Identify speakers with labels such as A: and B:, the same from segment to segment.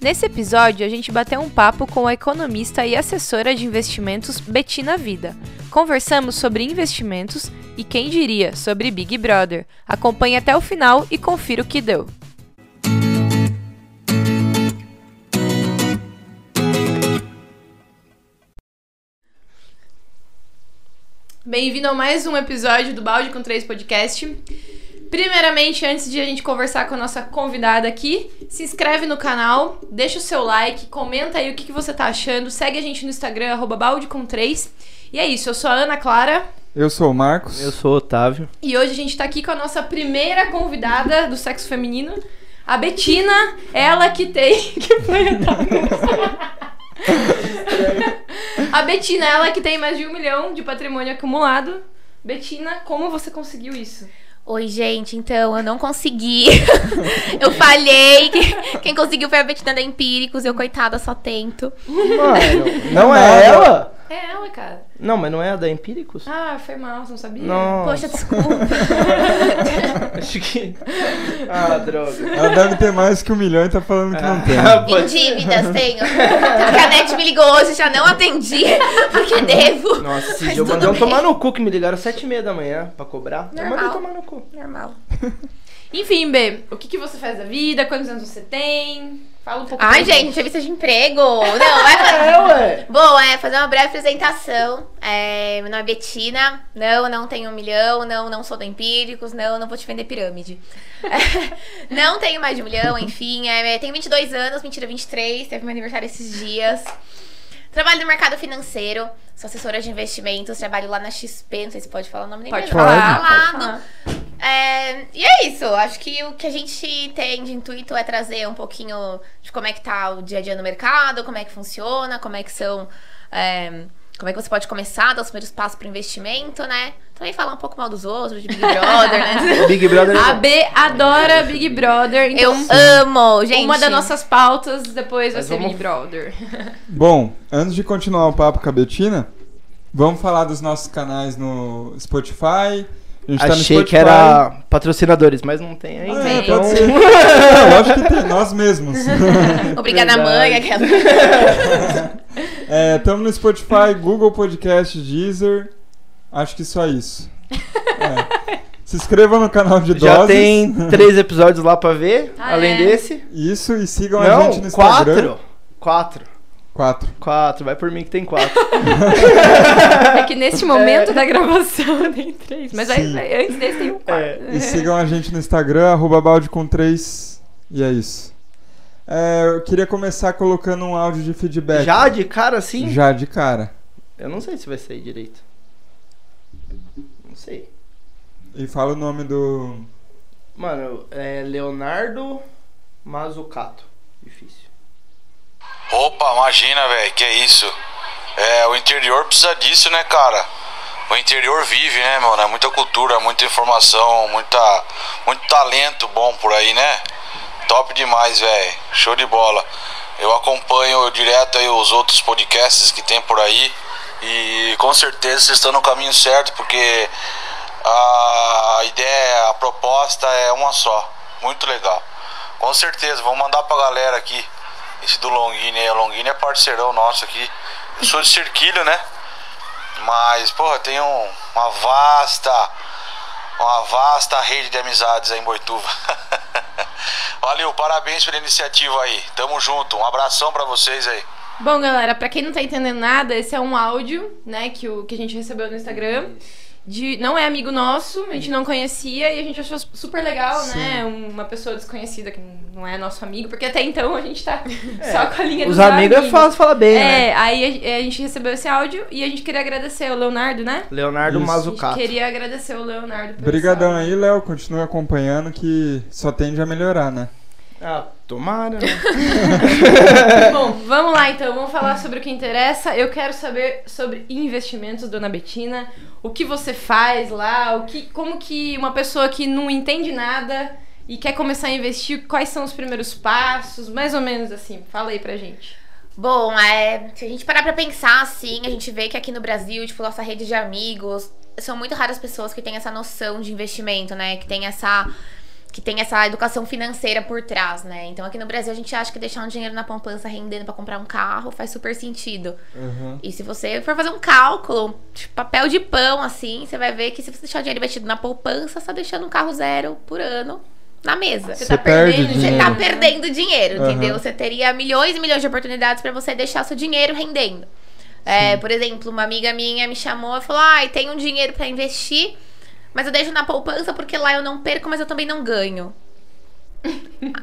A: Nesse episódio, a gente bateu um papo com a economista e assessora de investimentos Betina Vida. Conversamos sobre investimentos e quem diria sobre Big Brother. Acompanhe até o final e confira o que deu. Bem-vindo a mais um episódio do Balde com Três Podcast. Primeiramente, antes de a gente conversar com a nossa convidada aqui, se inscreve no canal, deixa o seu like, comenta aí o que, que você tá achando, segue a gente no Instagram, arroba balde com 3. E é isso, eu sou a Ana Clara
B: Eu sou o Marcos.
C: Eu sou o Otávio.
A: e hoje a gente tá aqui com a nossa primeira convidada do sexo feminino, a Betina, ela que tem. que foi a Otávio? A Betina, ela que tem mais de um milhão de patrimônio acumulado. Betina, como você conseguiu isso?
D: Oi, gente, então eu não consegui. eu falhei. Quem- Quem conseguiu foi a Betina da Empíricos. Eu, coitada, só tento.
C: Mano,
B: Não é ela?
A: É ela, cara.
C: Não, mas não é a da Empíricos?
A: Ah, foi mal, você não sabia?
C: Nossa.
D: Poxa, desculpa.
C: Acho que. Ah, droga.
B: Ela deve ter mais que um milhão e tá falando que não tem.
C: Ah,
D: Em
C: pode-
D: dívidas tenho. A Canete me ligou hoje, já não atendi, porque devo.
C: Nossa, esse
D: Mas
C: dia eu
D: tudo
C: mandei um
D: bem.
C: tomar no cu que me ligaram às sete e meia da manhã pra cobrar. Eu
D: Normal.
C: mandei tomar no cu.
D: Normal.
A: Enfim, Bê, o que, que você faz da vida? Quantos anos você tem? Fala um pouco.
D: Ai,
A: pra
D: gente, entrevista de emprego. Não, vai
C: É,
D: fazer.
C: ué.
D: Bom, é fazer uma breve apresentação. É, meu nome é Betina. Não, não tenho um milhão. Não, não sou da Empíricos. Não, não vou te vender pirâmide. É, não tenho mais de um milhão, enfim. É, tenho 22 anos, mentira, 23. Teve meu aniversário esses dias. Trabalho no mercado financeiro. Sou assessora de investimentos. Trabalho lá na XP. Não sei se pode falar o nome da
A: Pode
D: empresa, mas
A: falar,
D: tá
A: pode
D: falado.
A: falar.
D: É, e é isso, acho que o que a gente tem de intuito é trazer um pouquinho de como é que tá o dia a dia no mercado, como é que funciona, como é que são. é, como é que você pode começar, dar os primeiros passos pro investimento, né? Também falar um pouco mal dos outros, de Big Brother, né?
C: Big Brother.
A: A B adora Big Brother,
D: Eu
A: então
D: amo, gente.
A: uma das nossas pautas depois vai
C: Mas
A: ser
C: vamos-
A: Big Brother.
B: Bom, antes de continuar o papo com a Betina, vamos falar dos nossos canais no Spotify. A gente tá no
C: Achei
B: Spotify.
C: que era patrocinadores, mas não tem ainda.
B: Ah, é,
C: então...
B: pode ser. É, lógico que tem, nós mesmos.
D: Obrigada,
C: Verdade.
D: mãe, aquela.
B: Estamos É, no Spotify, Google Podcast, Deezer. Acho que só isso. É. Se inscreva no canal de
C: Já
B: doses.
C: tem três episódios lá pra ver,
A: Ah,
C: além
A: é?
C: desse.
B: Isso, e sigam a gente no
C: Não,
B: Instagram.
C: quatro. Quatro.
B: Quatro.
C: Quatro, vai por mim que tem quatro.
A: É que neste momento da gravação tem três, mas aí,
B: Sim.
A: aí antes desse tem um quarto.
C: É.
B: E sigam a gente no Instagram, arroba balde com 3. E é isso. É, eu queria começar colocando um áudio de feedback.
C: Já de cara assim?
B: Já de cara.
C: Eu não sei se vai sair direito. Não sei.
B: E fala o nome do.
C: Mano, é Leonardo Mazzucato. Difícil.
E: Opa, imagina, velho, que é isso. É, o interior precisa disso, né, cara? O interior vive, né, mano? É muita cultura, muita informação, muita, muito talento bom por aí, né? Top demais, velho. Show de bola. Eu acompanho direto aí os outros podcasts que tem por aí. E com certeza vocês estão no caminho certo, porque a ideia, a proposta é uma só. Muito legal. Com certeza, vou mandar pra galera aqui. Esse do Longini aí, o Longini é parceirão nosso aqui. Eu sou de Cerquilho, né? Mas, porra, tem um- uma vasta, uma vasta rede de amizades aí em Boituva. Valeu, parabéns pela iniciativa aí. Tamo junto, um abração pra vocês aí.
A: Bom, galera, pra quem não tá entendendo nada, esse é um áudio, né, que, o, que a gente recebeu no Instagram. De, não é amigo nosso, a gente não conhecia e a gente achou super legal, né? Uma pessoa desconhecida que não é nosso amigo, porque até então a gente tá só com a linha
C: É. Os
A: dos
C: amigos é fácil falar bem, né?
A: É, aí a, a gente recebeu esse áudio e a gente queria agradecer o Leonardo, né?
C: Leonardo
B: Isso.
A: A gente
C: Mazzucato.
A: queria agradecer o Leonardo. por
B: Obrigadão
A: essa-
B: aí, Léo. Continue acompanhando que só tende a melhorar, né?
C: Ah, tomara, né?
D: É.
A: Bom, vamos lá então, vamos falar sobre o que interessa. Eu quero saber sobre investimentos, dona Betina. O que você faz lá? O que, como que uma pessoa que não entende nada e quer começar a investir, quais são os primeiros passos? Mais ou menos assim, fala aí pra gente.
D: Bom, é, se a gente parar pra pensar assim, a gente vê que aqui no Brasil, tipo, nossa rede de amigos, são muito raras pessoas que têm essa noção de investimento, né? Que tem essa que tem essa educação financeira por trás, né? Então aqui no Brasil a gente acha que deixar um dinheiro na poupança rendendo pra comprar um carro faz super sentido.
B: Uhum.
D: E se você for fazer um cálculo, tipo, papel de pão, assim, você vai ver que se você deixar o dinheiro investido na poupança, você tá deixando um carro zero por ano na mesa.
A: Você
B: Você
A: tá
B: perde
A: perdendo,
D: Você tá
B: dinheiro.
D: perdendo dinheiro,
B: Aham.
D: entendeu? Você teria milhões e milhões de oportunidades pra você deixar seu dinheiro rendendo. É, por exemplo, uma amiga minha me chamou e falou: Ai, tenho um dinheiro pra investir, mas eu deixo na poupança porque lá eu não perco, mas eu também não ganho.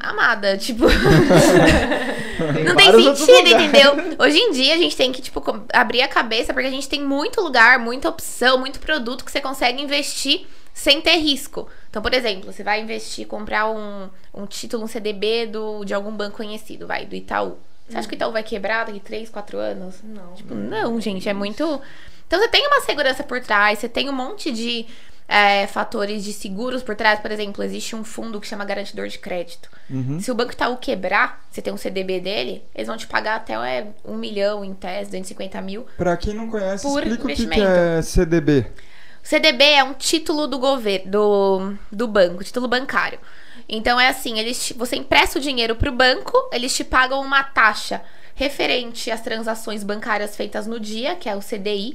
D: Amada, tipo. Não tem
C: vários outros
D: sentido,
C: lugares.
D: entendeu? Hoje em dia a gente tem que, tipo, com- abrir a cabeça, porque a gente tem muito lugar, muita opção, muito produto que você consegue investir sem ter risco. Então, por exemplo, você vai investir, comprar um, um título, um CDB do, de algum banco conhecido, vai, do Itaú. Você acha que o Itaú vai quebrar daqui 3, 4 anos?
A: Não.
D: Tipo, não, gente, é muito. Então você tem uma segurança por trás, você tem um monte de é, fatores de seguros por trás. Por exemplo, existe um fundo que chama garantidor de crédito.
B: Uhum.
D: Se o Banco Itaú quebrar, você tem um CDB dele, eles vão te pagar até é, um milhão em tese, 250 mil.
B: Pra quem não conhece,
D: Por
B: explica o que que,
D: investimento.
B: é CDB.
D: O CDB é um título do governo, do, do banco, título bancário. Então é assim, eles te- você empresta o dinheiro pro banco, eles te pagam uma taxa referente às transações bancárias feitas no dia, que é o CDI,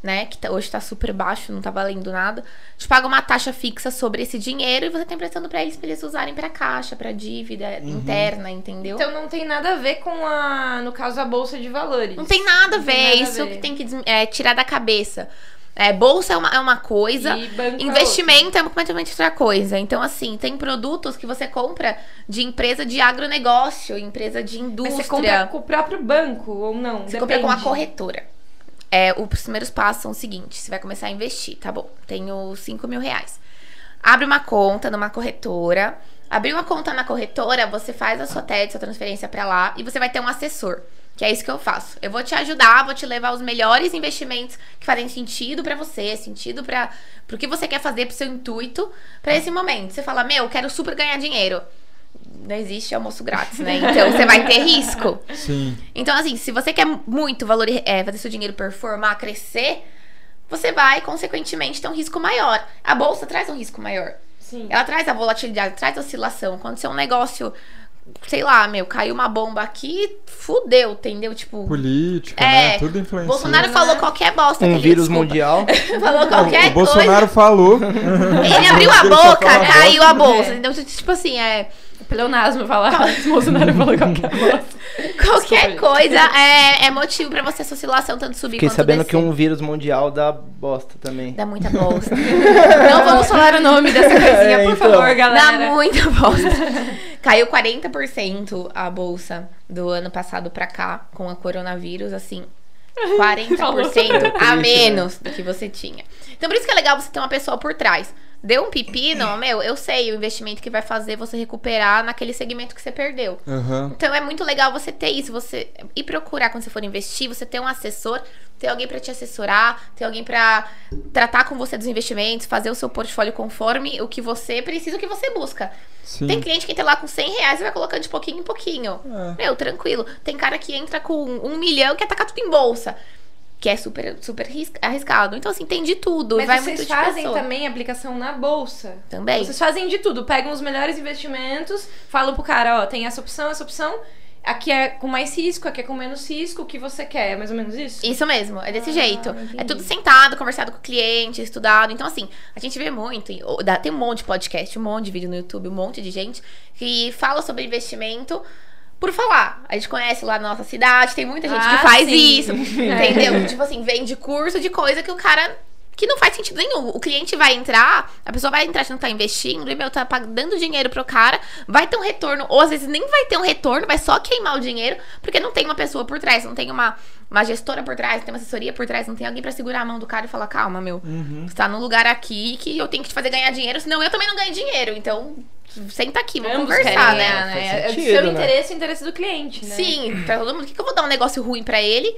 D: né? Que tá- hoje tá super baixo, não tá valendo nada. Te paga uma taxa fixa sobre esse dinheiro e você tá emprestando pra eles pra eles usarem pra caixa, pra dívida interna, entendeu?
A: Então não tem nada a ver com a, no caso, a bolsa de valores.
D: Não tem nada a
A: Não
D: ver,
A: tem nada a
D: isso
A: ver.
D: que tem que des- é, tirar da cabeça. É, bolsa é uma, é uma coisa,
A: E banco é
D: investimento é completamente outra coisa. Então, assim, tem produtos que você compra de empresa de agronegócio, empresa de
A: Mas
D: indústria.
A: você compra com o próprio banco ou não?
D: Você compra com uma
A: Depende.
D: corretora. É, os primeiros passos são os seguintes: você vai começar a investir, tá bom? Tenho 5 mil reais. Abre uma conta numa corretora. Abriu uma conta na corretora, você faz a sua TED, sua transferência pra lá e você vai ter um assessor. Que é isso que eu faço. Eu vou te ajudar, vou te levar os melhores investimentos que fazem sentido pra você, sentido para pro que você quer fazer, pro seu intuito, pra esse momento. Você fala: "Meu, eu quero super ganhar dinheiro". Não existe almoço grátis, né? Então você vai ter risco.
B: Sim.
D: Então, assim, se você quer muito valor, é, fazer seu dinheiro performar, crescer, você vai, consequentemente, ter um risco maior. A bolsa traz um risco maior.
A: Sim.
D: Ela traz a volatilidade, traz a oscilação. Quando seu negócio, sei lá, meu, caiu uma bomba aqui, fudeu, entendeu? Tipo,
B: Política,
D: É,
B: né? Tudo influencia.
D: Bolsonaro falou
A: Né?
D: qualquer bosta.
C: Um
D: aquele-
C: vírus
D: desculpa.
C: mundial.
D: Falou
B: o
D: qualquer coisa.
B: Bolsonaro falou.
D: Ele abriu a
B: Ele só
D: boca,
B: fala
D: caiu a bolsa.
A: É.
D: Então, tipo assim, é.
A: Pleonasmo falar. Bolsonaro falou qualquer coisa.
D: Qualquer
A: Desculpa,
D: coisa é, é motivo pra você essa oscilação tanto subir
C: Fiquei
D: quanto
C: sabendo
D: descer.
C: que um vírus mundial dá bosta também.
D: Dá muita bosta. Não vamos falar o nome dessa
A: Coisinha,
C: É,
A: por
C: então.
A: favor, galera.
D: Dá muita bosta. Caiu 40% a bolsa do ano passado pra cá com o coronavírus, assim. 40% a menos do que você tinha. Então por isso que é legal você ter uma pessoa por trás. Deu um pepino, meu, eu sei o investimento que vai fazer você recuperar naquele segmento que você perdeu.
B: Aham.
D: Então é muito legal você ter isso, você ir procurar quando você for investir, você ter um assessor, ter alguém pra te assessorar, ter alguém pra tratar com você dos investimentos, fazer o seu portfólio conforme o que você precisa, o que você busca.
B: Sim.
D: Tem cliente que entra lá com 100 reais e vai colocando de pouquinho em pouquinho.
B: É.
D: Meu, tranquilo. Tem cara que entra com um milhão e quer tacar tudo em bolsa. Que é super, super risca- arriscado. Então, assim, tem de tudo.
A: Mas
D: vai
A: vocês
D: muito de
A: fazem
D: pessoa.
A: também aplicação na bolsa.
D: Também.
A: Vocês fazem de tudo, pegam os melhores investimentos, falam pro cara, ó, tem essa opção, essa opção, aqui é com mais risco, aqui é com menos risco, o que você quer? É mais ou menos isso?
D: Isso mesmo, é desse
A: Ah,
D: jeito. É
A: entendi.
D: tudo sentado, conversado com o cliente, estudado. Então, assim, a gente vê muito. e, ou, dá- Tem um monte de podcast, um monte de vídeo no YouTube, um monte de gente que fala sobre investimento por falar. A gente conhece lá na nossa cidade, tem muita gente
A: Ah,
D: que faz
A: sim.
D: isso.
A: É.
D: Entendeu? tipo assim, vende curso de coisa que o cara. Que não faz sentido nenhum. O cliente vai entrar, a pessoa vai entrar, não tá investindo, e meu, tá pag- dando dinheiro pro cara, vai ter um retorno, ou às vezes nem vai ter um retorno, vai só queimar o dinheiro, porque não tem uma pessoa por trás, não tem uma, uma gestora por trás, não tem uma assessoria por trás, não tem alguém pra segurar a mão do cara e falar, calma, meu,
B: Uhum.
D: você tá num lugar aqui que eu tenho que te fazer ganhar dinheiro, senão eu também não ganho dinheiro. Então, senta aqui, vamos
A: Ambos
D: conversar,
A: querem,
D: né?
A: é, né?
C: Faz
A: É do
C: sentido,
A: seu
C: né?
A: interesse e o interesse do cliente, né?
D: Sim, pra todo mundo. Por que, que eu vou dar um negócio ruim pra ele?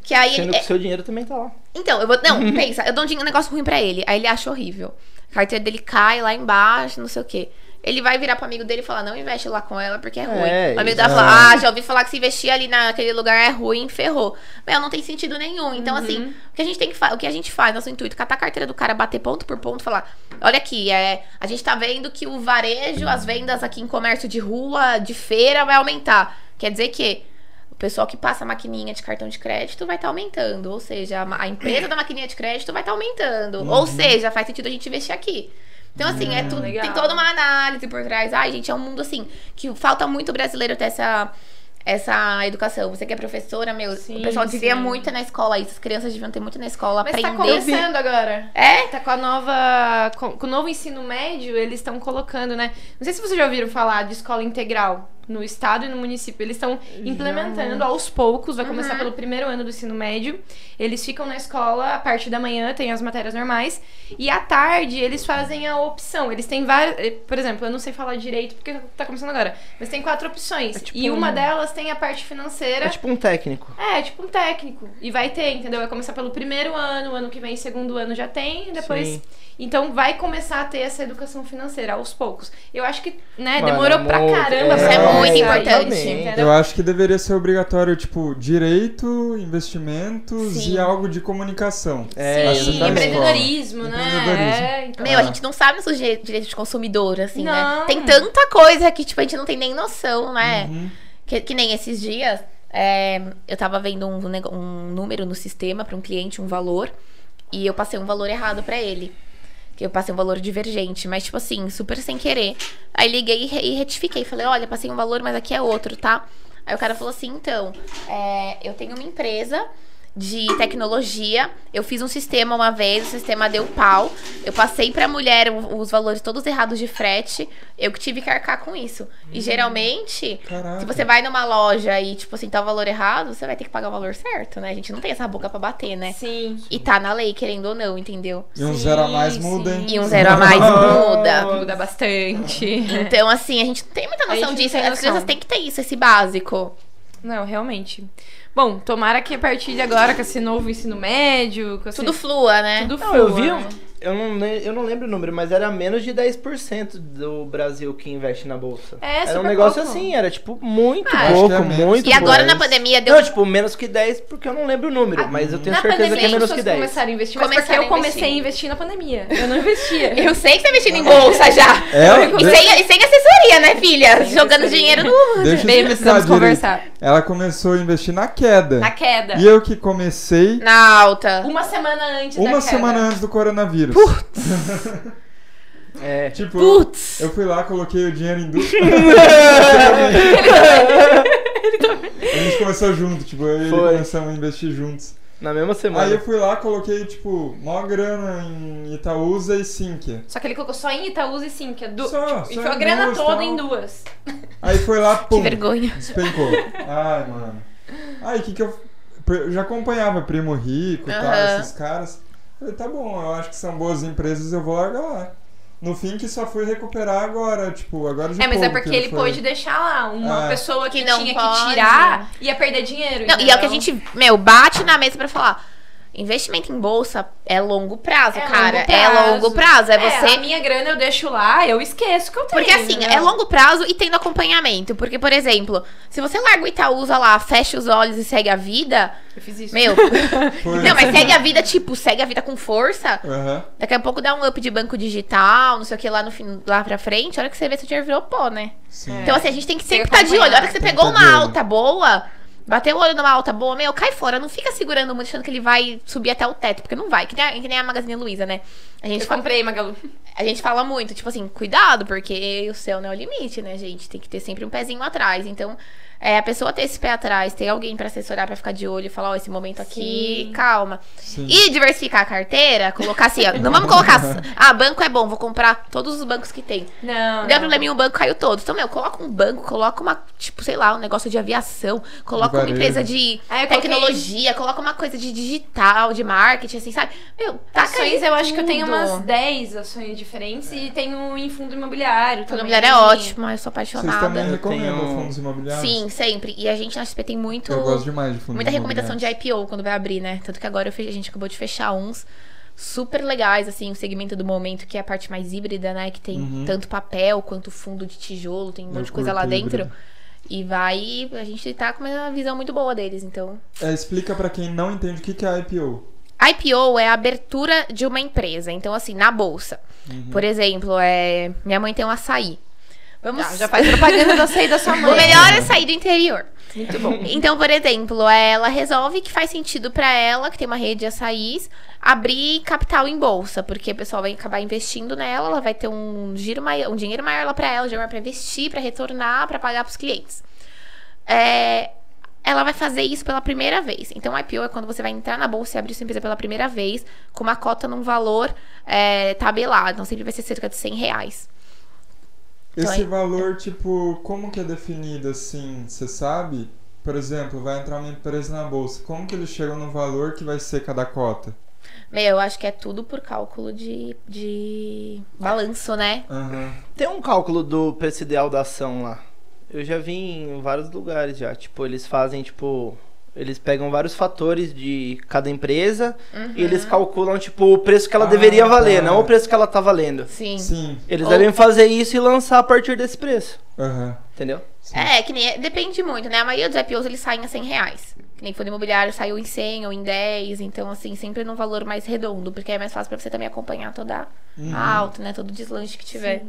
D: Que aí
C: Sendo
D: ele,
A: é-
C: que o seu dinheiro também tá lá.
D: Então, eu vou. Não, pensa, eu dou um dinhe- um negócio ruim pra ele. Aí ele acha horrível. A carteira dele cai lá embaixo, não sei o quê. ele vai virar pro amigo dele e falar, não investe lá com ela porque é ruim.
C: É,
D: o
C: isso.
D: amigo dela fala, ah, já ouvi falar que se investir ali naquele lugar é ruim, ferrou. Meu, não tem sentido nenhum. Então, assim, o que a gente tem que fa- o que a gente faz, nosso intuito, é catar a carteira do cara, bater ponto por ponto, falar, olha aqui, é, a gente tá vendo que o varejo, as vendas aqui em comércio de rua, de feira, vai aumentar. Quer dizer que o pessoal que passa a maquininha de cartão de crédito vai estar aumentando. Ou seja, a ma- a empresa da maquininha de crédito vai estar aumentando. Ou
A: Uhum.
D: seja, faz sentido a gente investir aqui. Então, assim, é tudo,
A: Hum, legal.
D: tem toda uma análise por trás. Ai, gente, é um mundo assim, que falta muito brasileiro ter essa, essa educação. Você que é professora, meu,
A: Sim,
D: o pessoal dizia
A: sim.
D: muito na escola isso. As crianças deviam ter muito na escola,
A: Mas tá
D: aprender.
A: começando agora.
D: é?
A: Tá com a nova. Com, com o novo ensino médio, eles estão colocando, né? Não sei se vocês já ouviram falar de escola integral no estado e no município. Eles estão implementando aos poucos. Vai começar
C: Uhum.
A: pelo primeiro ano do ensino médio. Eles ficam na escola, a parte da manhã tem as matérias normais. E à tarde eles fazem a opção. Eles têm várias. eh, Por exemplo, eu não sei falar direito porque tá começando agora. Mas tem quatro opções.
C: É tipo
A: e uma
C: um-
A: delas tem a parte financeira.
C: É tipo um técnico.
A: É, tipo um técnico. E vai ter, entendeu? Vai começar pelo primeiro ano, ano que vem, segundo ano já tem, e depois.
C: Sim.
A: Então vai começar a ter essa educação financeira aos poucos. Eu acho que, né,
C: Mano,
A: demorou pra
C: muito.
A: caramba
B: Isso
A: pra
B: é
A: começar
B: muito
A: isso,
D: importante.
A: entendeu?
B: Eu acho que deveria ser obrigatório, tipo, direito, investimentos
D: Sim.
B: e algo de comunicação.
C: É,
B: acho
A: Sim,
B: que tá
A: empreendedorismo,
B: bom.
A: né?
B: Empreendedorismo.
A: É, então.
D: Meu, a
B: Ah.
D: gente não sabe nossos dire- direitos de consumidor, assim,
A: Não.
D: né? Tem tanta coisa que, tipo, a gente não tem nem noção, né?
B: Uhum.
D: Que, que nem esses dias, é, eu tava vendo um, nego- um número no sistema pra um cliente, um valor, e eu passei um valor errado pra ele. Que eu passei um valor divergente, mas tipo assim, super sem querer. Aí liguei e, re- e retifiquei. Falei, olha, passei um valor, mas aqui é outro, tá? Aí o cara falou assim: então, é, eu tenho uma empresa de tecnologia, eu fiz um sistema uma vez, o sistema deu pau, eu passei pra mulher o- os valores todos errados de frete, eu que tive que arcar com isso. E geralmente,
B: Caraca.
D: se você vai numa loja e, tipo assim, tá o valor errado, você vai ter que pagar o valor certo, né? A gente não tem essa boca pra bater, né?
A: Sim.
D: E tá na lei, querendo ou não, entendeu?
B: E um
A: Sim,
B: zero a mais
A: sim.
B: muda, hein?
D: E um zero a mais muda.
A: Muda bastante.
D: Então, assim, a gente não tem muita
A: A gente
D: noção
A: não
D: disso.
A: tem
D: As
A: noção.
D: crianças têm que ter isso, esse básico.
A: Não, realmente. Bom, tomara que a partir de agora, com esse novo ensino médio, com esse...
D: Tudo flua, né?
A: tudo
C: Não, eu vi.
A: flua.
C: um- Eu não, le- eu não lembro o número, mas era menos de 10% do Brasil que investe na bolsa.
A: É,
C: era um
A: super
C: negócio
A: pouco.
C: assim, era tipo muito
B: Ah, acho
C: pouco,
B: que é menos.
C: muito
D: E agora na
B: bom.
D: pandemia deu.
C: Não, tipo, menos que 10, porque eu não lembro o número, mas eu tenho
A: Ah, na
C: certeza
A: pandemia
C: que é
A: as
C: menos que
A: pessoas
C: 10.
A: começaram a investir, mas porque
D: Começaram
A: eu
D: a investir.
A: comecei a investir na pandemia. Eu não investia.
D: Eu sei que tá mexendo em bolsa já.
B: Ela,
D: E sem, e sem assessoria, né, filha? Jogando dinheiro no.
B: deixa eu
A: Bem,
B: explicar
A: precisamos
B: direito.
A: conversar.
B: Ela começou a investir na queda.
A: Na queda. Um
B: E eu que comecei
D: Na alta.
A: Uma semana antes da
B: uma
A: queda.
B: semana antes do coronavírus. Putz.
C: É.
B: Tipo,
D: Putz!
B: eu fui lá, coloquei o dinheiro em duas. A gente começou junto, tipo, eu e ele
C: Foi.
B: começamos a investir juntos.
C: Na mesma
B: Aí
C: semana.
B: eu fui lá, coloquei, tipo, mó grana em Itaúsa e Sinqia.
A: Só que ele colocou só em Itaúsa e sim, que é du...
B: Só, só
A: enfiou a
B: em
A: grana
B: duas,
A: toda
B: tal.
A: em duas.
B: Aí foi lá,
D: Que
B: pum,
D: vergonha.
B: despencou. Ai, mano. Aí, o que que eu... Eu já acompanhava Primo Rico e tal,
D: Aham.
B: esses caras. Falei, tá bom, eu acho que são boas empresas, eu vou largar lá. No fim, que só fui recuperar agora, tipo, agora de
A: É, mas é
B: pouco
A: porque
B: que
A: ele
B: foi.
A: pôde deixar lá. Uma
B: É.
A: pessoa que,
D: Que não
A: tinha que
D: pode.
A: tirar ia perder dinheiro.
D: Não, e é o que a
A: entendeu?
D: gente, meu, bate na mesa pra falar. Investimento em bolsa é longo prazo,
A: É
D: cara.
A: longo
D: É
A: prazo.
D: longo prazo. É,
A: É, a
D: você.
A: minha grana eu deixo lá, eu esqueço que eu tenho. né?
D: Porque assim,
B: né?
A: entendeu?
D: é longo prazo e tendo acompanhamento. Porque, por exemplo, se você larga o Itaúsa lá, fecha os olhos e segue a vida,
A: Eu fiz isso.
D: meu.
B: Foi. assim.
D: não, mas segue a vida, tipo, segue a vida com força.
B: Aham.
D: Daqui a pouco dá um up de banco digital, não sei o que lá no fim, lá pra frente, a hora que você vê, seu dinheiro virou pó, né?
B: Sim.
D: Então, assim, a gente tem que
A: Tem que
D: sempre estar de olho. A hora que você
B: acompanhar. É.
D: pegou
B: Tem que tá
D: uma
B: de olho.
D: alta boa, bateu o olho numa alta boa, meu, cai fora. Não fica segurando muito, achando que ele vai subir até o teto, porque não vai. Que nem a, que nem a Magazine Luiza, né? A gente,
A: Eu
D: fa-
A: comprei, Magalu.
D: a gente fala muito, tipo assim, cuidado, porque o céu não é o limite, né, gente? Tem que ter sempre um pezinho atrás. Então, é, a pessoa ter esse pé atrás, ter alguém pra assessorar, pra ficar de olho e falar, ó, esse momento aqui,
A: Sim.
D: calma.
B: Sim.
D: E diversificar a carteira, colocar assim, ó, não vamos colocar. Ah, banco é bom, vou comprar todos os bancos que tem.
A: Não.
D: Deu problema em um banco, caiu todo. Então, meu, coloca um banco, coloca uma, tipo, sei lá, um negócio de aviação,
B: De
D: coloca uma
B: varejo.
D: empresa de
A: Ah, eu coloquei-
D: tecnologia, coloca uma coisa de digital, de marketing, assim, sabe? Meu, tá
A: Ações, eu acho que eu tenho umas
D: umas.
A: 10 ações diferentes e tenho um em fundo imobiliário.
D: Toda
A: também.
D: mulher é ótima, eu sou
B: Vocês
D: apaixonada.
B: também
C: Eu
B: recomendam
C: tenho-
B: fundos imobiliários?
D: Sim, sempre. E a gente na XP tem muito.
B: Eu gosto demais de fundos
D: Muita recomendação de
B: imobiliários.
D: né? IPO quando vai abrir, né? Tanto que agora eu fe- a gente acabou de fechar uns. super legais, assim, o segmento do momento, que é a parte mais híbrida, né? Que tem
B: Uhum.
D: tanto papel quanto fundo de tijolo, tem um monte
B: Eu
D: de coisa lá
B: curto
D: dentro.
B: híbrido.
D: E vai. A gente tá com uma visão muito boa deles, então.
B: É, explica pra quem não entende o que que é IPO.
D: IPO é a abertura de uma empresa. Então, assim, na bolsa.
B: Uhum.
D: Por exemplo, é... minha mãe tem um açaí. Vamos.
A: Ah, já faz propaganda do açaí da sua mãe.
D: O melhor é sair do interior. Muito bom. Então, por exemplo, ela resolve que faz sentido pra ela, que tem uma rede de açaís, abrir capital em bolsa, porque o pessoal vai acabar investindo nela, ela vai ter um giro maior, um dinheiro maior lá pra ela, um dinheiro maior pra investir, pra retornar, pra pagar pros clientes. É, ela vai fazer isso pela primeira vez. Então, o IPO é quando você vai entrar na bolsa e abrir sua empresa pela primeira vez, com uma cota num valor é, tabelado. Então, sempre vai ser cerca de 100 reais. Então,
B: Esse
D: é-
B: valor, tipo, como que é definido assim? Você sabe? Por exemplo, vai entrar uma empresa na bolsa. Como que eles chegam no valor que vai ser cada cota?
D: Meu, eu acho que é tudo por cálculo de, de balanço, né?
B: Aham.
C: Tem um cálculo do preço ideal da ação lá. Eu já vi em vários lugares já. Tipo, eles fazem, tipo. Eles pegam vários fatores de cada empresa
A: Uhum.
C: e eles calculam, tipo, o preço que ela
B: Ah,
C: deveria valer,
B: tá.
C: não o preço que ela tá valendo.
D: Sim.
B: Sim.
C: Eles
D: Ou-
C: devem fazer isso e lançar a partir desse preço,
B: Aham.
C: entendeu?
B: Sim.
D: É, que nem. Depende muito, né? A maioria dos IPOs eles saem a 100 reais. Que nem fundo imobiliário saiu em 100 ou em 10. Então, assim, sempre num valor mais redondo, porque é mais fácil pra você também acompanhar toda
B: Uhum.
D: a alta, né? Todo o deslanche que tiver.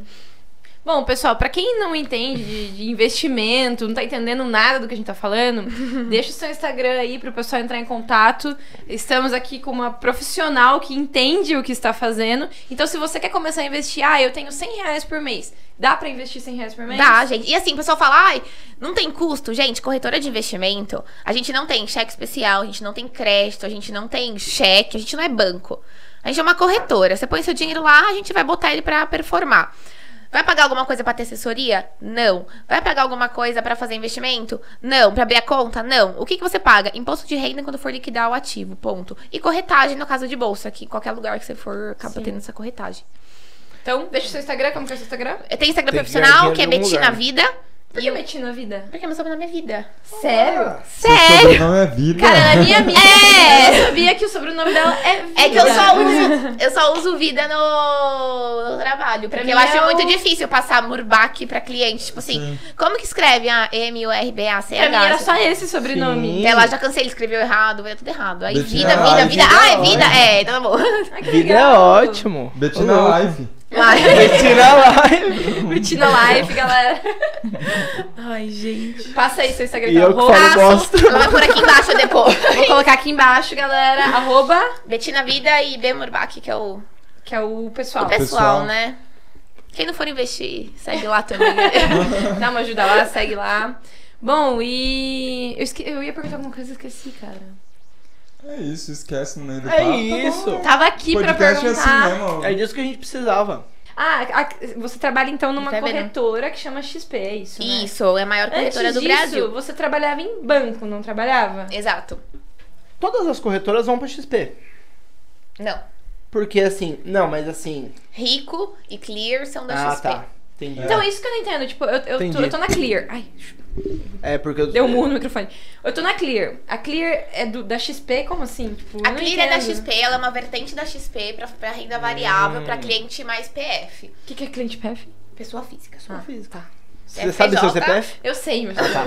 A: Bom, pessoal, pra quem não entende de, de investimento, não tá entendendo nada do que a gente tá falando, deixa o seu Instagram aí pro pessoal entrar em contato. Estamos aqui com uma profissional que entende o que está fazendo. Então, se você quer começar a investir, ah, eu tenho 100 reais por mês. Dá pra investir 100 reais por mês?
D: Dá, gente. E assim, o pessoal fala, ai, não tem custo. Gente, corretora de investimento, a gente não tem cheque especial, a gente não tem crédito, a gente não tem cheque, a gente não é banco. A gente é uma corretora. Você põe seu dinheiro lá, a gente vai botar ele pra performar. Vai pagar alguma coisa pra ter assessoria? Não. Vai pagar alguma coisa pra fazer investimento? Não. Pra abrir a conta? Não. O que, que você paga? Imposto de renda quando for liquidar o ativo, ponto. E corretagem no caso de bolsa, que em qualquer lugar que você for acaba tendo essa corretagem.
A: Então, deixa o seu Instagram, como que é o seu Instagram?
D: Tem
C: Tem
D: Instagram
C: que ganhar
D: profissional,
C: dinheiro
D: que é
C: de algum
D: Betina
C: lugar.
D: Vida.
A: Por que meti na vida?
D: Porque é meu sobrenome é vida.
A: Sério?
B: Seu sobrenome é vida.
A: Cara, ela é minha amiga.
D: É.
A: Eu não sabia que o sobrenome dela é vida.
D: É que eu só uso, eu só uso vida no, no trabalho. Porque
A: mim
D: eu acho
A: é
D: muito
A: o-
D: difícil passar Murbac pra cliente. Tipo assim,
B: Sim.
D: como que escreve? Ah, M-U-R-B-A-C-H.
A: Pra mim era só esse sobrenome.
C: Sim.
D: Ela já cansei, ele escreveu errado, veio tudo errado. Aí
B: Betina
D: vida, vida,
B: Live.
D: vida. Ah, é vida? É, então tá bom.
A: Ai, Ah, que
C: Vida é
A: legal.
C: ótimo.
B: Betina
C: Ô, louco.
B: Life.
D: Mas-
C: Betina Live.
A: Curtindo a live, galera.
D: Ai, gente.
A: Passa aí seu Instagram.
C: E eu que
A: arroba-
C: falo gosto.
D: Ela vai por aqui embaixo depois.
A: Vou colocar aqui embaixo, galera. Arroba,
D: Betina Vida e B Murbac, que é o,
A: que é o
D: o
A: pessoal.
D: pessoal,
B: pessoal.
D: né? Quem não for investir, segue lá também.
A: Dá uma ajuda lá, segue lá. Bom, e. Eu, esque- eu ia perguntar alguma coisa e esqueci, cara.
B: É isso, esquece no meio do
C: É
B: papo. Tá
C: isso.
A: Tava aqui pra
B: Podcast é assim
A: perguntar.
B: mesmo.
C: É disso que a gente precisava.
A: ah, a- você trabalha então numa
D: Tá vendo?
A: corretora que chama XP, é isso? Né?
D: Isso, é a maior corretora
A: Antes
D: do
A: disso,
D: Brasil.
A: você trabalhava em banco, não trabalhava?
D: Exato.
C: Todas as corretoras vão pra XP.
D: Não.
C: Porque assim, não, mas assim.
D: Rico e Clear são da
C: Ah,
D: XP.
C: tá. Entendi.
A: Então, isso que eu não entendo. Tipo, eu, eu, tô,
C: Entendi.
A: eu tô na Clear. Ai,
C: É porque eu.
A: deu um murro no microfone. Eu tô na Clear. A Clear é do- da XP? Como assim? Tipo, eu
D: A
A: não
D: Clear é da
A: entendo.
D: XP, ela é uma vertente da XP pra, pra renda variável,
C: Hum.
D: pra cliente mais PF.
A: O que, que é cliente PF?
D: Pessoa física, só.
A: Ah, É
C: Tá. Você é
D: CNPJ?
C: sabe seu CPF?
A: Eu sei, mas.
C: Tá.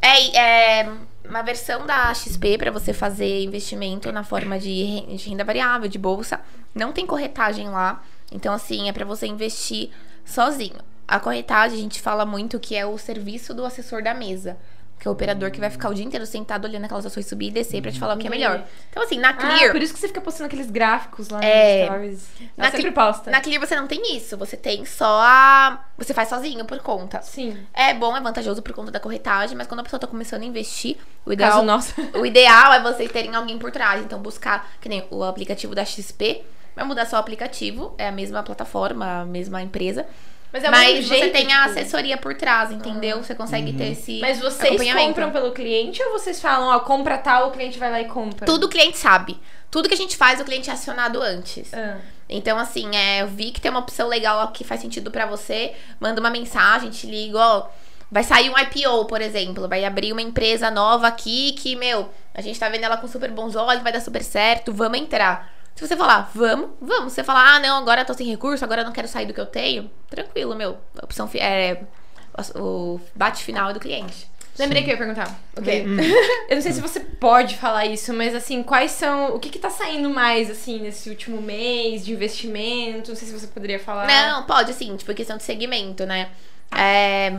D: É, e- é uma versão da XP pra você fazer investimento na forma de ren- de renda variável, de bolsa. Não tem corretagem lá. Então, assim, é pra você investir sozinho. A corretagem, a gente fala muito que é o serviço do assessor da mesa. Que é o operador que vai ficar o dia inteiro sentado olhando aquelas ações subir e descer pra te falar o que é melhor. Então, assim, na Clear.
A: Uhum. Ah, por isso que você fica postando aqueles gráficos lá
D: É.
A: no Stories.
D: Na
A: Ela sempre
D: Cli-
A: posta.
D: Na Clear você não tem isso, você tem só a. Você faz sozinho por conta.
A: Sim.
D: É bom, é vantajoso por conta da corretagem, mas quando a pessoa tá começando a investir, o
A: Caso
D: ideal,
A: nosso.
D: o ideal é vocês terem alguém por trás. Então, buscar, que nem o aplicativo da XP, vai mudar só o aplicativo, é a mesma plataforma, a mesma empresa.
A: Mas
D: Mas,
A: é o mesmo
D: você
A: jeito,
D: tem a
A: tipo. Ah.
D: assessoria por trás, entendeu? Você consegue ter esse.
A: Mas vocês
D: acompanhamento.
A: compram pelo cliente ou vocês falam, ó, compra tal, o cliente vai lá e compra?
D: Tudo o cliente sabe. Tudo que a gente faz, o cliente é acionado antes.
A: Ah.
D: Então, assim, é, eu vi que tem uma opção legal que faz sentido pra você. Manda uma mensagem, te liga, ó. Vai sair um IPO, por exemplo. Vai abrir uma empresa nova aqui que, meu, a gente tá vendo ela com super bons olhos, vai dar super certo, vamos entrar. Se você falar, vamos, vamos. Se você falar, ah, não, agora eu tô sem recurso, agora eu não quero sair do que eu tenho, tranquilo, meu. A opção fi- é o bate final é do cliente.
A: Lembrei que eu ia perguntar. Ok. eu não sei se você pode falar isso, mas assim, quais são. O que, que tá saindo mais, assim, nesse último mês de investimento? Não sei se você poderia falar.
D: Não, pode assim, tipo, questão de segmento, né? É,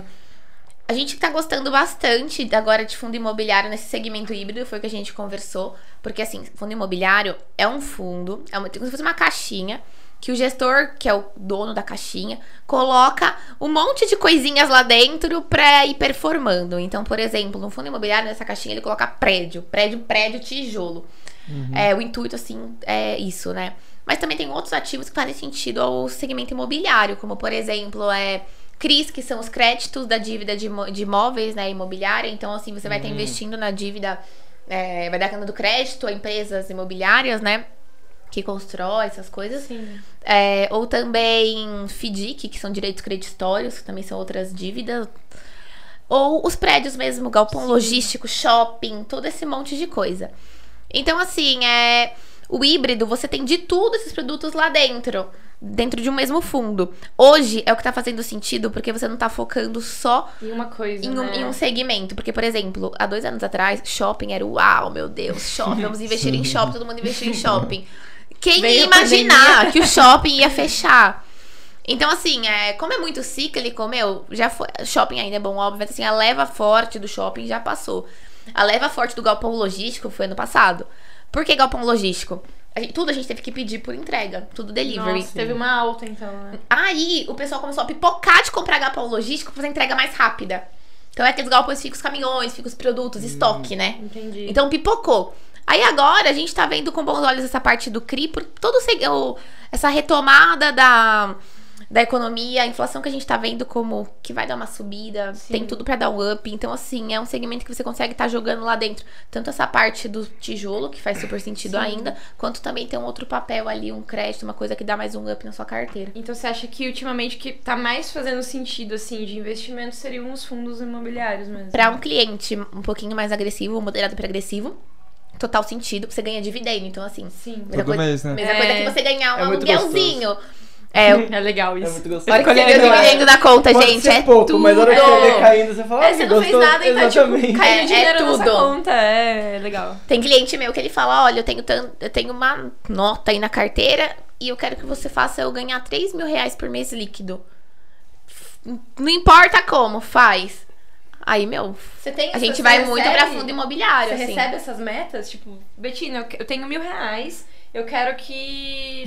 D: a gente tá gostando bastante agora de fundo imobiliário nesse segmento híbrido, foi o que a gente conversou. Porque assim, fundo imobiliário é um fundo, é uma, como se fosse uma caixinha. Que o gestor, que é o dono da caixinha, coloca um monte de coisinhas lá dentro pra ir performando. Então, por exemplo, no fundo imobiliário, nessa caixinha, ele coloca prédio, prédio, prédio, tijolo. É, o intuito, assim, é isso, né? Mas também tem outros ativos que fazem sentido ao segmento imobiliário, como, por exemplo, é CRIs, que são os créditos da dívida de, imo- de imóveis, né, imobiliária. Então, assim, você vai estar investindo na dívida, é, vai dar cana do crédito a empresas imobiliárias, né, que constrói essas coisas.
A: Sim.
D: É, ou também FDIC, que são direitos creditórios, que também são outras dívidas. Ou os prédios mesmo, galpão logístico, shopping, todo esse monte de coisa. Então, assim, é, o híbrido, você tem de tudo esses produtos lá dentro, dentro de um mesmo fundo. Hoje é o que tá fazendo sentido, porque você não tá focando só
A: E uma coisa.
D: em um,
A: né?
D: em um segmento. Porque, por exemplo, há dois anos atrás, shopping era uau, meu Deus, shopping, vamos investir em shopping, todo mundo investiu em shopping. Quem
A: Veio
D: ia
A: a pandemia. É.
D: imaginar que o shopping ia fechar? Então, assim, é, como é muito cíclico, meu, já foi. Shopping ainda é bom, óbvio, mas assim, a leva forte do shopping já passou. A leva forte do galpão logístico foi ano passado. Por que galpão logístico? A gente- tudo a gente teve que pedir por entrega, tudo delivery.
A: Nossa, teve uma alta então, né?
D: Aí o pessoal começou a pipocar de comprar galpão logístico pra fazer entrega mais rápida. Então é aqueles galpões que ficam os caminhões, ficam os produtos, estoque, né?
A: Entendi.
D: Então pipocou. Aí agora a gente tá vendo com bons olhos essa parte do CRI, por todo o seg- o- essa retomada da, da economia, a inflação que a gente tá vendo como que vai dar uma subida,
A: Sim.
D: tem tudo pra dar um up. Então, assim, é um segmento que você consegue estar jogando lá dentro. Tanto essa parte do tijolo, que faz super sentido
A: Sim.
D: ainda, quanto também tem um outro papel ali, um crédito, uma coisa que dá mais um up na sua carteira.
A: Então você acha que ultimamente o que tá mais fazendo sentido, assim, de investimento seriam os fundos imobiliários mesmo?
D: Pra um cliente um pouquinho mais agressivo, moderado para agressivo, total sentido, você ganha dividendo. Então, assim,
A: Sim.
D: mesma
B: Todo
D: coisa,
B: mês, né?
D: mesma coisa
A: É.
D: que você ganhar um
C: É muito
D: aluguelzinho. É, o-
A: É legal isso.
C: É muito
D: a
C: gostoso.
D: hora que você vê o
C: Não, é-
D: dividendo da conta,
C: pode
D: gente,
C: ser
D: é
C: pouco,
D: tudo.
C: mas a hora que você vê caindo, você fala,
A: É,
C: ah,
A: você não fez
C: gostou?
A: nada, então, tipo,
C: Exatamente.
A: Caiu
D: É,
A: dinheiro
D: é
A: na nossa
D: tudo.
A: conta, é legal.
D: Tem cliente meu que ele fala, olha, eu tenho, tan- eu tenho uma nota aí na carteira e eu quero que você faça eu ganhar 3 mil reais por mês líquido. F- Não importa como, faz. Aí, meu,
A: Você tem
D: a gente vai muito pra fundo imobiliário,
A: Você
D: assim.
A: recebe essas metas? Tipo, Betina, eu que- eu tenho mil reais, eu quero que.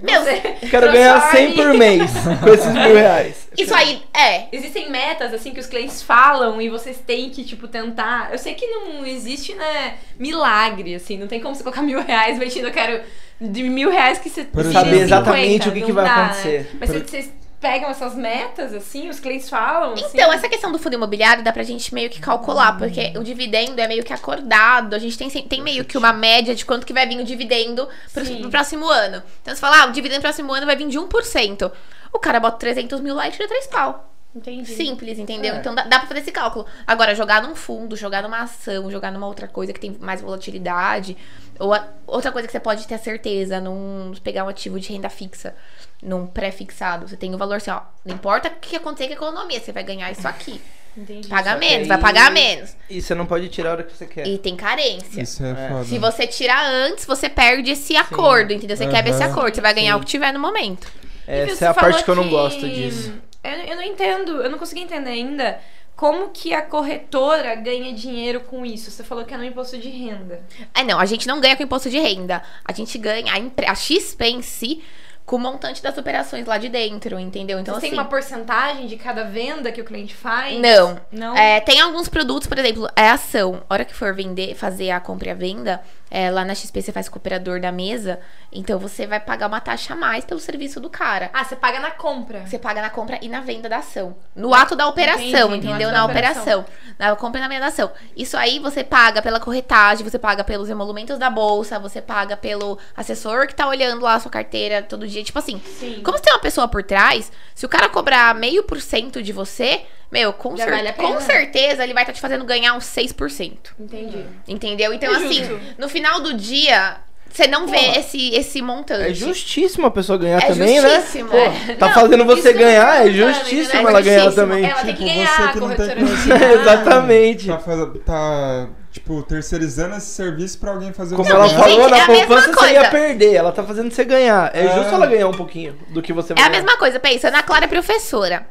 D: Meu,
A: você
C: Quero ganhar 100
A: transforme-
C: por mês com esses mil reais.
D: Isso aí, é,
A: Existem metas, assim, que os clientes falam e vocês têm que, tipo, tentar. Eu sei que não existe, né, milagre, assim, não tem como você colocar mil reais, Betina, eu quero de mil reais que você
B: Por
A: tire
B: exemplo. Saber
A: 50,
C: exatamente o que que
A: não
C: vai
A: dá, né?
C: acontecer.
A: Mas vocês- vocês pegam essas metas, assim, os clientes falam? assim?
D: Então, essa questão do fundo imobiliário dá pra gente meio que calcular, porque o dividendo é meio que acordado, a gente tem, sem- tem meio que uma média de quanto que vai vir o dividendo pro,
A: Sim.
D: pro próximo ano. Então você fala, ah, o dividendo próximo ano vai vir de 1%. O cara bota 300 mil lá e tira 3 pau.
A: Entendi.
D: Simples, entendeu?
C: É.
D: Então dá, dá pra fazer esse cálculo. Agora, jogar num fundo, jogar numa ação, jogar numa outra coisa que tem mais volatilidade, ou a- outra coisa que você pode ter a certeza, num pegar um ativo de renda fixa, num pré-fixado. Você tem o valor assim, ó, não importa o que acontecer com a economia, você vai ganhar isso aqui.
A: Entendi.
D: Paga
C: Só que
D: menos,
C: aí-
D: vai pagar menos.
C: E você não pode tirar a hora que você quer.
D: E tem carência.
B: Isso é,
C: É.
B: foda.
D: Se você tirar antes, você perde esse acordo, entendeu? Você
B: Aham.
D: quebra esse acordo, você vai ganhar
C: Sim.
D: o que tiver no momento.
A: E
C: Essa
A: você
C: é a
A: falou
C: parte que eu não gosto disso.
A: Eu, eu não entendo, eu não consegui entender ainda como que a corretora ganha dinheiro com isso. Você falou que é no imposto de renda.
D: Ah, não, a gente não ganha com imposto de renda. A gente ganha a, empre- a XP em si com o montante das operações lá de dentro, entendeu? Então,
A: Então,
D: assim,
A: tem uma então? porcentagem de cada venda que o cliente faz?
D: Não.
A: Não?
D: É, tem alguns produtos, por exemplo, é ação. A hora que for vender, fazer a compra e a venda, é, lá na XP você faz com o operador da mesa, então você vai pagar uma taxa a mais pelo serviço do cara.
A: Ah, você paga na compra.
D: Você paga na compra e na venda da ação. No ato da operação,
A: Entendi, no
D: entendeu?
A: ato da
D: Na operação. Na compra e na venda da ação. Isso aí você paga pela corretagem, você paga pelos emolumentos da bolsa, você paga pelo assessor que tá olhando lá a sua carteira todo dia. Tipo assim,
A: Sim.
D: como você tem uma pessoa por trás, se o cara cobrar meio por cento de você, meu, com,
A: Já
D: cer-
A: vale a
D: com
A: pena.
D: certeza ele vai tá estar te fazendo ganhar uns 6%.
A: Entendi.
D: Entendeu? Então,
A: É
D: assim,
A: justo.
D: no final do dia, Você não vê esse, esse montante.
C: É justíssimo a pessoa ganhar
D: É
C: também,
D: justíssimo,
C: né?
D: é.
C: tá
D: Não,
C: fazendo você
A: isso não
C: ganhar, é
A: tá falando,
C: justíssimo
A: né?
C: ela
D: É
C: ganhar
D: justíssimo.
C: também.
A: Ela tem que
B: Tipo,
A: ganhar
B: você
A: a
B: que não tem
A: corretora de
B: conhecimento.
A: imagem.
C: Exatamente.
B: Tá, faz- tá, tipo, terceirizando esse serviço pra alguém fazer
C: Como
B: você
C: ela
D: gente,
B: ganhar.
C: falou,
D: é
C: na
D: a mesma
C: poupança você
D: coisa. Ah.
C: ia perder. Ela tá fazendo você ganhar. É,
B: É.
C: justo ela ganhar um pouquinho do que você vai
D: É a
C: ganhar.
D: mesma coisa, pensa, Ana Clara é professora.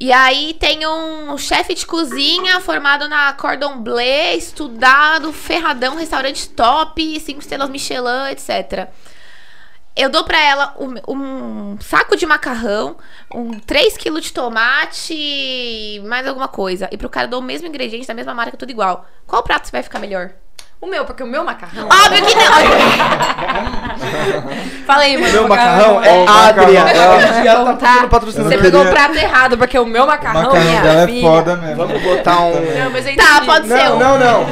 D: E aí tem um chefe de cozinha formado na Cordon Bleu, estudado, ferradão, restaurante top, cinco estrelas Michelin, etc. Eu dou pra ela um, um saco de macarrão, um 3 kg de tomate, mais alguma coisa. E pro cara eu dou o mesmo ingrediente, da mesma marca, tudo igual. Qual prato vai ficar melhor?
A: O meu, porque o meu macarrão.
D: Óbvio que não!
A: Fala aí, mano.
C: Meu macarrão é
B: Ô, macarrão.
C: Adria. Ela
A: É,
C: já tá
A: vamos
C: fazendo
A: tá.
C: patrocínio.
A: Você
B: Eu
A: pegou o
B: queria-
A: prato errado, porque o meu
B: O
A: macarrão,
B: macarrão
A: minha
B: dela é
A: filha.
B: foda mesmo.
C: Vamos botar um...
A: Não, mas eu entendi.
D: Tá, pode ser.
C: Não,
D: Seu.
C: não, não.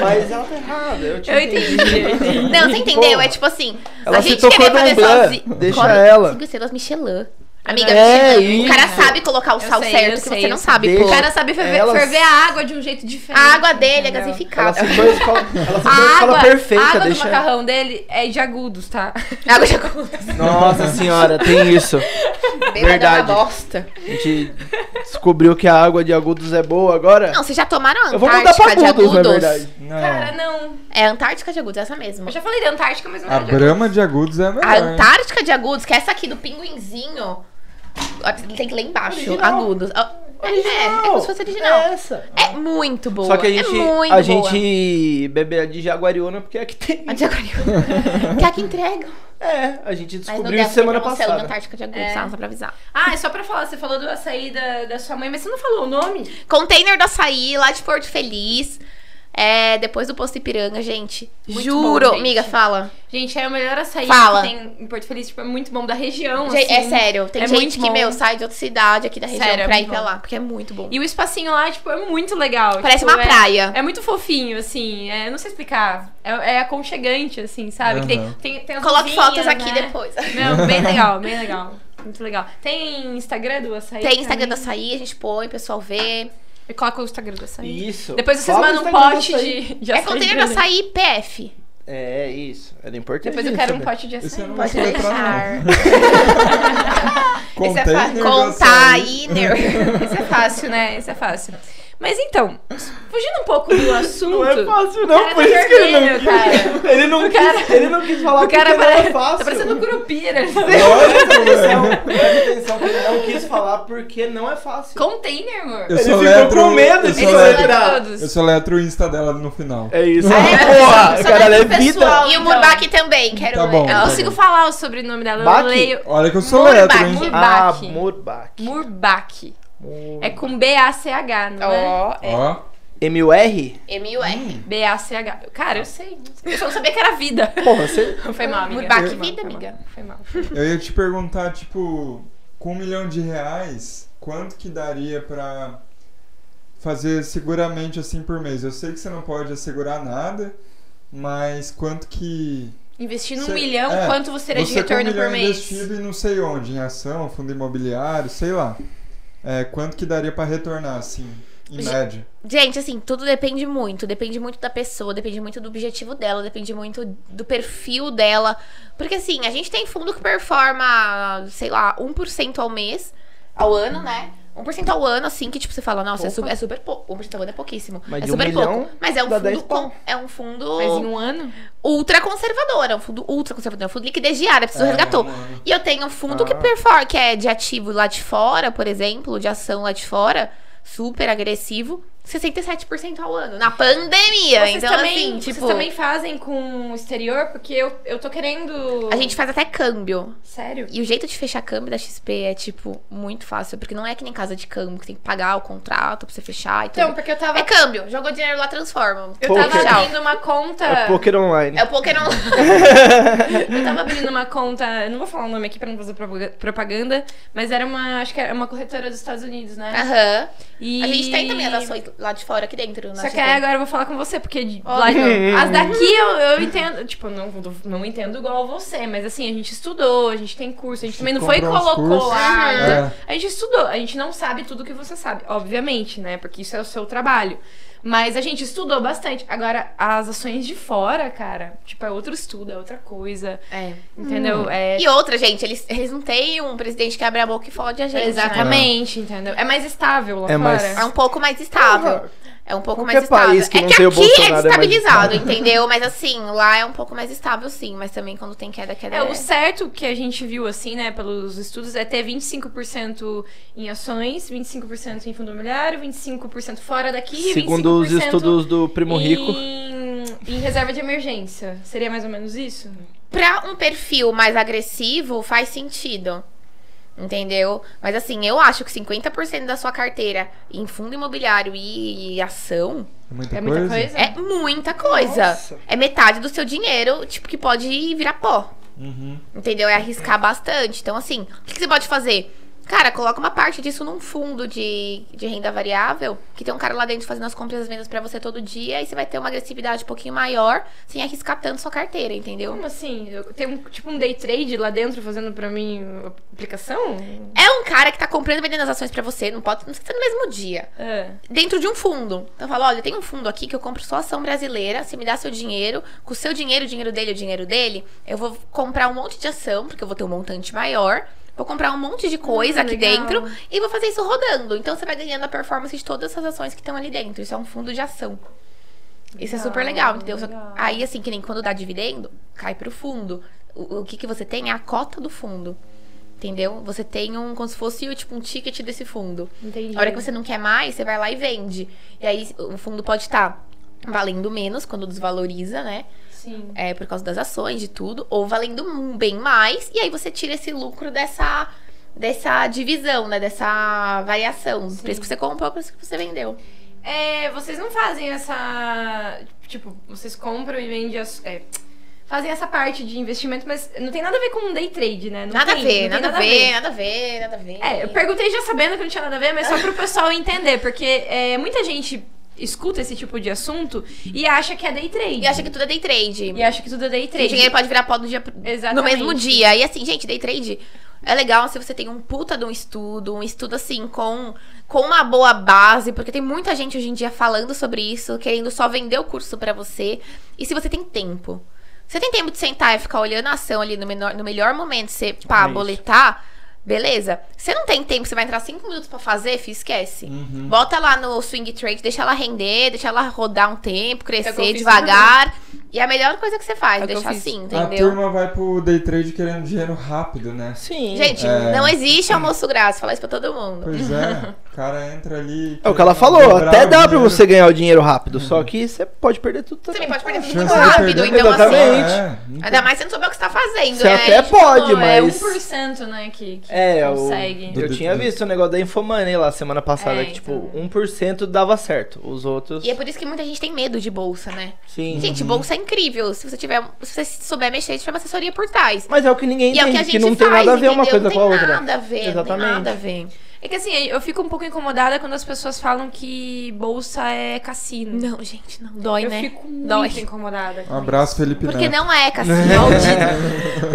C: Mas ela tá errada. Eu te
A: Eu entendi, eu entendi.
D: Não, você entendeu?
C: Porra.
D: É tipo assim,
C: Ela
D: a
C: se
D: gente
C: tocou
D: querer
C: num
D: fazer
C: blan,
D: sozinho.
C: deixa
D: Come
C: ela.
D: Cinco estrelas Michelin. Amiga,
C: É
D: Michelin, o cara
A: isso.
D: sabe colocar o
A: Eu
D: sal
A: sei, eu
D: certo, que
A: sei,
D: você
A: eu
D: não
A: sei.
D: sabe,
C: Deixa.
D: pô.
A: O cara sabe ferver,
C: Ela-
A: ferver a água de um jeito diferente.
D: A água dele é
A: entendeu?
C: Ela
D: gasificada.
C: citou a escola, ela citou a
A: A
C: escola
A: água,
C: perfeita.
A: a água
C: deixa...
A: do macarrão dele é de agudos, tá?
D: Água de agudo.
C: Nossa senhora, tem isso. Verdade.
D: Verdade. é bosta.
C: A gente descobriu que a água de agudos é boa agora.
D: Não, vocês já tomaram a
C: eu vou mudar
D: Antártica
C: pra
D: de
C: agudos, na
D: agudos?
C: verdade.
B: Não.
A: Cara, não.
D: É a Antártica de agudos, essa mesma.
A: Eu já falei de Antártica, mas não
B: A
A: era de
B: brama de agudos é a melhor.
D: A Antártica de agudos, que é essa aqui do pinguinzinho. ó, Tem que ler embaixo, agudos. Ó, É, é, é como se fosse original.
C: É essa.
D: É muito boa.
C: Só que a gente,
D: é muito
C: a
D: boa.
C: gente bebe a de Jaguariúna porque é a que tem.
D: A de aguariúna. que é a que entregam.
C: É, a gente
D: Mas
C: descobriu
D: não deve
C: isso
D: ter
C: semana
D: promoção de
C: passada.
D: Antártica de agudos,
A: É.
D: tá? Só pra avisar.
A: Ah, é só pra falar, você falou do açaí da, da sua mãe, mas você não falou o nome?
D: Container do açaí, lá de Porto Feliz. É, depois do posto Ipiranga, gente.
A: Muito
D: juro.
A: bom, gente.
D: Amiga, fala.
A: Gente, é o melhor açaí
D: Fala.
A: que tem em Porto Feliz, tipo, é muito bom da região,
D: Gente, É
A: assim.
D: sério, tem
A: É muito
D: gente que,
A: bom.
D: meu, sai de outra cidade aqui da região
A: Sério, é
D: pra ir
A: muito
D: pra
A: bom.
D: lá, porque é muito bom.
A: E o espacinho lá, tipo, é muito legal.
D: Parece
A: tipo,
D: uma
A: é-
D: praia.
A: É muito fofinho, assim, é, não sei explicar. É, é aconchegante, assim, sabe? Que
B: Aham.
A: tem, tem, tem as
D: Coloque
A: luzinhas,
D: fotos aqui
A: né?
D: depois.
A: Não, bem legal, bem legal. Muito legal. Tem Instagram do açaí?
D: Tem Instagram do
A: também?
D: açaí, a gente põe, o pessoal vê.
A: Eu coloco o Instagram do açaí.
C: Isso.
A: Depois vocês
C: Fala
A: mandam
C: do
A: um
C: Instagram do
A: pote
C: açaí.
A: de, de
D: É
A: açaí.
D: container do açaí PF.
C: É, isso. Era importante.
A: Depois eu quero um
C: saber.
A: pote de
B: Esse
A: açaí.
B: eu não
D: Pode
B: vou comprar,
D: deixar.
B: não.
A: Esse é
B: Container de açaí.
D: Container.
A: Isso é fácil, né? Isso é fácil. Mas então, fugindo um pouco do assunto.
C: Não é fácil,
A: O
C: não,
A: cara
C: por
A: tá
C: isso que ele não
A: vermelho,
C: quis. Ele não quis, ele não quis falar
A: O cara
C: porque não
A: parece,
C: é fácil.
A: tá parecendo um curupira.
C: Presta atenção, presta atenção que ele não quis falar porque não é fácil.
A: Container, amor.
B: Eu
C: Ele
B: sou
C: ficou
B: letro,
C: com medo
B: eu
C: de
B: sou
A: Eles
C: letrar.
B: letro,
A: leram todos.
B: eu sou letro o Insta dela no final.
C: É isso.
D: É,
C: Porra,
D: só
C: o cara
D: leva
C: é
D: pro
C: vida.
D: pessoal. E o
A: Então.
D: Murbaki também, quero
B: Tá
D: ver.
B: bom.
A: Eu
D: Ah,
B: Tá
A: consigo falar o sobrenome dela.
C: Bach?
A: Eu leio
B: Olha que eu sou
D: Murbach,
B: letro, hein?
D: Murbach.
C: Ah,
A: Murbach.
C: Murbach.
A: Murbach. É com B-A-C-H, não é?
D: Ó, é
B: Ó,
C: M-U-R?
B: Hum.
D: M-U-R.
A: B-A-C-h. Cara, eu sei. Eu só não sabia que era vida.
C: Porra, você...
A: Foi mal, amiga.
D: Murbach,
A: Foi mal,
D: vida,
A: foi mal,
D: amiga.
A: Foi mal.
B: eu ia te perguntar, tipo, com um milhão de reais, quanto que daria pra fazer seguramente assim por mês? Eu sei que você não pode assegurar nada, mas quanto que...
A: Investindo
B: Cê-
A: um milhão,
B: é,
A: quanto você teria de
B: você com um
A: retorno por
B: milhão
A: mês?
B: investido e não sei onde, em ação, fundo imobiliário, sei lá. É, quanto que daria pra retornar, assim, em
D: Ge-
B: média?
D: Gente, assim, tudo depende muito. Depende muito da pessoa, depende muito do objetivo dela, depende muito do perfil dela. Porque, assim, a gente tem fundo que performa, sei lá, 1% ao mês, ao ano, né? 1% ao ano, assim, que tipo, você fala, nossa, é
C: Opa.
D: super, é super pouco. 1% ao ano é pouquíssimo.
C: Mas
D: é
C: de um
D: super
C: milhão,
D: pouco. Mas é um
C: dá 10
D: fundo.
C: pau.
D: Com, é um fundo
A: Mas em um ano?
D: ultra conservador. É um fundo ultra conservador. É um fundo liquidez diária, preciso
B: É,
D: resgatou.
B: mano.
D: E eu tenho um fundo que
B: Ah.
D: performa, que é de ativo lá de fora, por exemplo, de ação lá de fora, super agressivo, 67% ao ano, na pandemia.
A: Vocês,
D: então,
A: também,
D: assim,
A: vocês
D: tipo,
A: também fazem com o exterior? Porque eu, eu tô querendo...
D: a gente faz até câmbio.
A: Sério?
D: E o jeito de fechar câmbio da XP é, tipo, muito fácil, porque não é que nem casa de câmbio, que tem que pagar o contrato pra você fechar e tudo.
A: Então, porque eu tava...
D: é câmbio, jogou dinheiro lá, transforma.
A: Eu tava
C: Poker.
A: abrindo uma conta...
C: É poker online.
D: É o poker não.
A: Eu tava abrindo uma conta, eu não vou falar o nome aqui pra não fazer propaga- propaganda, mas era uma, acho que era uma corretora dos Estados Unidos, né?
D: Aham.
A: E...
D: Ah, A né, gente tem também as ações lá de fora, aqui dentro. na
A: Só que
D: XP.
A: aí agora eu vou falar com você, porque de- lá
B: Hum,
A: de- as daqui eu, eu entendo, tipo, não, não entendo igual você, mas assim, a gente estudou, a gente tem curso, a gente também não foi e
B: Comprou uns
A: colocou
B: cursos.
A: lá. então,
B: É.
A: A gente estudou, a gente não sabe tudo que você sabe, obviamente, né? Porque isso é o seu trabalho. Mas a gente estudou bastante. Agora, as ações de fora, cara, tipo, é outro estudo, é outra coisa.
D: É.
A: Entendeu?
B: Hum.
A: É.
D: E outra, gente, eles, eles não têm um presidente que abre a boca e fode a gente. né?
A: Exatamente, entendeu? É mais estável lá
C: É mais-
A: fora.
D: É um pouco mais estável. É um pouco mais
C: Qualquer
D: estável.
C: país que
D: é
C: não
D: que
C: tem o
D: aqui é
C: Bolsonaro é mais
D: destabilizado,
C: estável.
D: entendeu? Mas assim, lá é um pouco mais estável, sim. Mas também quando tem queda, queda
A: É, o certo que a gente viu, assim, né, pelos estudos, é ter 25% em ações, 25% em fundo imobiliário, 25% fora daqui e
C: Segundo os
A: 25%
C: estudos do Primo Rico.
A: Em, em reserva de emergência. Seria mais ou menos isso?
D: Pra um perfil mais agressivo, faz sentido. Entendeu? Mas assim, eu acho que 50% da sua carteira em fundo imobiliário e ação
B: É muita,
A: é muita
B: coisa?
A: coisa?
D: é muita coisa.
C: Nossa.
D: É metade do seu dinheiro, tipo, que pode virar pó.
B: Uhum.
D: Entendeu? É arriscar bastante. Então, assim, o que, que você pode fazer? Cara, coloca uma parte disso num fundo de, de renda variável, que tem um cara lá dentro fazendo as compras e as vendas pra você todo dia, e você vai ter uma agressividade um pouquinho maior, sem arriscar tanto sua carteira, entendeu?
A: Como assim? Eu- Tem um, tipo um day trade lá dentro fazendo pra mim a aplicação?
D: É um cara que tá comprando e vendendo as ações pra você, não pode não precisa ser no mesmo dia.
A: É.
D: Dentro de um fundo. Então fala, olha, tem um fundo aqui que eu compro só ação brasileira, você me dá seu dinheiro, com o seu dinheiro, o dinheiro dele, o dinheiro dele, eu vou comprar um monte de ação, porque eu vou ter um montante maior, vou comprar um monte de coisa
A: Hum,
D: aqui
A: legal.
D: dentro e vou fazer isso rodando. Então você vai ganhando a performance de todas essas ações que estão ali dentro. Isso é um fundo de ação. Isso é super legal, entendeu? Só-
A: Ah, legal.
D: Aí, assim, que nem quando dá dividendo, cai pro fundo. O, o que, que você tem é a cota do fundo. Entendeu? Você tem um, como se fosse tipo, um ticket desse fundo.
A: Entendi.
D: A hora que você não quer mais, você vai lá e vende. E aí o fundo pode estar valendo menos quando desvaloriza, né?
A: Sim.
D: É, por causa das ações, de tudo, ou valendo um bem mais, e aí você tira esse lucro dessa dessa divisão, né? Dessa variação. O preço que você comprou, o preço que você vendeu.
A: É, vocês não fazem essa. Tipo, vocês compram e vendem as. é, fazem essa parte de investimento, mas não tem nada a ver com day trade, né? Não
D: Nada a
A: tem-
D: ver,
A: não tem
D: nada a ver, nada a ver, nada a ver.
A: É, eu perguntei já sabendo que não tinha nada a ver, mas só pro pessoal entender, porque é, muita gente escuta esse tipo de assunto e acha que é day trade.
D: E acha que tudo é day trade.
A: E acha que tudo é day
D: O
A: trade.
D: dinheiro pode virar pó do dia pro- no
A: Exatamente.
D: mesmo dia. E assim, gente, day trade é legal se você tem um puta de um estudo, um estudo assim, com, com uma boa base, porque tem muita gente hoje em dia falando sobre isso, querendo só vender o curso pra você. E se você tem tempo. Você tem tempo de sentar e ficar olhando a ação ali no, menor- no melhor momento, você
C: É
D: pá,
C: isso.
D: boletar, beleza? Você não tem tempo, você vai entrar cinco minutos pra fazer, fi, esquece.
B: Uhum.
D: Bota lá no swing trade, deixa ela render, deixa ela rodar um tempo,
A: É o que eu
D: crescer
A: fiz
D: devagar. E é a melhor coisa que você faz,
A: É o que eu
D: deixar
A: fiz.
D: assim,
B: A
D: entendeu?
B: turma vai pro day trade querendo dinheiro rápido, né?
C: Sim.
D: Gente,
B: É.
D: não existe almoço grátis, falar isso pra todo mundo.
B: Pois é, o cara entra ali.
C: É o que
B: querendo
C: ela falou,
B: dobrar
C: até
B: o
C: dá pra
B: dinheiro.
C: você ganhar o dinheiro Uhum. rápido, só que você pode perder tudo
D: Você também
C: também.
D: pode perder tudo muito
B: Chance de
D: rápido,
B: perder.
D: então assim.
C: Exatamente.
B: É,
D: Ainda mais se você não souber o que você tá fazendo,
C: Você
D: né?
C: até
D: Gente,
C: pode,
A: Pô, É
C: mas...
A: 1%, né, que, que
C: É, o-
A: consegue.
C: Eu Uhum. tinha visto o negócio da Infomoney lá semana passada,
A: É,
C: que tipo,
A: então.
C: 1% dava certo, os outros...
D: E é por isso que muita gente tem medo de bolsa, né?
C: Sim.
D: Gente, bolsa é incrível. Se você tiver, se você souber mexer, tiver uma assessoria por trás.
C: Mas é o que ninguém
D: E é o
C: entende,
D: que
C: que,
D: a gente
C: não tem
D: faz,
C: nada a ver uma
D: entendeu?
C: coisa
D: não
C: com a outra.
D: Não tem nada a ver, não tem
C: Exatamente.
D: nada a ver.
A: É que assim, eu fico um pouco incomodada quando as pessoas falam que bolsa é cassino.
D: Não, gente, não. Dói,
A: eu
D: né?
A: fico muito
D: Dói.
A: incomodada. com
B: Um abraço, Felipe
D: Porque
B: Neto.
D: não é cassino.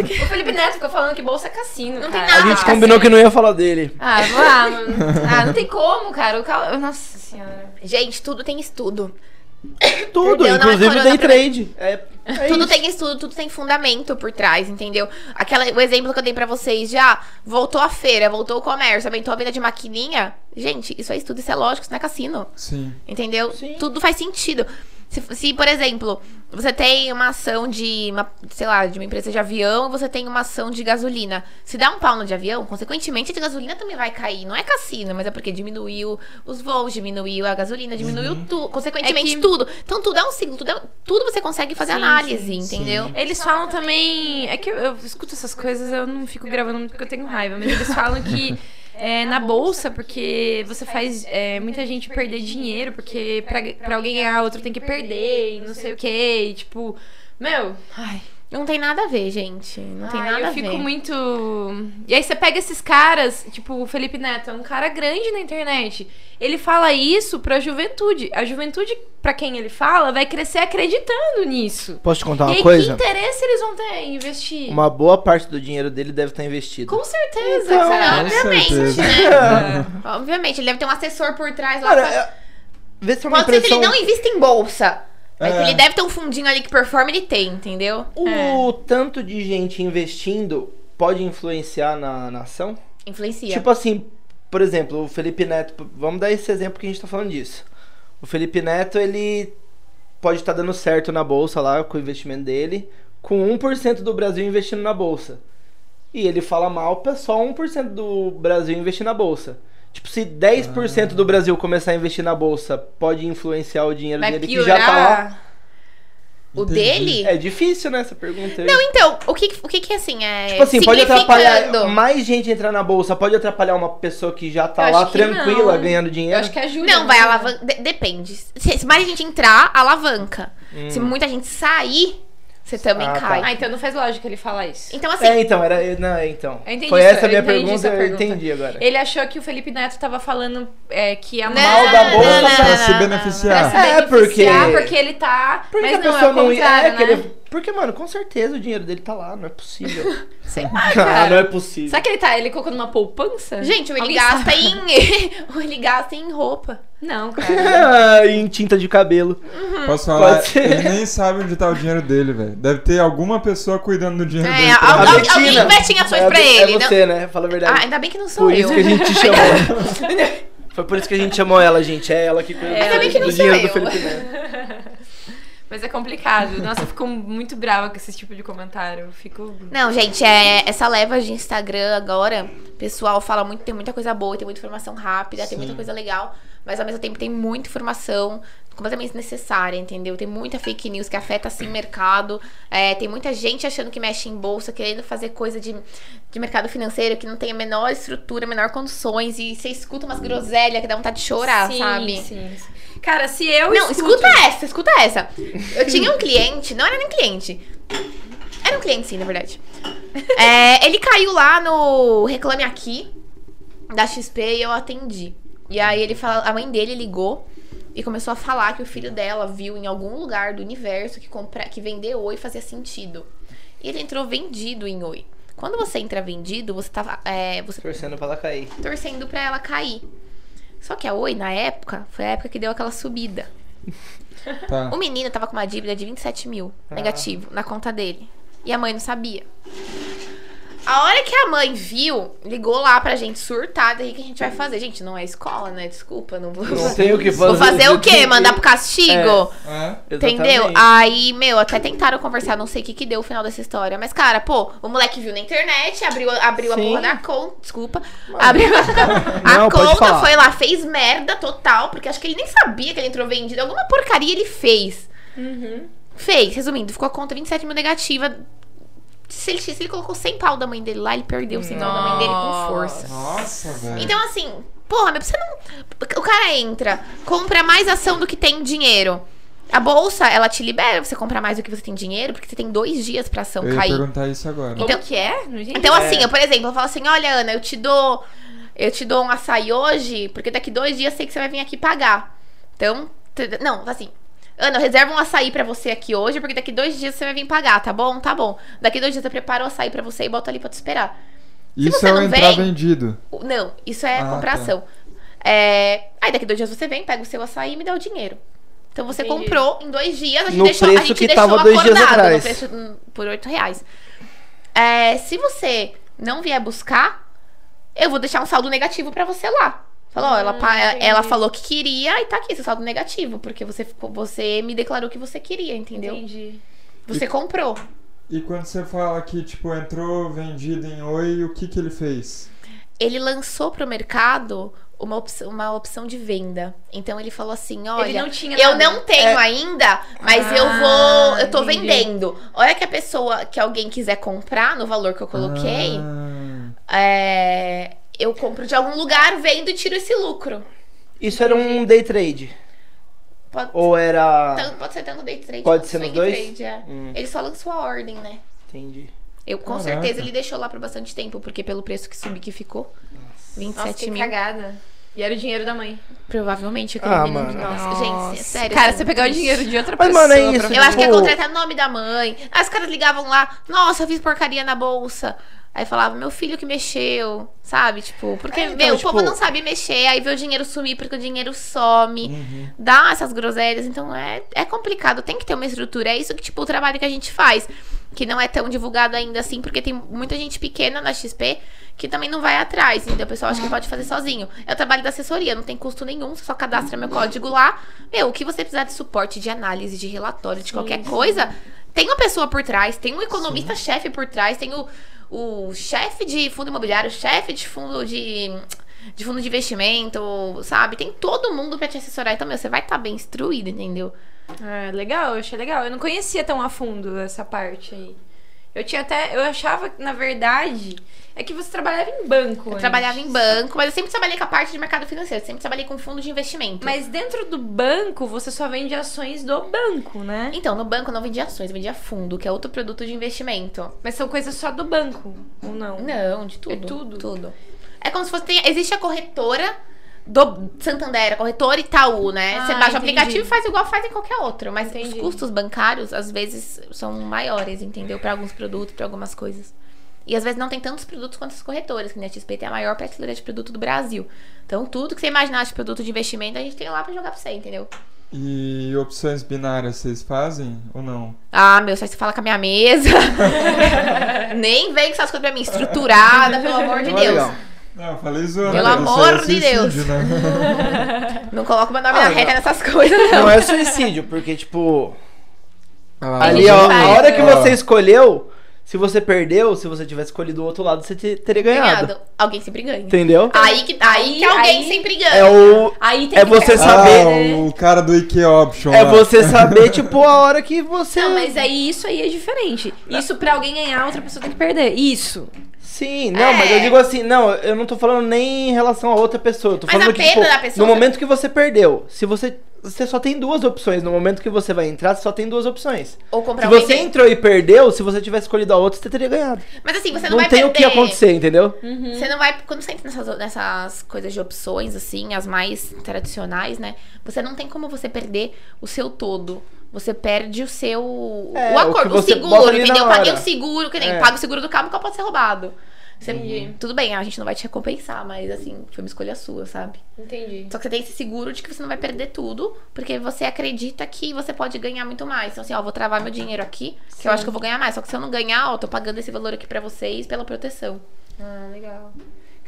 A: isso. O Felipe Neto ficou falando que bolsa é cassino.
D: Não tem
A: cara.
D: nada.
C: A gente
D: Ah,
C: combinou que não ia falar dele.
A: Ah, vá, mano. Ah, não tem como, cara. O cal... Nossa senhora.
D: Gente, tudo tem estudo.
C: Tudo,
D: Perdeu, não é
C: inclusive
D: corona
C: day
D: também.
C: trade. É, é
D: tudo
C: isso.
D: tem estudo, tudo tem fundamento por trás, entendeu? Aquela, o exemplo que eu dei pra vocês já, voltou a feira, voltou o comércio, aumentou a venda de maquininha. Gente, isso é estudo, isso é lógico, isso não é cassino.
B: Sim.
D: Entendeu?
C: Sim.
D: Tudo faz sentido. Se, se, por exemplo, você tem uma ação de, uma, sei lá, de uma empresa de avião, você tem uma ação de gasolina. Se dá um pau no de avião, consequentemente a de gasolina também vai cair. Não é cassino, mas é porque diminuiu os voos, diminuiu a gasolina, diminuiu tudo, consequentemente
A: É que-
D: tudo. Então tudo é um ciclo, tudo, é- tudo você consegue fazer
A: Sim,
D: análise,
A: sim,
D: entendeu?
A: Eles falam também. É que eu, eu escuto essas coisas, eu não fico gravando muito porque eu tenho raiva, mas eles falam que. É, na bolsa, porque você faz é, muita gente perder dinheiro, porque pra, pra alguém ganhar, outro tem que perder, e não sei o que, tipo, meu, ai,
D: Não tem nada a ver, gente. Não tem
A: Ai,
D: nada
A: eu
D: a ver.
A: fico muito. E aí você pega esses caras, tipo o Felipe Neto, é um cara grande na internet. Ele fala isso pra juventude. A juventude, pra quem ele fala, vai crescer acreditando nisso.
C: Posso te contar
A: e
C: uma
A: aí,
C: coisa?
A: que interesse eles vão ter em investir?
C: Uma boa parte do dinheiro dele deve estar investido.
A: Com certeza,
C: Então,
A: cara.
B: Com
D: Obviamente,
B: certeza.
D: né? Obviamente, ele deve ter um assessor por trás lá.
C: Cara,
D: pra-
C: é- vê se é uma
D: Pode ser que
C: impressão...
D: ele não invista em bolsa. Mas
B: É.
D: ele deve ter um fundinho ali que performa, ele tem, entendeu? É,
C: O tanto de gente investindo pode influenciar na, na ação?
D: Influencia.
C: Tipo assim, por exemplo, o Felipe Neto, vamos dar esse exemplo que a gente tá falando disso. O Felipe Neto, ele pode estar dando certo na bolsa lá com o investimento dele, com 1% do Brasil investindo na bolsa. E ele fala mal pra só 1% do Brasil investir na bolsa. Tipo, se 10% do Brasil começar a investir na bolsa, pode influenciar o dinheiro
A: Vai
C: dele que já tá lá.
A: piorar.
D: o
B: Entendi.
D: dele?
C: É difícil, né, essa pergunta aí.
D: Não, então, o que, o que que assim é.
C: Tipo assim, pode
D: significando?
C: atrapalhar mais gente entrar na bolsa, pode atrapalhar uma pessoa que já tá
A: Eu
C: lá
A: acho que não.
C: tranquila ganhando
A: Eu
C: dinheiro.
A: acho que ajuda.
D: Não,
A: né?
D: vai alavanca. de- depende. Se, se mais gente entrar, alavanca. Se muita gente sair, você também
C: Hum. Ah, tá.
D: cai.
A: Ah, então não faz lógica ele falar isso.
D: Então, assim,
C: É, então, era. eu- Não, é, então.
A: Eu entendi
C: Foi
A: isso,
C: essa a
A: eu
C: minha
A: entendi
C: pergunta,
A: essa
C: eu
A: pergunta.
C: entendi agora.
A: Ele achou que o Felipe Neto tava falando é, que a
D: Não,
A: mal
C: da bolsa
D: não, não,
B: pra
D: não,
B: se
D: não,
B: beneficiar.
A: se
C: É,
A: beneficiar
C: porque-
A: porque ele tá.
C: Por que
A: mas
C: a
A: não,
C: pessoa
A: é o
C: não ia.
A: contrário,
C: É, que
A: né?
C: ele- Porque, mano, com certeza o dinheiro dele tá lá, não é possível.
D: Sei
C: ah, não é possível.
A: Será que ele tá? Ele colocou numa poupança?
D: Gente, ou
A: Alguém
D: ele gasta
A: sabe?
D: em. ou ele gasta em roupa.
A: Não, cara.
C: Ah, em tinta de cabelo.
B: Posso falar?
C: Pode ser.
B: Ele nem sabe onde tá o dinheiro dele, velho. Deve ter alguma pessoa cuidando do dinheiro
D: É,
B: dele.
D: al-
B: pra
D: al-
B: ele.
D: alguém investe em ações
C: é,
D: pra
C: é
D: ele,
C: você, né? Fala a
D: Ah,
C: verdade.
D: ainda bem que não sou
C: Por
D: eu.
C: isso que a gente te chamou. Foi por isso que a gente chamou ela, gente. É ela que cuida
D: Ainda bem que
C: do
D: não sou
C: dinheiro do
D: eu.
C: Felipe Neto.
A: Mas é complicado. Nossa, eu fico muito brava com esse tipo de comentário. Eu fico.
D: Não, gente, é, essa leva de Instagram agora, o pessoal fala muito, tem muita coisa boa, tem muita informação rápida, tem muita coisa legal, mas ao mesmo tempo tem muita informação completamente desnecessária, entendeu? Tem muita fake news que afeta assim o mercado, é, tem muita gente achando que mexe em bolsa, querendo fazer coisa de, de mercado financeiro que não tem a menor estrutura, a menor condições, e você escuta umas groselhas que dá vontade de chorar,
A: sim,
D: sabe?
A: Sim, sim. Cara, se eu
D: Não,
A: escuto...
D: escuta essa, escuta essa. Eu tinha um cliente, não era nem cliente. Era um cliente, sim, na verdade. É, ele caiu lá no Reclame Aqui da XP e eu atendi. E aí ele fala, a mãe dele ligou e começou a falar que o filho dela viu em algum lugar do universo que comprar, que vender oi fazia sentido. E ele entrou vendido em oi. Quando você entra vendido, você tá é, você
C: Torcendo pra ela cair.
D: torcendo pra ela cair. Só que a Oi, na época, foi a época que deu aquela subida.
B: Tá.
D: O menino tava com uma dívida de 27 mil negativo na conta dele. E a mãe não sabia. A hora que a mãe viu, ligou lá pra gente surtada. E o que a gente vai fazer? Gente, não é escola, né? Desculpa, não vou.
C: Não tem o que fazer.
D: Vou fazer o quê? Mandar Ah. pro castigo?
B: É.
D: Entendeu?
C: Exatamente.
D: Aí, meu, até tentaram conversar, não sei o que que deu o final dessa história. Mas, cara, pô, o moleque viu na internet, abriu, abriu a
C: Sim.
D: porra da conta. Desculpa. Abriu a,
C: Não,
D: a
C: pode
D: conta,
C: falar.
D: foi lá, fez merda total, porque acho que ele nem sabia que ele entrou vendido. Alguma porcaria ele fez.
C: Uhum.
D: Fez, resumindo, ficou a conta 27 mil negativa. Se ele, se ele colocou 100 pau da mãe dele lá, ele perdeu 100 pau da mãe dele com força.
B: Nossa, velho.
D: Então, assim, porra, mas você não. O cara entra, compra mais ação do que tem dinheiro. A bolsa, ela te libera pra você comprar mais do que você tem dinheiro, porque você tem dois dias pra ação
B: eu ia
D: cair.
B: perguntar isso agora.
A: Como
D: Então-
A: que é? Não entendi.
D: Então, assim,
C: É.
D: eu, por exemplo, eu falo assim: olha, Ana, eu te dou. Eu te dou um açaí hoje, porque daqui dois dias sei que você vai vir aqui pagar. Então, t- não, assim. Ana, eu reservo um açaí pra você aqui hoje, porque daqui dois dias você vai vir pagar, tá bom? Tá bom. Daqui dois dias eu preparo o açaí pra você e boto ali pra te esperar.
B: Isso
D: você
B: é o
D: não
B: entrar
D: vem-
B: vendido.
D: O- Não, isso é
B: Ah,
C: tá.
D: compração. É, Aí daqui dois dias você vem, pega o seu açaí e me dá o dinheiro. Então você
A: Entendi.
D: comprou em dois dias, a gente
C: No
D: deixou, a
C: preço
D: gente
C: que
D: deixou
C: tava dois
D: acordado
C: dias
D: no
C: atrás.
D: preço hum, por oito reais. É, se você não vier buscar, eu vou deixar um saldo negativo pra você lá. Falou, ó, ela, pa-
A: Hum, entendi.
D: ela falou que queria e tá aqui, seu saldo negativo, porque você, ficou- você me declarou que você queria, entendeu?
A: Entendi.
D: Você comprou.
B: E quando você fala que, tipo, entrou vendido em oi, o que que ele fez?
D: Ele lançou pro mercado uma opção, uma opção de venda. Então ele falou assim: olha.
A: ele não tinha
D: Eu
A: nada.
D: não
C: É.
D: tenho ainda, mas
A: Ah,
D: eu vou. Eu tô
A: entendi.
D: vendendo. A hora que a pessoa, que alguém quiser comprar no valor que eu coloquei,
B: Ah,
D: é, eu compro de algum lugar, vendo e tiro esse lucro.
C: Isso era um day trade.
D: Pode,
C: Ou era.
D: tanto- pode ser tanto day trade
C: Pode
D: quanto
C: ser nos
D: swing
C: dois?
D: trade, é.
C: Hum,
D: Ele só lançou a ordem, né?
C: entendi.
D: Eu, com
B: Caraca.
D: certeza ele deixou lá por bastante tempo, porque pelo preço que subi que ficou,
A: Nossa,
D: 27
A: que
D: mil.
A: cagada. E era o dinheiro da mãe.
D: Provavelmente aquele
C: Ah,
D: menino.
C: mano.
D: Nossa, gente, é sério.
A: Cara,
D: isso
A: você
D: é
A: pegar o
D: muito triste.
A: dinheiro de outra
C: Mas,
A: pessoa.
C: mano, é isso,
A: pra- um
D: Eu acho que é
C: Tipo-
D: contratar no nome da mãe. Aí os caras ligavam lá, nossa, eu fiz porcaria na bolsa. Aí falava, meu filho que mexeu, sabe? Tipo, porque,
C: É, então,
D: meu,
C: tipo-
D: o povo não sabe mexer, aí vê o dinheiro sumir porque o dinheiro some,
C: Hum.
B: uhum.
D: dá essas groselhas. Então é, é complicado, tem que ter uma estrutura. É isso que, tipo, o trabalho que a gente faz, que não é tão divulgado ainda assim, porque tem muita gente pequena na XP que também não vai atrás, entendeu? O pessoal acha que pode fazer sozinho. É o trabalho da assessoria, não tem custo nenhum, você só cadastra meu código lá. Meu, o que você precisar de suporte, de análise, de relatório, de qualquer coisa, tem uma pessoa por trás, tem um economista-chefe por trás, tem o, o chefe de fundo imobiliário, chefe de fundo de, de fundo de investimento, sabe? Tem todo mundo pra te assessorar. Então, meu, você vai estar bem instruído, entendeu?
A: Ah, legal, eu achei legal. Eu não conhecia tão a fundo essa parte aí. Eu tinha até. Eu achava, que, na verdade, é que você trabalhava em banco.
D: Eu
A: antes.
D: trabalhava em banco, mas eu sempre trabalhei com a parte de mercado financeiro, sempre trabalhei com fundo de investimento.
A: Mas dentro do banco, você só vende ações do banco, né?
D: Então, no banco eu não vendia ações, eu vendia fundo, que é outro produto de investimento.
A: Mas são coisas só do banco, ou não?
D: Não, de tudo.
A: É tudo?
D: Tudo. É como se fosse. tem- existe a corretora do Santander, a corretora Itaú, né?
A: Ah,
D: Você baixa o
A: entendi.
D: aplicativo e faz igual faz em qualquer outro. Mas
A: Entendi.
D: os custos bancários, às vezes, são maiores, entendeu? Pra alguns produtos, pra algumas coisas. E às vezes não tem tantos produtos quanto as corretoras, que nem a XP tem a maior prateleira de produto do Brasil. Então, tudo que você imaginar de produto de investimento, a gente tem lá pra jogar pra você, entendeu?
B: E opções binárias vocês fazem ou não?
D: Ah, meu, só que você fala com a minha mesa. Nem vem com essas coisas pra mim, estruturada, pelo amor de
C: Não é
D: Deus.
C: legal.
B: Não, eu falei zoando. isso
D: Pelo
B: aí
D: amor
B: é
D: de
B: suicídio,
D: Deus.
B: Né?
D: Não coloca meu nome
C: Ah,
D: na
C: não.
D: reta nessas coisas, não.
C: Não é suicídio, porque, tipo,
B: Ah,
C: ali,
B: mas-
C: ó,
D: faz,
C: a hora que
B: né?
C: você escolheu, se você perdeu, se você tivesse escolhido o outro lado, você te- teria ganhado.
D: Ganhado. Ah, Alguém sempre ganha.
C: Entendeu?
D: Aí que, aí
A: Aí-
D: que alguém
A: aí-
D: sempre ganha.
C: É o.
A: Aí tem
C: É
A: que né?
C: você
A: ver-
C: saber,
B: Ah, o cara do IKEA Option.
C: É
B: lá.
C: você saber, tipo, a hora que você.
A: Não, mas aí isso aí é diferente. Isso pra alguém ganhar, outra pessoa tem que perder. Isso.
C: Sim, não, mas
D: É.
C: eu digo assim, não, eu não tô falando nem em relação a outra pessoa. Eu tô
D: Mas a
C: falando que,
D: perda
C: tipo,
D: da pessoa-
C: No momento que você perdeu, se você. Você só tem duas opções. No momento que você vai entrar, você só tem duas opções.
D: Ou
C: Se
D: comprar um
C: você
D: item.
C: entrou e perdeu, se você tivesse escolhido a outra, você teria ganhado.
D: Mas assim, você não,
C: Não,
D: vai
C: tem
D: perder.
C: o que acontecer, entendeu?
A: Uhum.
D: Você não vai. Quando você entra nessas, nessas coisas de opções, assim, as mais tradicionais, né? Você não tem como você perder o seu todo. Você perde o
C: É,
D: seu. o
C: o que
D: acordo, o,
C: você bota
D: seguro,
C: ali na
D: entendeu? Eu paguei
C: hora.
D: o seguro, que nem
C: É. Uhum.
D: paga o seguro do carro, o carro pode ser roubado. Você- Tudo bem, a gente não vai te recompensar, mas assim, foi uma escolha sua, sabe?
A: Entendi.
D: Só que você tem esse seguro de que você não vai perder tudo, porque você acredita que você pode ganhar muito mais. Então, assim, ó, vou travar meu dinheiro aqui, que eu acho que eu vou ganhar mais. Só que se eu não ganhar, ó, tô pagando esse valor aqui pra vocês pela proteção.
A: Ah, legal.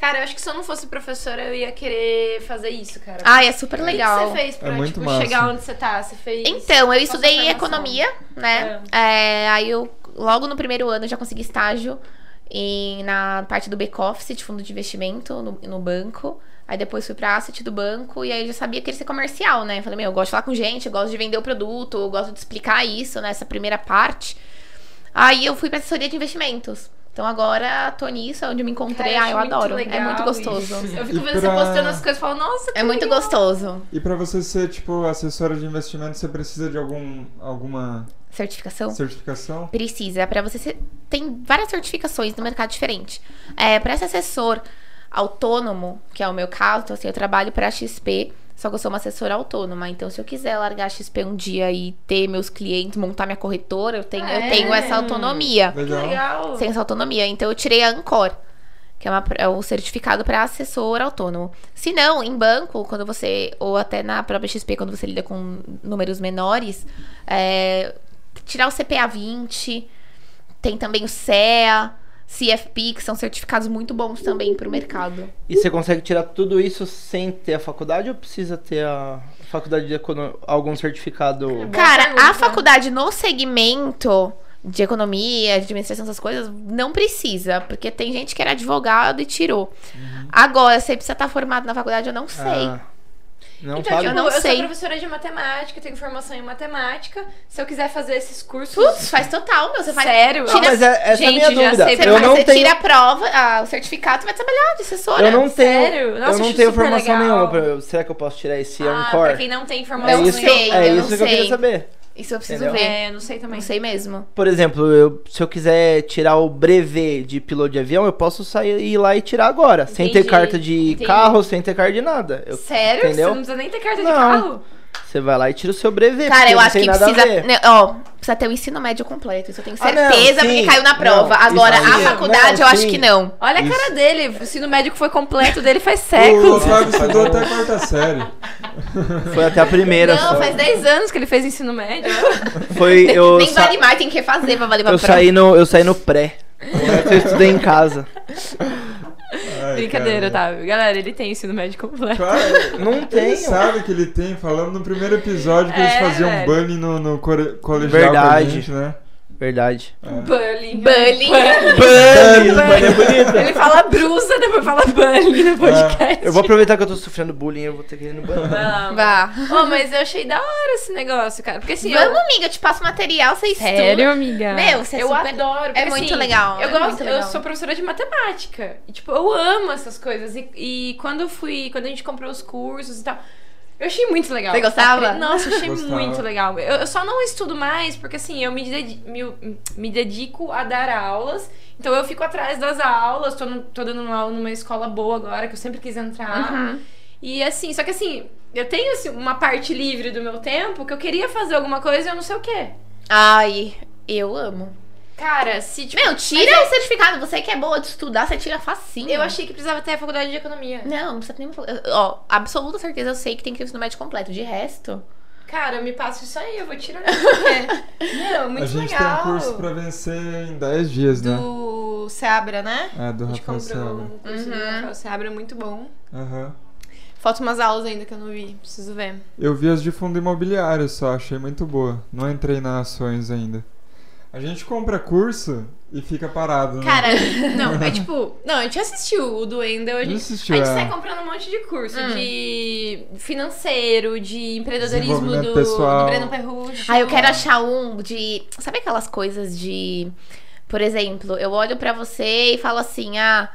A: Cara, eu acho que se eu não fosse professora, eu ia querer fazer isso, cara.
D: Ah, é super
A: O que que
D: legal.
A: você fez pra,
B: É muito
A: tipo,
B: massa.
A: chegar onde você tá? Você fez...
D: Então, eu
A: Qual sua
D: estudei
A: formação?
D: economia, né? É, aí eu, logo no primeiro ano, eu já consegui estágio em- na parte do back-office de fundo de investimento no, no banco. Aí depois fui pra asset do banco e aí eu já sabia que ia ser comercial, né? Falei, meu, eu gosto de falar com gente, eu gosto de vender o produto, eu gosto de explicar isso nessa primeira parte. Aí eu fui pra assessoria de investimentos. Então agora tô nisso, é onde eu me
A: Cara,
D: encontrei.
A: eu
D: ah,
A: acho
D: eu
A: muito
D: adoro. é
A: legal
D: muito gostoso.
A: isso. Eu fico
B: E
A: vendo
B: pra-
A: você postando as coisas e falo, nossa, que
D: É muito
A: legal.
D: gostoso.
B: E pra você ser, tipo, assessora de investimento, você precisa de algum, alguma
D: Certificação?
B: certificação?
D: Precisa. É Pra você ser... Tem várias certificações no mercado diferente. É, para ser assessor autônomo, que é o meu caso, então, assim, eu trabalho para XP, só que eu sou uma assessora autônoma. Então, se eu quiser largar a XP um dia e ter meus clientes, montar minha corretora, eu tenho,
A: É.
D: eu tenho essa autonomia.
A: Que legal.
D: Sem essa autonomia. Então, eu tirei a Ancor. Que é, uma, é um certificado para assessor autônomo. Se não, em banco, quando você. Ou até na própria XP, quando você lida com números menores, é, tirar o CPA 20, tem também o CEA, CFP, que são certificados muito bons também para o mercado.
C: E você consegue tirar tudo isso sem ter a faculdade ou precisa ter a faculdade de econo... algum certificado?
D: Cara,
A: pergunta.
D: a faculdade no segmento de economia, de administração, essas coisas, não precisa, porque tem gente que era advogado e tirou.
A: Uhum.
D: Agora, se precisa estar formado na faculdade, eu não sei.
C: Ah, não
A: Então,
C: sabe?
A: tipo,
D: Eu não
A: eu
D: sei.
A: sou professora de matemática, tenho formação em matemática. Se eu quiser fazer esses cursos...
D: Putz, faz total, meu. Você faz.
A: Sério?
C: Não, mas é- essa é a
A: Gente, já
C: minha dúvida.
A: sei
D: Você,
A: pra
C: eu
D: faz-
C: não
D: você
C: tenho-
D: tira a prova, ah, o certificado, você vai trabalhar de assessora.
C: Eu não tenho,
A: Sério? Nossa,
C: eu não
A: acho
C: tenho
A: super legal.
C: formação nenhuma. pra- Será que eu posso tirar esse é um
A: Ah,
C: Ancor?
A: pra quem não tem
C: É
A: formação
D: não
C: isso, que eu-
D: sei,
A: nenhuma.
C: é
D: eu
C: isso
D: não
C: que eu queria
D: sei.
C: saber.
D: Isso eu preciso
C: Entendeu?
D: ver.
A: É, eu não sei também.
D: Não sei mesmo.
C: Por exemplo, eu- se eu quiser tirar o brevet de piloto de avião, eu posso sair ir lá e tirar agora. Sem ter
A: Entendi,
C: carta de
A: entendi.
C: carro, sem ter carta de nada. Eu-
A: Sério? Você
C: Entendeu?
A: não precisa nem ter carta de
C: Não.
A: carro?
C: Você vai lá e tira o seu brevet.
D: Cara,
C: porque
D: eu
C: não
D: acho
C: tem
D: que
C: nada a
D: precisa.
C: ver.
D: né, Ó, precisa ter o ensino médio completo. Isso eu tenho
C: Ah, não,
D: certeza, porque
C: sim.
D: caiu na
C: Não,
D: prova.
C: isso
D: Agora,
C: aí,
D: a
C: não,
D: faculdade, eu acho
C: sim.
D: que não.
A: Olha a
B: Isso.
A: cara dele. O ensino médico foi completo dele faz
B: O
A: séculos.
B: Flávio estudou até a quarta série.
C: Foi até a primeira.
D: Não,
C: só.
A: Faz 10 anos que ele fez ensino médio.
C: Foi eu,
D: Nem
C: sa-
D: vale mais, tem que refazer pra valer pra
C: eu
D: prova.
C: saí no eu saí no pré. Eu estudei em casa.
B: Ai,
A: Brincadeira, tá.
B: cara.
A: Otávio. Galera, ele tem ensino médio completo.
B: Claro,
C: Não
B: ele
C: tenho.
B: sabe que ele tem, falando no primeiro episódio que
A: É,
B: eles faziam
A: velho.
B: bullying no, no core- colegial
C: Verdade.
B: com a gente, né? É.
C: Verdade.
A: Um Bullying.
D: Bullying. é
A: Bullying. Ele fala brusa, depois fala bullying no podcast.
C: Eu vou aproveitar que eu tô sofrendo bullying, eu vou ter que ir no banheiro.
A: Vai lá.
D: Vá.
A: Ô, mas eu achei da hora esse negócio, cara. Porque assim, eu...
D: Vamos, amiga, eu te passo material, você estuda.
A: amiga?
D: Meu, você é
A: eu
D: super-
A: adoro. porque,
D: É muito
A: assim,
D: legal,
A: Eu
D: é
A: gosto,
D: muito legal.
A: eu sou professora de matemática. E, tipo, eu amo essas coisas. E, e quando eu fui, quando a gente comprou os cursos e tal, eu achei muito legal.
D: Você gostava?
A: Nossa, eu achei
B: Gostava.
A: muito legal. Eu, eu só não estudo mais porque, assim, eu me, dedi- me- me dedico a dar aulas. Então eu fico atrás das aulas, tô, no- tô dando aula numa escola boa agora, que eu sempre quis entrar.
D: Uhum.
A: E assim, só que assim, eu tenho assim, uma parte livre do meu tempo que eu queria fazer alguma coisa e eu não sei o quê.
D: Ai, eu amo.
A: Cara, se tipo.
D: Meu, tira o certificado. Você que é boa de estudar, você tira facinho.
A: Eu achei que precisava ter a faculdade de economia.
D: Não, não precisa nem... Ó, absoluta certeza eu sei que tem que ter o ensino médio completo. De resto...
A: Cara, me passa isso aí, eu vou tirar. Porque... Não, é muito
B: a gente
A: legal.
B: tem um curso pra vencer em 10 dias, né?
A: Do Seabra, né?
B: É, do
A: A gente comprou
B: Rafael Selva.
A: um curso do Rafael Seabra, muito bom.
B: Aham.
A: Faltam umas aulas ainda que eu não vi, preciso ver.
B: Eu vi as de fundo imobiliário só, achei muito boa. Não entrei na ações ainda. A gente compra curso e fica parado, né?
A: Cara, não, é tipo. Não, a gente assistiu o do Endel, a
B: a gente
A: gente.
B: assistiu,
A: A gente
B: é,
A: sai comprando um monte de curso
D: Hum.
A: de financeiro, de empreendedorismo
B: Desenvolvimento
A: do, do
B: pessoal.
A: Breno Perrucci.
D: Ah, eu quero achar um de. Sabe aquelas coisas de. Por exemplo, eu olho pra você e falo assim: ah,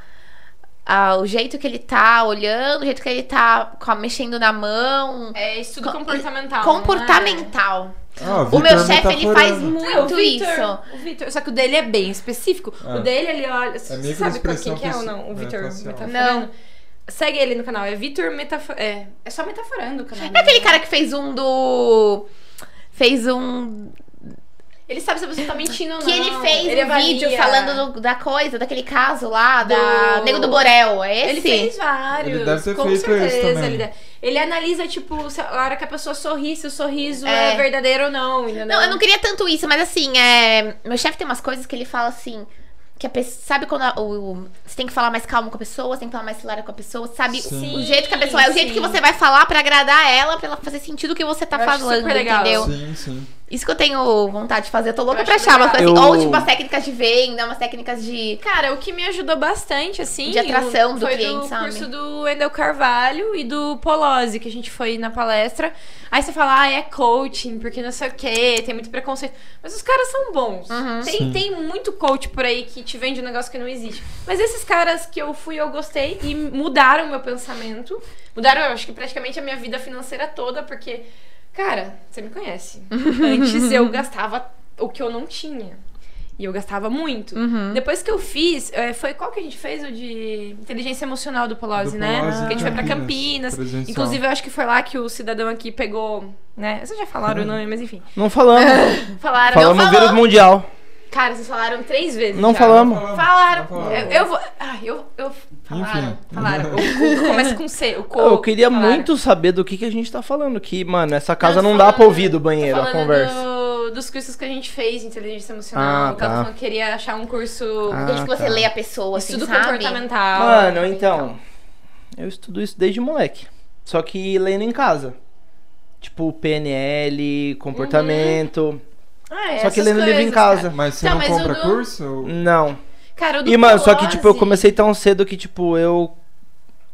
D: ah, o jeito que ele tá olhando, o jeito que ele tá com a- mexendo na mão.
A: É estudo
D: Co- é.
A: comportamental.
D: comportamental.
B: Ah,
D: O
B: Vitor
D: meu
B: me
D: chefe,
B: tá
D: ele faz
B: furando.
A: Não é? É, o
D: muito
A: Vitor-
D: isso.
A: O Vitor, só que o dele é bem específico.
B: É.
A: O dele, ele olha. Você sabe qual- quem
B: microexpressão
A: que é ou não? O
B: faci-
A: Vitor
B: é, facial.
A: Metaforando?
D: Não.
A: Segue ele no canal. É Vitor Metaforando. É, é só Metaforando o canal.
D: É aquele cara que fez um do. Fez um.
A: Ele sabe se a pessoa tá mentindo ou não.
D: Que ele fez um
A: avalia.
D: vídeo falando do- da coisa, daquele caso lá, do.
A: Do-
D: Nego do Borel. É esse?
A: Ele fez vários.
B: Ele deve ter
A: com
B: feito
A: certeza.
B: esse também.
A: Ele, deve- ele analisa, tipo, se a hora que a pessoa sorri, se o sorriso é,
D: É.
A: verdadeiro ou não. Entendeu?
D: Não, eu não queria tanto isso, mas assim, é, meu chefe tem umas coisas que ele fala assim. Que a pessoa, sabe quando a- o, o- você tem que falar mais calmo com a pessoa, você tem que falar mais acelerado com a pessoa, sabe?
B: Sim.
D: O jeito que a pessoa é, o jeito
A: Sim.
D: que você vai falar pra agradar ela, pra ela fazer sentido o que você tá
A: Eu acho
D: falando,
A: super legal.
D: entendeu?
B: Sim, sim.
D: Isso que eu tenho vontade de fazer, eu tô louca
A: Eu
D: pra
A: acho
D: achar uma
A: legal.
D: coisa assim.
C: Eu-
D: Ou tipo umas técnicas de venda, umas técnicas de.
A: Cara, o que me ajudou bastante, assim.
D: De atração do
A: foi
D: cliente, sabe?
A: curso do Endel Carvalho e do Polozzi, que a gente foi na palestra. Aí você fala, ah, é coaching, porque não sei o quê, tem muito preconceito. Mas os caras são bons.
D: Uhum.
A: Tem,
B: Sim.
A: tem muito coach por aí que te vende um negócio que não existe. Mas esses caras que eu fui, eu gostei e mudaram meu pensamento. Mudaram, eu acho que praticamente a minha vida financeira toda, porque, cara, você me conhece.
C: Uhum.
A: Antes eu gastava o que eu não tinha. E eu gastava muito.
C: Uhum.
A: Depois que eu fiz, eh, foi qual que a gente fez? O de inteligência emocional do Polozzi,
B: Do
A: né?
B: Polozzi,
A: que a gente foi pra
B: Campinas,
A: Campinas.
B: presencial.
A: Inclusive, eu acho que foi lá que o cidadão aqui pegou, né? Vocês já falaram o nome, mas enfim.
C: Não falamos.
A: Falaram.
C: Falamos
A: não
C: vírus
A: falou.
C: mundial.
A: Cara, vocês falaram três vezes.
C: Não
A: já.
C: falamos.
A: Falaram.
B: Não falaram.
A: Eu, eu vou. Ah, eu. eu falaram.
B: Enfim.
A: Falaram. O cu começa com C. O co,
C: Eu queria
A: falaram.
C: muito saber do que, que a gente tá falando. Que, mano, essa casa
A: Tô
C: não, dá pra
A: falando-
C: ouvir do banheiro
A: tô
C: a
A: falando
C: conversa.
A: do- dos cursos que a gente fez de inteligência emocional.
C: Ah,
A: o Calvão
C: tá.
A: falou que queria achar um curso.
C: Ah,
D: o jeito que Então, tipo, você
C: tá.
D: lê a pessoa, assim,
A: estudo
D: sabe?
A: comportamental.
D: Ah,
C: Mano, então. Eu estudo isso desde moleque. Só que lendo em casa. Tipo, PNL, comportamento.
A: Ah, é,
C: Só que
A: essas
C: lendo livro em
A: coisas,
C: casa.
B: Mas você
A: Tá,
B: não
A: mas o
B: compra
A: do-
B: curso?
D: Uhum.
B: Ou-
C: Não.
A: Cara, o do
C: E, mano, só que,
A: Polozzi-
C: tipo, eu comecei tão cedo que, tipo, eu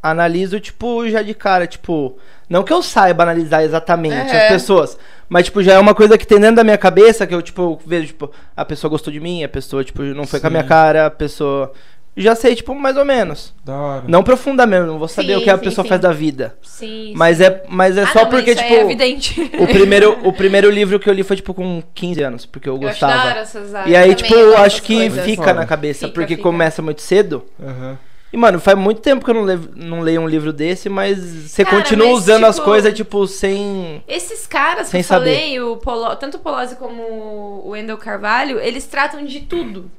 C: analiso, tipo, já de cara, tipo. Não que eu saiba analisar exatamente
D: Aham.
C: as pessoas, mas, tipo, já é uma coisa que tem dentro da minha cabeça que eu, tipo, vejo, tipo, a pessoa gostou de mim, a pessoa, tipo, não foi com a minha
B: Sim.
C: cara, a pessoa. Já sei, tipo, mais ou menos.
B: Da hora.
C: Não profundamente, não vou saber
D: Sim,
C: o que a
D: sim,
C: pessoa
D: sim.
C: faz da vida.
A: Sim.
C: Mas é, mas é
A: Ah,
C: só
A: não, mas
C: porque,
A: isso aí
C: tipo.
A: É evidente.
C: O primeiro, o primeiro livro que eu li foi, tipo, com 15 anos, porque eu
A: Eu acho da hora
C: gostava.
A: essas áreas.
C: E aí,
D: também
C: tipo,
D: eu
C: eu
D: gosto
C: acho
D: dessas
C: que
D: coisas.
C: fica
B: Foda.
C: na cabeça,
A: Fica,
C: porque
A: fica.
C: começa muito cedo.
B: Aham.
C: E, mano, faz muito tempo que eu não levo- não leio, um livro desse, mas você
A: Cara,
C: continua
A: mas,
C: usando as
A: tipo,
C: coisas, tipo, sem.
A: Esses caras
C: Sem
A: que eu falei, o Polo- tanto o Polozzi como o Wendel Carvalho, eles tratam de tudo.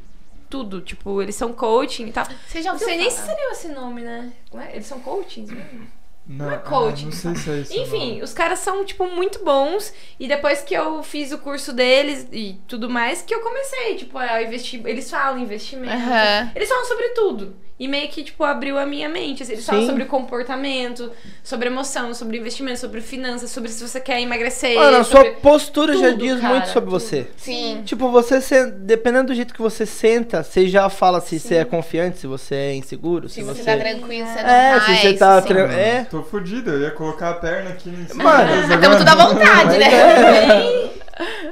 A: Tudo. Tipo, eles são coaching e tal.
D: Você já
A: Não sei nem se seria esse nome, né? Não é? Eles são coachings mesmo?
B: Não, ah,
A: coaching.
B: não sei se é isso.
A: Enfim, os caras são, tipo, muito bons. E depois que eu fiz o curso deles e tudo mais, que eu comecei, tipo, a investir. Eles falam investimento.
D: Aham.
A: Eles falam sobre tudo. E meio que, tipo, abriu a minha mente. assim, Eles falam
C: Sim.
A: sobre comportamento, sobre emoção, sobre investimento, sobre finanças, sobre se você quer emagrecer.
C: Mano, a
A: sobre...
C: sua postura já
A: tudo,
C: diz
A: cara,
C: muito sobre
A: tudo.
C: você.
D: Sim.
C: Tipo, você, sen- dependendo do jeito que você senta, você já fala se você é confiante, se você é inseguro, se,
D: Se
C: você.
D: você tá tranquilo, você não
C: é,
D: tá.
C: se
D: é
C: você
D: isso,
C: tá.
D: sim.
C: tran-
B: Mano,
C: É.
B: Tô fudido, eu ia colocar a perna aqui em cima.
C: Mano.
A: Ah,
B: mas agora-
D: Tamo Ah, tá tudo à vontade,
C: é.
D: né?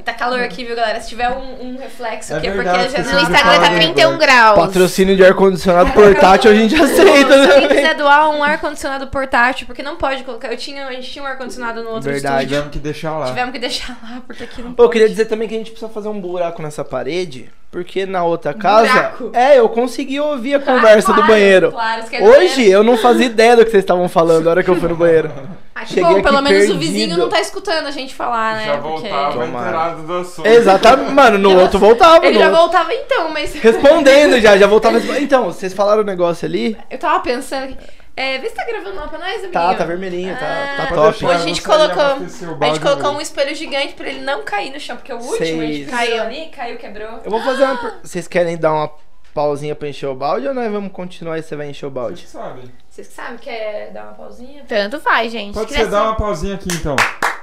A: Tá calor aqui, viu, galera? Se tiver um, um reflexo
B: É
A: aqui,
B: verdade,
A: é porque a
B: pessoal.
D: No
A: janela
B: Sim.
D: Instagram tá
B: Sim.
D: 31 graus.
C: é, Patrocínio de ar-condicionado portátil a gente
A: Se
C: aceita,
A: alguém
C: né?
A: quiser doar um ar-condicionado portátil, porque não pode colocar. Eu tinha, a gente tinha um ar-condicionado no outro
C: Verdade.
A: estúdio.
B: Tivemos que deixar lá.
A: Tivemos que deixar lá, porque aqui não
C: Pô, eu
A: pode.
C: queria dizer também que a gente precisa fazer um buraco nessa parede, porque na outra casa.
A: Buraco?
C: É, eu consegui ouvir a conversa do
A: Claro,
C: banheiro.
A: Claro, você quer
C: Hoje
A: dizer- né?
C: eu não fazia ideia do que vocês estavam falando na hora que eu fui no banheiro.
A: Ah, que
C: cheguei
A: bom,
C: aqui
A: pelo menos o
C: perdido.
A: vizinho não tá escutando a gente falar, né?
B: Já
A: porque-
B: voltava
C: Tomara.
B: inteirado do assunto.
C: Exatamente. Mano, no outro voltava.
A: Ele
C: no
A: já
C: outro.
A: voltava então, mas.
C: Respondendo já, já voltava. respondendo. Então, vocês falaram o negócio ali?
A: Eu tava pensando. que- É, vê se tá gravando lá pra nós, amiguinho.
C: Tá, tá vermelhinho, tá,
A: Ah,
C: tá
B: Pode
C: top.
B: deixar,
A: a gente
B: eu vou sair e
A: colocou-
B: abastecer o
A: A gente
B: balde
A: colocou um
B: ali.
A: espelho gigante pra ele não cair no chão, porque o último a gente
C: Seis.
A: caiu ali, caiu, quebrou.
C: Eu vou fazer uma. per- Vocês querem dar uma pausinha pra encher o balde ou nós vamos continuar e você vai encher o balde?
B: Vocês sabem.
A: Vocês que sabem, quer dar uma pausinha?
D: Tanto faz, gente.
B: Pode
D: Quiser
B: ser dar uma pausinha aqui então.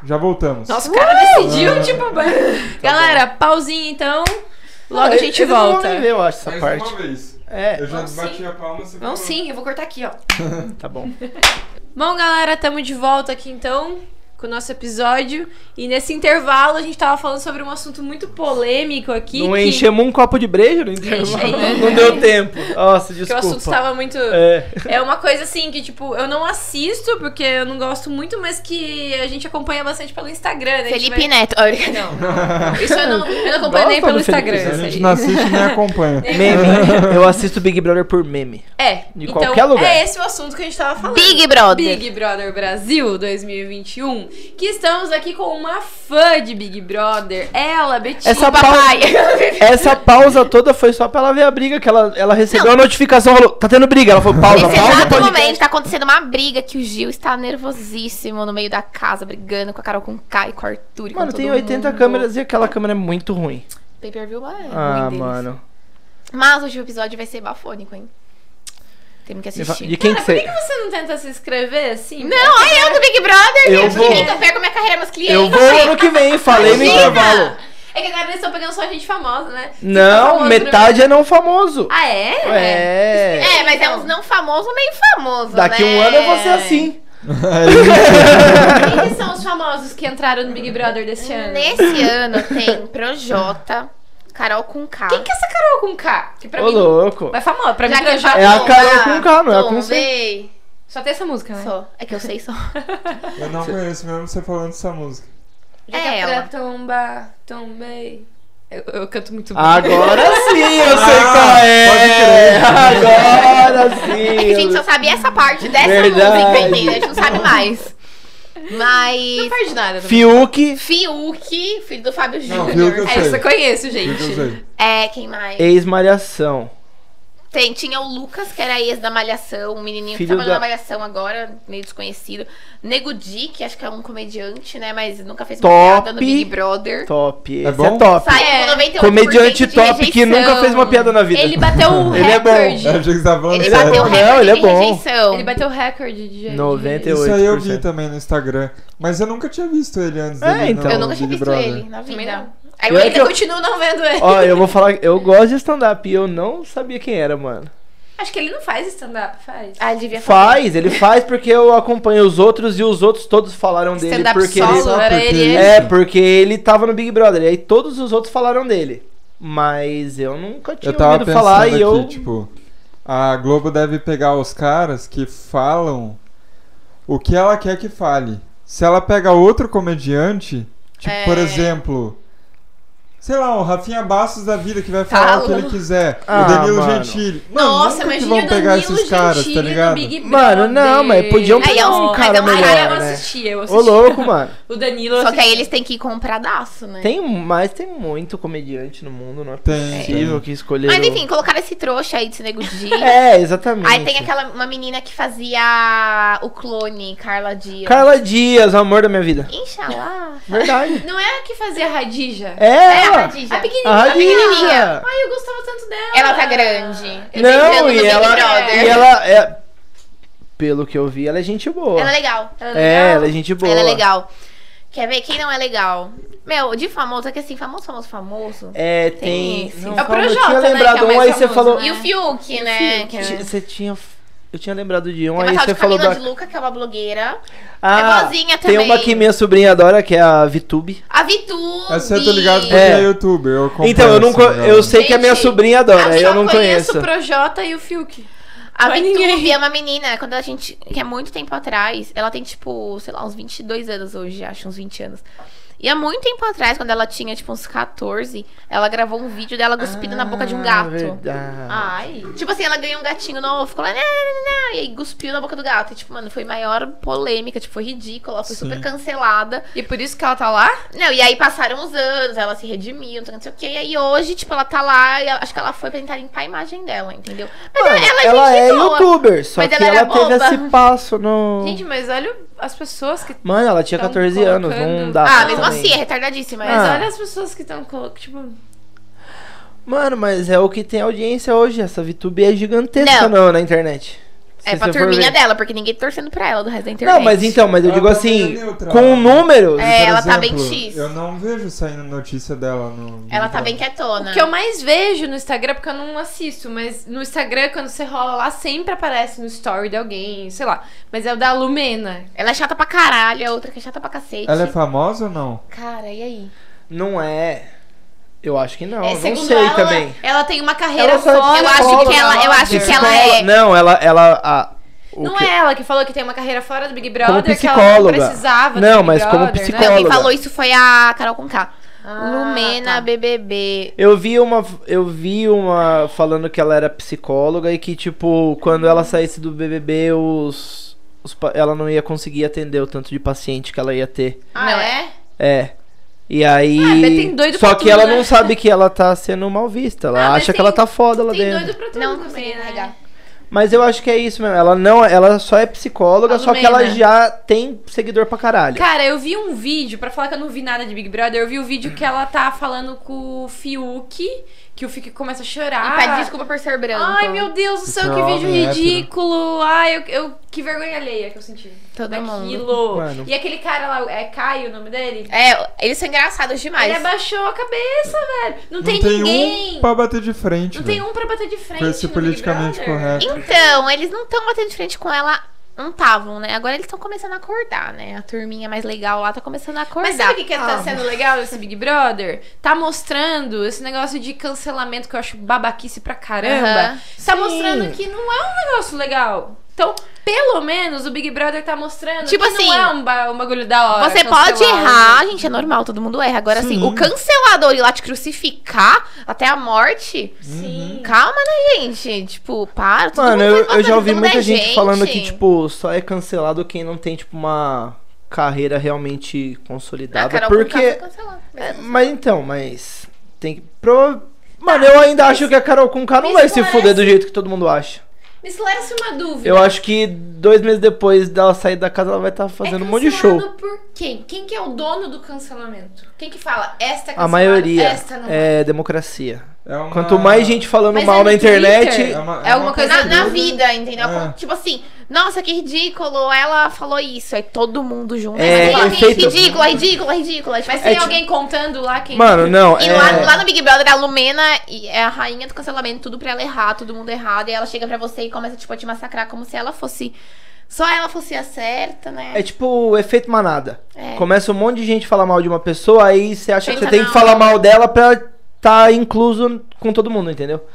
B: Já voltamos.
A: Nossa, o cara decidiu, tipo.
B: um-
A: Galera, pausinha então. Logo a
C: Eles-
A: gente
C: eles não vão
A: volta.
C: nem ver, eu acho, essa
B: Mais
C: parte.
B: uma vez.
C: É,
B: Eu já
A: Vamos
B: bati
A: sim.
B: a palma. Você
A: Vamos
B: falou.
A: sim, eu vou cortar aqui, ó.
C: tá bom.
A: Bom, galera, tamo de volta aqui então com o nosso episódio. E nesse intervalo a gente tava falando sobre um assunto muito polêmico aqui.
C: Não
A: que,
C: enchemos um copo de brejo no intervalo?
A: Enchei.
C: Não deu tempo. Nossa,
A: que o
C: desculpa.
A: assunto estava muito.
C: É.
A: É uma coisa assim que, tipo, eu não assisto porque eu não gosto muito, mas que a gente acompanha bastante pelo Instagram, né? A gente
D: Felipe Neto. Olha,
A: vai- Não. Isso eu não, eu não acompanho
C: Gosta
A: nem pelo
C: do Felipe
A: Instagram.
C: né?
A: É,
B: A
A: isso
B: gente
A: aí.
B: não assiste nem acompanha.
C: Meme. Eu assisto Big Brother por meme.
A: É,
C: De
A: então
C: qualquer lugar.
A: é esse o assunto que a gente tava falando.
D: Big Brother.
A: Big Brother Brasil 2021, que estamos aqui com uma fã de Big Brother, ela, Betina.
C: Essa pausa, essa pausa toda foi só pra ela ver a briga, que ela, ela recebeu a notificação, falou, tá tendo briga. Ela falou, pausa,
D: Nesse
C: pausa,
D: exato
C: pode...
D: momento tá acontecendo uma briga que o Gil está nervosíssimo no meio da casa, brigando com a Carol com o Kai, com o Arthur. e com
C: Mano,
D: todo
C: tem 80
D: mundo.
C: câmeras e aquela câmera é muito ruim.
D: Pay per view é
C: Ah,
D: ruim deles.
C: mano.
D: Mas hoje o episódio vai ser bafônico, hein? Temos que
C: Me fa-
D: assistir.
C: De quem que
A: Por que
C: você...
A: que você não tenta se inscrever assim?
D: Não, olha eu do Big Brother,
C: Eu
D: gente.
C: vou.
D: Que eu pego minha carreira, meus clientes. Assim,
C: Eu vou ano que vem, falei no
D: Imagina!
C: intervalo.
A: É que agora eles estão pegando só gente famosa, né?
C: Não, metade é não famoso.
A: Ah, é?
C: É.
D: É, mas é uns não famosos, meio famoso,
C: Daqui
D: né?
C: um ano eu vou ser assim.
A: Quem que são os famosos que entraram no Big Brother desse ano?
D: Nesse ano tem Projota, Carol com K.
A: Quem que é essa Carol com K? Que pra
C: Ô,
A: mim
C: louco.
A: é famosa, pra mim
D: que
A: já...
C: É a
D: Tom,
C: Carol
D: ah,
C: com K, não é a
D: Tom,
C: com C.
D: vem.
A: só tem essa música, né?
D: Só. É que eu sei só.
B: Eu não conheço mesmo você falando essa música.
A: Já
D: É
A: que a
D: ela.
A: pedra tomba, tombei. Eu, eu canto muito bem.
C: Agora sim, eu sei
B: Ah,
C: qual é.
B: pode
C: Agora sim.
D: É que a gente só sabia essa parte dessa
C: Verdade.
D: música inteira, a gente não sabe mais.
A: Não
D: Mas.
A: perde nada. também.
C: Fiuk,
D: Fiuk, filho do Fábio
B: Não, viu que
D: Júnior.
B: eu
A: É, isso eu
B: sei.
A: conheço,
B: Viu que eu
A: gente.
B: sei.
D: É, quem mais?
C: ex-malhação.
D: Tem, tinha o Lucas, que era ex da Malhação, um menininho
C: Filho
D: que trabalhou
C: da-
D: na Malhação agora, meio desconhecido. Nego Di, que acho que é um comediante, né? Mas nunca fez uma
C: Top.
D: piada no Big Brother.
C: Top. Esse é,
B: bom?
C: top.
D: Saiu
A: É.
D: com 98%
C: Comediante
D: de
C: top que
D: rejeição. um
C: nunca fez uma piada na vida.
A: Ele bateu o
C: Ele é bom.
A: recorde.
B: Eu achei que você tava falando
D: Ele
B: sério.
D: bateu o
C: Não,
D: recorde
C: ele é
D: de
C: bom.
D: rejeição.
A: Ele bateu o recorde de. de-
C: 98.
B: Isso aí eu
C: 38%.
B: vi também no Instagram. Mas eu nunca tinha visto ele antes
C: É,
B: dele.
C: então.
B: no
D: Eu nunca tinha
B: Big
D: visto
B: Brother.
D: ele na
A: Também
D: vida.
A: não.
D: Aí
A: Eu
D: eu
C: que
A: ainda
C: eu-
A: continuo não vendo ele.
C: Ó, eu vou falar, eu gosto de stand-up e eu não sabia quem era, mano.
A: Acho que ele não faz stand-up, faz.
D: Ah, ele devia fazer.
C: Faz, ele faz porque eu acompanho os outros e os outros todos falaram dele
A: Stand-up
C: porque
A: solo,
C: ele
B: Só
A: era
B: porque
A: ele.
B: ele-
A: ele.
D: né?
C: É, porque ele tava no Big Brother, e aí todos os outros falaram dele. Mas eu nunca tinha
B: Eu tava
C: ouvido
B: pensando
C: falar
B: aqui,
C: e eu.
B: tipo, a Globo deve pegar os caras que falam o que ela quer que
D: É.
B: fale. Se ela pega outro comediante, tipo, por exemplo, Sei lá, o Rafinha Bastos da vida que vai
D: Tá
B: falar o que
D: louco.
B: ele quiser.
C: Ah,
B: o Danilo
C: mano.
B: Gentili. Mano,
A: Nossa,
B: nunca que
A: imagina
B: vão
A: o
B: pegar
A: Danilo
B: esses caras,
A: Gentili
B: tá ligado?
A: no Big Brother.
C: Mano, não, mas podiam
A: Aí
C: pegar
A: é
D: um
A: um
D: cara
A: cara
D: melhor,
A: eu
C: né?
A: assistia, eu
C: Ô
A: assistia.
C: louco, mano.
A: O Danilo eu
D: Só que aí
A: assistia.
D: eles têm que ir compradaço, né?
C: Tem, um, mas tem muito comediante no mundo, não é
B: Tem,
C: possível
B: tem.
C: que escolher.
D: Mas enfim, colocaram esse trouxa aí desse nego Di.
C: É, exatamente.
D: Aí tem aquela uma menina que fazia o clone, Carla Dias.
C: Carla Dias, o amor da minha vida.
D: Inxalá.
C: Verdade.
A: Não é a que fazia a Radija?
C: É,
D: É, a
C: ela.
D: Radija.
A: A pequenininha.
C: A
D: pequenininha.
C: Radija.
A: Ai, eu gostava tanto dela.
D: Ela tá grande. Eu
C: Não,
D: lembrando do
C: e
D: Big
C: ela,
D: Brother.
C: e ela é. Pelo que eu vi, ela é gente boa.
D: Ela é legal.
A: Ela
C: É,
A: legal.
C: ela é gente boa.
D: Ela é legal. Quer ver quem não é legal? Meu, de famoso é que assim, famoso, famoso, famoso.
C: É,
D: Tem
C: tem.
D: esse.
C: Não,
A: É o
C: calma, eu
A: Projota,
C: tinha
A: né, que
C: lembrado
A: é o
C: um,
A: mais
C: aí você
A: famoso,
C: falou.
A: né?
D: E o Fiuk, né? Que é...
C: Ti- Você tinha. Eu tinha lembrado de um,
D: Tem
C: Então aí
D: uma tal
C: você
D: de
C: falou
D: Camila
C: da.
D: de Luca, que é uma blogueira.
C: Ah,
D: boazinha
C: tem
D: também.
C: uma que minha sobrinha adora, que é a Vitube.
D: A Vitube.
B: Essa eu tô ligado porque
C: É.
B: é, youtuber. Eu acompanho
C: Então, eu não
B: essa
C: co-
B: galera.
C: eu sei que a minha
D: Gente,
C: sobrinha adora, eu não
A: Eu
C: conheço.
A: conheço o Projota e o Fiuk.
D: A
A: Mas
D: Vitube
A: ninguém-
D: é uma menina, quando a gente. que é muito tempo atrás. Ela tem, tipo, sei lá, uns 22 anos hoje, acho, uns 20 anos. E há muito tempo atrás, quando ela tinha, tipo, uns 14, ela gravou um vídeo dela cuspindo na boca de um
C: Ah,
D: gato.
C: Verdade.
D: Ai. Tipo assim, ela ganhou um gatinho novo, ficou lá, né, né, né, né, e aí cuspiu na boca do gato. E, tipo, mano, foi maior polêmica, tipo, foi ridícula, ela foi
B: Sim.
D: super cancelada.
A: E por isso que ela tá lá?
D: Não, e aí passaram os anos, ela se redimiu, não sei o quê. E aí hoje, tipo, ela tá lá, e ela- acho que ela foi pra tentar limpar a imagem dela, entendeu? Mas
C: Mano,
D: ela, ela,
C: ela
D: é
C: é
D: gente boa.
C: youtuber, só
D: Mas
C: que
D: ela
C: ela,
D: era
C: teve
D: boba.
C: esse passo no.
A: Gente, mas olha as pessoas que.
C: Mano, ela tinha
A: tão
C: 14 anos, não
A: colocando-
C: dá.
D: Ah,
C: pra
D: mesmo
C: também.
D: assim, é retardadíssima.
A: Mas
D: essa.
C: Ah.
A: olha as pessoas que estão colocando. Tipo,
C: Mano, mas é o que tem audiência hoje. Essa VTube é gigantesca
D: Não.
C: no- na internet.
D: é
C: Se
D: pra
C: você for
D: turminha
C: ver.
D: dela, porque ninguém tá torcendo pra ela do resto da internet.
C: Não, mas então, mas eu
B: Ela
C: digo
B: tá
C: assim,
B: meio neutra,
C: com
B: né?
C: números.
D: É,
B: Por
D: ela tá bem
B: exemplo,
D: X.
B: Eu não vejo saindo notícia dela
C: então,
B: no.
D: Ela tá bem
A: o
D: quietona.
A: que eu mais vejo no Instagram, porque eu não assisto, mas no Instagram, quando você rola lá, sempre aparece no story de alguém, sei lá. Mas é o da Lumena.
D: Ela é chata pra caralho, a outra que é chata pra cacete.
B: Ela é famosa ou não?
D: Cara, e aí?
C: Não é. Eu acho que não.
A: É,
C: não
A: segundo
C: sei
A: ela,
C: também.
A: ela tem uma carreira
C: Ela só é
A: fora.
D: Eu acho
C: Psicóloga,
D: que ela, eu acho que ela é.
C: Não, ela. ela a, o
A: Não
C: que-
A: é ela que falou que tem uma carreira fora do Big
C: Como
A: Brother, que ela não
C: psicóloga.
A: precisava
C: Não,
A: do Big
C: mas
A: Brother,
C: como
A: né?
C: psicóloga.
D: Não, quem falou isso foi a Carol Conká.
A: Ah,
D: Lumena
A: tá.
D: BBB.
C: Eu vi uma. Eu vi uma falando que ela era psicóloga e que, tipo, quando ela saísse do BBB, os. os pa- ela não ia conseguir atender o tanto de paciente que ela ia ter.
D: Ah,
A: Não,
D: é?
C: É. E aí.
A: Ah, mas tem doido
C: só
A: pra
C: que
A: tudo,
C: ela
A: né?
C: não sabe que ela tá sendo mal vista. Ela
A: Ah, mas
C: acha que
A: tem-
C: ela tá foda lá
A: Tem
C: dentro.
A: doido pra tudo
D: Não
A: também,
D: consegui
A: né?
D: negar.
C: Mas eu acho que é isso mesmo. Ela não, ela só é psicóloga,
A: A
C: só que ela
A: Lumena.
C: já tem seguidor pra caralho.
A: Cara, eu vi um vídeo, pra falar que eu não vi nada de Big Brother, eu vi o vídeo que ela tá falando com o Fiuk, que o Fiuk começa a chorar.
D: E pede desculpa por ser branco.
A: Ah. Ai, meu Deus do céu, que
B: Jovem,
A: vídeo
B: hétero.
A: ridículo. Ai, eu, eu- que vergonha alheia que eu senti.
D: Todo
A: Daquilo.
C: Mano.
A: E aquele cara lá, é Caio o nome dele?
D: É, eles são engraçados demais.
A: Ele é abaixou a cabeça, velho. Não,
B: Não
A: tem, ninguém.
B: um pra bater de frente.
A: Não tem
B: velho.
A: um pra bater de frente.
B: Pra ser
A: no Big
B: politicamente
A: Brother.
B: correto.
D: Então, eles não estão batendo de frente com ela. Não estavam, né? Agora eles estão começando a acordar, né? A turminha mais legal lá tá começando a acordar.
A: Mas sabe o que, que tá
D: Ah.
A: sendo legal esse Big Brother? Tá mostrando esse negócio de cancelamento que eu acho babaquice pra caramba.
D: Aham.
A: Tá
C: Sim.
A: mostrando que não é um negócio legal. Então, pelo menos o Big Brother tá mostrando
D: Tipo
A: que
D: assim,
A: não é um, ba- um bagulho da hora.
D: Você
A: cancelar
D: pode errar, gente, é normal, todo mundo erra. Agora, assim,
B: Sim.
D: o cancelador ir lá te crucificar até a morte.
A: Sim.
D: Calma, né, gente? Tipo, para. Todo
C: Uhum. Mano, eu,
D: mundo é
C: eu já
D: importante,
C: ouvi
D: todo mundo
C: muita
D: é
C: gente, falando que, tipo, só é cancelado quem não tem, tipo, uma carreira realmente
D: Ah,
C: consolidada.
D: Carol Conká foi
C: porque.
D: cancelada.
C: É, Mas então, mas. Tem que. Prova... Mano, eu ainda acho que a Carol Conká não
A: Tá, me
C: vai se
A: esclarece.
C: fuder do jeito que todo mundo acha.
A: Me esclarece uma dúvida.
C: Eu acho que dois meses depois dela sair da casa, ela vai estar fazendo
A: é
C: um monte de show.
A: cancelado por quem? Quem que é o dono do cancelamento? Quem que fala, esta é
C: A
A: cancelada,
C: maioria
A: esta não é.
C: é democracia.
B: É uma-
C: Quanto mais gente falando
A: Mas
C: mal
A: é
C: na
A: no
C: internet.
A: Twitter.
B: uma-
A: um- É alguma
B: uma
A: coisa
D: Na, na
B: doida.
D: vida, entendeu?
B: É.
D: Tipo assim, nossa, que ridículo. Ela falou isso. Aí todo mundo junto.
C: É,
D: Fala,
C: efeito-
D: Ridícula, ridícula, ridícula.
A: Mas
D: Tipo, assim,
A: tem
C: É, tipo-
A: alguém contando lá quem...
C: Mano, não.
D: E
C: é...
D: lá, lá no Big Brother, a Lumena e- é a rainha do cancelamento, tudo pra ela errar, todo mundo errado. E ela chega pra você e começa tipo, a te massacrar como se ela fosse. Só ela fosse a certa, né?
C: É tipo o efeito manada.
D: É.
C: Começa um monte de gente a falar mal de uma pessoa, aí você acha que
D: Pensa
C: você tem que
D: na
C: falar
D: hora.
C: mal dela pra tá incluso com todo mundo, entendeu?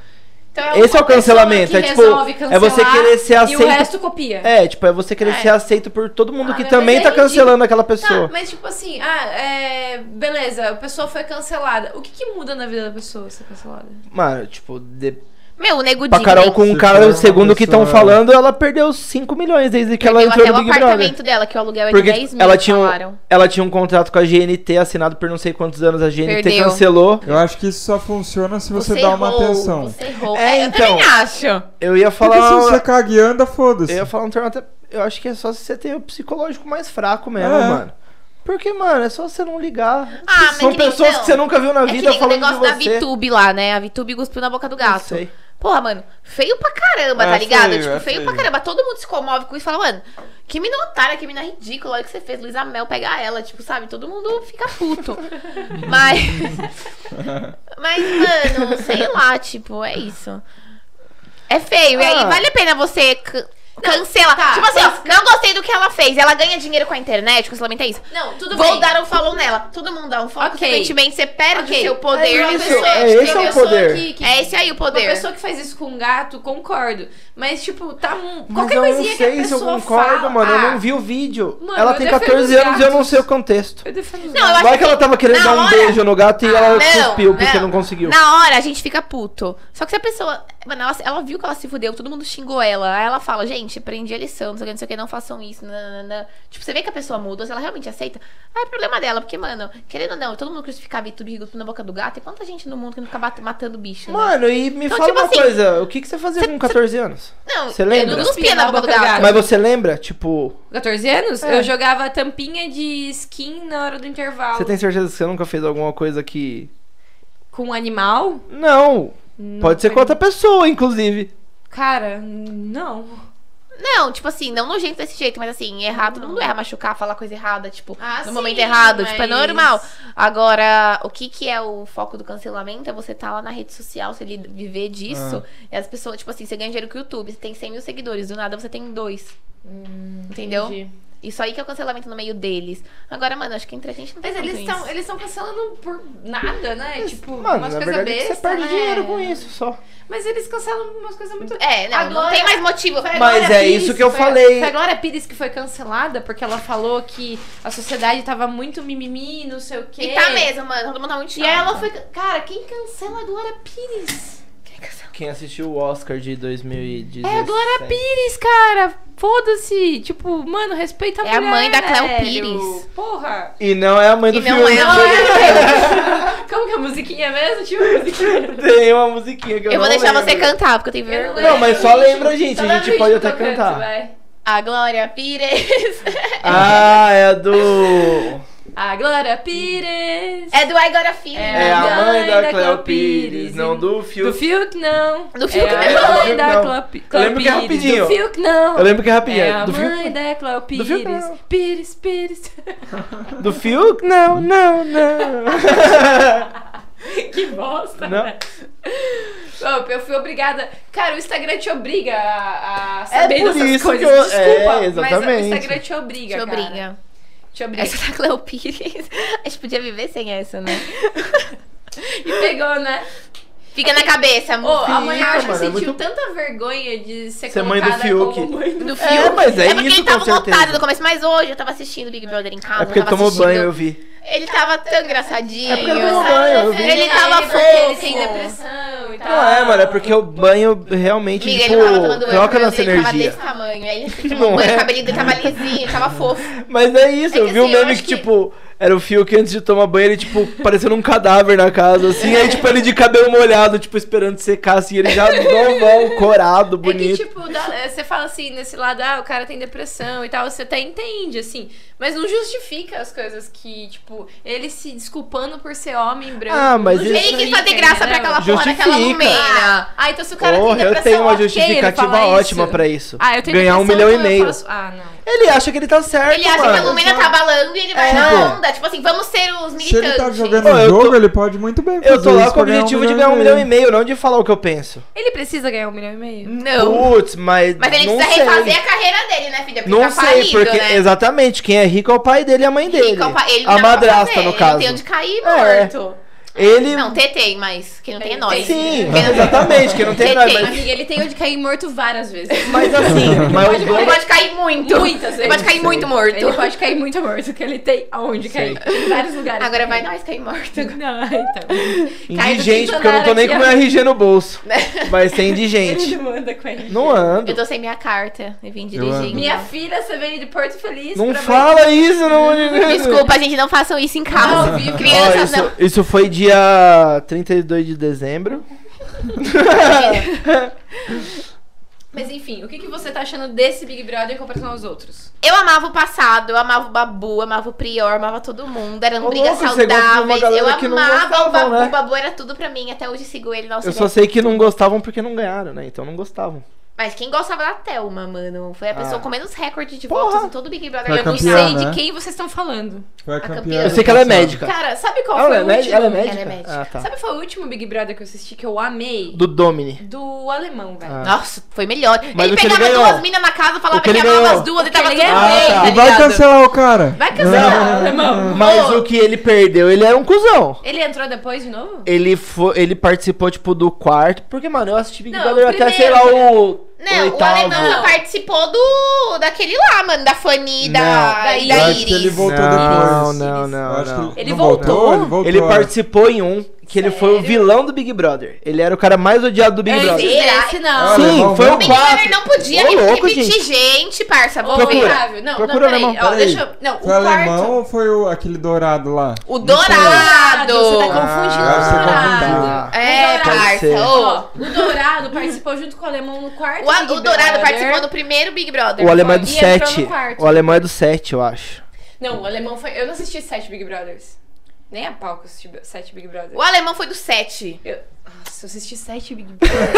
A: Então é
C: Esse
A: uma
C: é o cancelamento,
A: pessoa que
C: é tipo,
A: resolve
C: é você
A: cancelar
C: querer ser
A: E o
C: aceito-
A: resto copia.
C: É, tipo, é você querer
D: É.
C: ser aceito por todo mundo
A: Ah,
C: que
A: mas
C: também
A: é
C: tá
A: ridículo.
C: cancelando aquela
A: Tá,
C: pessoa.
A: mas tipo assim, ah, é, beleza, a pessoa foi cancelada. O que, que muda na vida da pessoa ser cancelada?
C: Mano, tipo, de...
D: Meu, o nego
C: pra
D: digno.
C: Carol com
B: Se
C: o cara,
B: for uma
C: segundo o que estão
B: pessoa-
C: falando, ela perdeu 5 milhões desde que ela
D: Perdeu
C: entrou
D: até
C: no
D: o
C: Big Brother.
D: apartamento dela, que o aluguel é de
C: Porque
D: 10 mil,
C: ela tinha, um,
D: falaram.
C: ela tinha um contrato com a GNT assinado por não sei quantos anos, a GNT
D: Perdeu.
C: cancelou.
B: Eu acho que isso só funciona se você, dá uma
D: errou,
B: atenção.
D: Você errou.
C: É,
D: É,
C: então.
D: Eu também acho.
C: Eu ia
B: Porque se
C: falar.
B: você caga e anda,
C: Eu
B: foda-se.
C: ia falar um termo até. Eu acho que é só se você tem o psicológico mais fraco mesmo,
B: É.
C: mano. Porque, mano, é só você não ligar.
D: Ah, mas
C: São
D: que nem-
C: pessoas
D: não.
C: que você nunca viu na
D: é que
C: vida
D: nem o
C: falando
D: negócio
C: de
D: da
C: você.
D: VTube lá, né? A VTube cuspiu na boca do
C: Não
D: gato.
C: sei.
D: Porra, mano, feio pra caramba, tá
B: É
D: ligado?
B: feio,
D: tipo,
B: é
D: feio, pra
B: feio.
D: caramba. Todo mundo se comove com isso e fala, mano, que mina otária, que mina ridícula, olha o que você fez, Luísa Mel pegar ela, tipo, sabe? Todo mundo fica puto. Mas. Mas, mano, sei lá, tipo, é isso. É feio. E aí,
C: Ah.
D: vale a pena você. can- Cancelar.
A: tá,
D: tipo assim, ó, não gostei do que ela fez. Ela ganha dinheiro com a internet, o cancelamento é isso.
A: Não, tudo
D: Vou
A: bem.
D: dar um follow nela. Todo mundo dá um follow.
A: Ok.
D: Consequentemente, você perde
A: Ok.
D: o seu
A: Mas
D: poder
A: uma
D: nisso.
A: pessoa-
C: É, esse
A: tem
C: é o
A: pessoa
C: poder.
A: que- que-
D: É esse aí o poder.
A: Uma pessoa que faz isso com um gato, concordo. Mas, tipo, tá um.
C: Mas
A: Qualquer
C: eu não
A: coisinha que a
C: sei se eu
A: pessoa
C: concordo,
A: fala-
C: mano. Eu
A: Ah,
C: não vi o vídeo.
A: Mano,
C: ela
A: eu
C: tem
A: defendo
C: 14
A: os
C: anos e eu não
A: gatos.
C: sei o contexto.
A: Eu defendo os
D: Não, eu
A: gatos.
D: acho
C: Vai que ela
D: assim,
C: tava querendo
D: na
C: dar um
D: hora-
C: beijo no gato e ela
D: Não,
C: cuspiu porque não,
D: não.
C: conseguiu.
D: Na hora a gente fica puto. Só que se a pessoa. Mano, ela, ela viu que ela se fudeu, todo mundo xingou ela. Aí ela fala, gente, aprendi a lição, não sei o que, não sei o que, não façam isso. nananana. Tipo, você vê que a pessoa muda, se ela realmente aceita. Aí é problema dela, porque, mano, querendo ou não, todo mundo crucificava e tudo rico na boca do gato. E quanta gente no mundo que não fica bat- matando bicho, né?
C: Mano, e me
D: Então,
C: fala
D: tipo
C: uma
D: assim,
C: coisa, o que, que você fazia com 14 anos?
D: não,
C: você lembra?
D: Eu não cuspia na boca do gato.
C: Mas você lembra, tipo,
A: 14 anos?
C: É.
A: Eu jogava tampinha de skin na hora do intervalo.
C: você tem certeza que você nunca fez alguma coisa que.
A: Com um animal?
C: Não!
A: Não
C: pode ser
A: foi-
C: com outra pessoa, inclusive.
A: Cara, não.
D: Não, tipo assim, não nojento desse jeito, mas assim, errar, todo mundo erra, machucar, falar coisa errada, tipo,
A: Ah, sim,
D: no momento errado, tipo, é
A: mas-
D: normal. Agora, o que que é o foco do cancelamento? É você tá lá na rede social, você li- viver disso,
A: Ah.
D: e as pessoas, tipo assim, você ganha dinheiro com o YouTube, você tem 100 mil seguidores, do nada você tem dois. Entendeu?
A: Hum, Entendi.
D: Isso aí que é o cancelamento no meio deles. Agora, mano, acho que entre a gente não tem
A: Mas
D: tanto
A: eles
D: isso.
A: estão eles tão cancelando por nada,
C: É,
A: né? tipo,
C: Mano,
A: umas
C: na
A: coisas
C: verdade é que
A: bestas.
C: você perde
A: né?
C: dinheiro com isso só.
A: Mas eles cancelam umas coisas muito.
D: É, não, não
A: Agora-
D: tem mais motivo.
A: Foi a
C: Mas
A: Glória
C: é isso que eu
A: foi a-
C: falei.
A: Foi a Glória Pires que foi cancelada porque ela falou que a sociedade tava muito mimimi, não sei o quê.
D: E tá mesmo, mano, todo mundo tá muito
A: E
D: chato.
A: aí ela foi. Cara, quem é cancela a Glória Pires?
D: Quem cancela?
C: Quem assistiu o Oscar de 2017?
A: É a Glória Pires, cara! Foda-se! Tipo, mano, respeita a
D: É a
A: mulher.
D: mãe da Cléo
A: velho.
D: Pires.
A: Porra!
C: E não é a mãe do
D: E não
C: filme.
D: é
A: Não é? Como que é a musiquinha mesmo? Tipo, a musiquinha.
C: Tem uma musiquinha que eu
D: Eu vou
C: não
D: deixar
C: lembro.
D: você cantar, porque eu tenho
A: Eu
D: vergonha.
A: lembro
C: mas
A: o
C: só
A: ritmo.
C: lembra, gente,
A: Só
C: a
A: lembra
C: gente
A: o
C: pode
A: ritmo
C: até
A: tocando,
C: cantar.
A: vai.
D: A Glória Pires.
C: Ah, é a do.
A: A Glória Pires.
D: É do Ai Glória Filho.
C: É
A: É
C: a mãe da, Cleo
A: Cleo
C: Pires,
A: Pires,
C: não
A: e-
C: do filme.
A: Do Fiuk não.
D: Do Fiuk
A: é
D: não.
A: A
C: Do
A: mãe da
C: Fiuk
A: Cleo Pi-
C: Eu
A: Cleo
C: lembro que é
A: Pires.
C: rapidinho.
A: Do Fiuk não.
C: Eu lembro que é rapidinho.
A: É a
C: do,
A: mãe
C: Fiuk,
A: da Cleo
C: Do
A: Pires.
C: Fiuk não.
A: Pires, Pires.
C: do Fiuk? Não, não, não.
A: que bosta,
C: Não.
A: né? Ô, Eu fui obrigada. Cara, o Instagram te obriga a, a saber
C: por
A: dessas
C: isso
A: coisas.
C: que eu-
A: Desculpa,
C: é,
A: mas o
C: exatamente.
A: Instagram te obriga.
D: Te
A: cara.
D: obriga. É.
A: Te obriga.
D: Essa da Cleo Pires. A gente podia viver sem essa, né?
A: E pegou, né?
D: Fica na cabeça,
A: Ô,
D: amor.
A: a mãe
C: Fica,
A: acho que
C: mano, é
A: sentiu
C: muito-
A: tanta vergonha de ser,
C: Ser mãe do
A: colocada
C: Fiuk.
A: como mãe do
D: do
A: Fiuk.
D: filme.
C: mas é
D: porque
C: isso,
D: ele tava
C: com certeza.
D: lotado no começo, mas hoje eu tava assistindo Big Brother em casa.
C: É porque
D: eu tava
C: tomou
D: assistindo.
C: banho, eu vi.
D: Ele tava tão engraçadinho.
C: É porque ele tomou banho, eu vi.
D: Ele tava
A: porque Ele
D: fofo.
A: tem depressão e tal.
C: Não é, mano, é porque o banho realmente,
D: Amiga, ele
C: tipo,
D: não tava tomando banho,
C: troca
D: porque
C: nossa
D: ele tava
C: energia.
D: desse tamanho. Aí ele
C: Não
D: tomou banho,
C: é.
D: o cabelo dele tava lisinho, ele tava fofo.
C: Mas é isso,
D: É
C: eu
D: que
C: vi um
D: assim, eu
C: meme
D: acho
C: que,
D: que-
C: tipo, era o Fiuk antes de tomar banho, ele, tipo, parecendo um cadáver na casa, assim, aí, tipo, ele de cabelo molhado, tipo, esperando secar, assim, ele já novão, corado,
A: É que,
C: bonito.
A: tipo, dá- é, você fala assim, nesse lado, ah, o cara tem depressão e tal, você até entende, assim. Mas não justifica as coisas que, tipo, ele se desculpando por ser homem branco.
C: Ah, mas
A: não
C: isso-
D: Ele
A: justifica,
D: quis fazer graça pra
A: entendeu?
D: aquela porra daquela
C: Justifica.
D: lumena.
A: Ah, então se o cara
C: Porra,
A: tem
C: eu
A: depressão,
C: tenho uma
A: ok, ele
C: justificativa
A: fala isso.
C: ótima pra isso.
A: Ah, eu tenho
C: Ganhar um
A: depressão,
C: milhão e
A: então eu
C: meio.
A: faço- Ah, não.
C: Ele acha que ele tá certo,
D: Ele acha que a
C: mano.
D: Lumena tá balando e ele vai
C: É.
D: na onda. Tipo assim, vamos ser os
B: Se
D: militantes.
B: ele tá jogando
C: Ô,
B: um
C: eu tô-
B: jogo, ele pode muito bem fazer
C: Eu tô lá
B: isso
C: com o
B: pra ganhar
C: objetivo de ganhar um milhão e meio, não de falar o que eu penso.
A: Ele precisa ganhar um milhão e meio?
D: Não.
C: Putz, mas.
D: Então. Mas ele
C: não
D: precisa
C: sei.
D: refazer a carreira dele, né, filha? Porque
C: Não
D: tá
C: sei,
D: falido,
C: porque
D: né?
C: exatamente, quem é rico é o pai dele e a mãe dele.
D: Rico, ele não
C: a
D: dá pra
C: madrasta,
D: fazer,
C: no
D: ele
C: caso.
D: Não tem onde cair
C: É.
D: morto.
C: Ele.
D: Não, T tem, mas quem não tem é nós.
C: Sim, exatamente, que não tem
D: Tem,
C: nada.
D: tem.
C: Mas,
A: Amiga, ele tem onde cair morto várias vezes.
C: mas assim, mas os
D: Ele
C: dois.
D: pode cair muito.
A: Muitas vezes.
D: Ele pode cair muito morto.
A: Ele pode cair muito morto, porque ele tem aonde
C: Sei.
A: cair. Em vários lugares.
D: Agora vai nós cair morto.
A: Não, então.
D: Cai do
C: é Indigente,
D: quinto
C: porque eu não tô
A: andar
C: nem com
A: aqui,
C: meu
A: ó.
C: RG no bolso. Vai ser
A: Ele
C: indigente.
A: não anda com ele.
C: Não ando.
D: Eu tô sem minha carta e vim
B: amo.
D: dirigindo.
A: Minha filha, você veio de Porto Feliz.
C: Não
A: pra
C: fala isso, não.
D: Desculpa, gente, não façam isso em casa.
A: Não, viu?
C: Ó,
D: Crianças não.
C: isso, isso foi dia 32 de dezembro.
A: Mas enfim, o que, que você tá achando desse Big Brother em comparação aos outros?
D: Eu amava o passado, eu amava o Babu, amava o Prior, amava todo mundo. Eram
C: Ô,
D: brigas
C: louco, você gosta de uma
D: saudáveis. Eu
C: galera que não
D: amava
C: gostavam,
D: o Babu.
C: né?
D: O Babu era tudo pra mim. Até hoje sigo ele. Nossa,
C: Eu
D: ele
C: só
D: é-
C: sei que não gostavam porque não ganharam, né? Então não gostavam.
D: Mas quem gostava da Thelma, mano? Foi a
C: Ah.
D: pessoa com menos recorde de
C: Porra.
D: votos em todo o Big Brother.
B: Foi
D: Eu
A: Eu
D: não
A: não
B: campeã,
A: sei
B: né?
A: de quem vocês estão falando.
B: Foi a
D: campeã.
B: campeã.
C: Eu
B: do
C: sei que ela é
B: passado.
C: médica.
A: Cara, sabe qual
C: Ela
A: foi
C: é,
A: o
C: médica?
A: último?
C: ela é
D: Ela é
C: médica?
D: médica.
C: Ah, tá.
A: Sabe foi o último Big Brother que eu assisti que eu amei?
C: Do Domini.
A: Do alemão, velho.
C: Ah.
D: Nossa, foi melhor.
C: Mas o
D: ele
C: que ele
D: pegava
C: ganhou?
D: duas minas na casa, falava
C: O que
D: que,
C: ele
D: amava
C: ganhou?
D: as duas, ele
A: O
D: tava
A: que
D: tudo
A: ele
D: bem,
A: ganhou?
C: Ah,
D: tá
C: tá.
B: E vai
D: ligado?
B: cancelar o cara.
A: Vai cancelar,
C: Não.
A: alemão.
C: Mas
D: Ô.
C: o que ele perdeu, ele era um cuzão.
A: Ele entrou depois de novo?
C: Ele, foi, ele participou, tipo, do quarto. Porque, mano, eu assisti Big
A: Não,
C: Brother até,
A: primeiro, né?
C: sei lá, o.
D: Não, o
C: oitavo.
D: alemão só participou do, daquele lá, mano, da Fanny e da,
C: Não.
D: e
A: Eu
D: da
A: acho
B: que ele
D: Iris.
B: voltou
C: Não,
B: depois.
C: não,
B: Eu
C: não,
B: acho que
C: não.
A: Ele
B: não
A: voltou?
B: Ele voltou.
C: Ele
B: é.
C: participou em um que ele foi o
A: Sério? É
C: vilão do Big Brother. Ele era o cara mais odiado do Big
A: Antes
C: Brother.
A: desse, não.
B: Ah,
C: Sim,
B: alemão,
C: foi
B: não.
C: o
D: O Big
C: quatro.
D: Brother não podia
C: Ô, louco,
D: repetir gente.
C: gente.
D: parça.
A: Ô,
D: Vamos
C: Procura.
D: lá.
A: Fábio, não,
C: Procura,
A: não, peraí.
C: alemão,
A: Ó,
C: peraí.
A: deixa eu... Não, o
B: Foi
A: Um quarto...
B: alemão ou foi o- aquele dourado lá?
D: O
A: Dourado! Você tá
D: Dourado!
A: confundindo
B: Ah,
A: o
B: você
A: Dourado.
C: Ah,
B: confundiu.
D: É,
A: O
C: pode
D: parça.
C: ser.
D: ô.
A: Ó, o Dourado participou junto com o Alemão no quarto
D: O, a-
A: Big
D: o Dourado
A: Brother.
D: participou do primeiro Big Brother.
C: O alemão é
D: foi?
C: do
A: E entrou no
C: 7.
A: quarto.
C: O alemão é do 7, eu acho.
A: Não, o Alemão foi... Eu não assisti sete Big Brothers. Nem a pau que eu assisti sete Big Brothers.
D: O alemão foi do 7.
A: Eu... Nossa, eu assisti sete Big Brothers.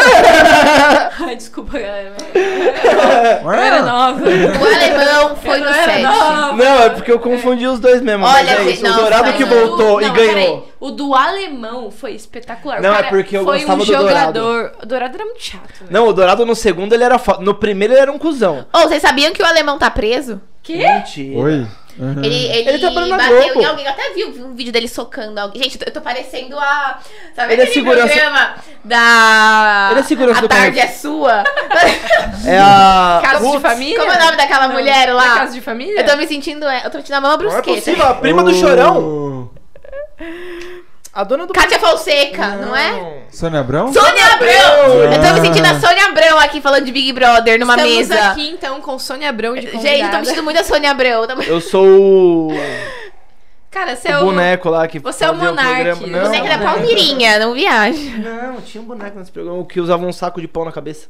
A: Ai, desculpa, galera.
C: É.
A: Eu era nova.
D: O alemão foi
A: Eu
D: do
A: era
D: 7.
A: nova.
C: Não, é porque eu confundi os dois mesmo.
D: Olha,
C: mas é
D: gente,
C: isso.
D: não,
C: o Dourado
D: mas
C: que
D: o-
C: voltou
A: não,
C: e ganhou.
A: peraí. O do alemão foi espetacular.
C: Não,
A: o cara
C: é porque eu
A: foi
C: gostava
A: um
C: do Dourado.
A: jogador. O Dourado era muito chato. velho.
C: Não, o Dourado no segundo ele era foda. No primeiro ele era um cuzão.
D: Ô, vocês sabiam que o alemão tá preso?
A: Quê?
C: Mentira.
B: Oi? Uhum.
D: Ele, ele,
C: Hum. Ele trabalha na
D: bateu
C: Globo.
D: em alguém. Eu até vi um vídeo dele socando alguém. Gente, eu tô parecendo a. Sabe
C: Ele é
D: aquele
C: segurança-
D: programa da.
C: Ele é segurança
D: A
C: do
D: tarde
C: Carro.
D: é sua?
C: É a.
A: Casa de
C: Putz,
A: família?
D: Como é o nome daquela
A: Não,
D: mulher
A: da
D: lá?
A: Casa de família?
D: Eu tô me sentindo. Eu tô me sentindo a mama
C: Não é
D: brusqueta.
C: possível, a prima do
B: Oh,
C: chorão. A dona do.
D: Kátia Fonseca, não, é?
B: Sônia Abrão?
D: Sônia Abrão!
B: Abrão!
D: Eu
C: Ah.
D: tô me sentindo a Sônia Abrão aqui falando de Big Brother numa
A: Estamos
D: mesa.
A: aqui então com Sônia Abrão de convidada.
D: Gente, eu tô me sentindo muito a Sônia Abrão. Tô...
C: Eu sou o.
A: Cara, você
C: o
A: é o...
C: boneco lá que.
A: Você é o
C: fazia
A: monarque,
C: programa.
A: o
C: Não, né?
D: Boneca da
C: não.
D: Palmeirinha, não viaja.
C: Não, tinha um boneco nesse programa que usava um saco de pão na cabeça.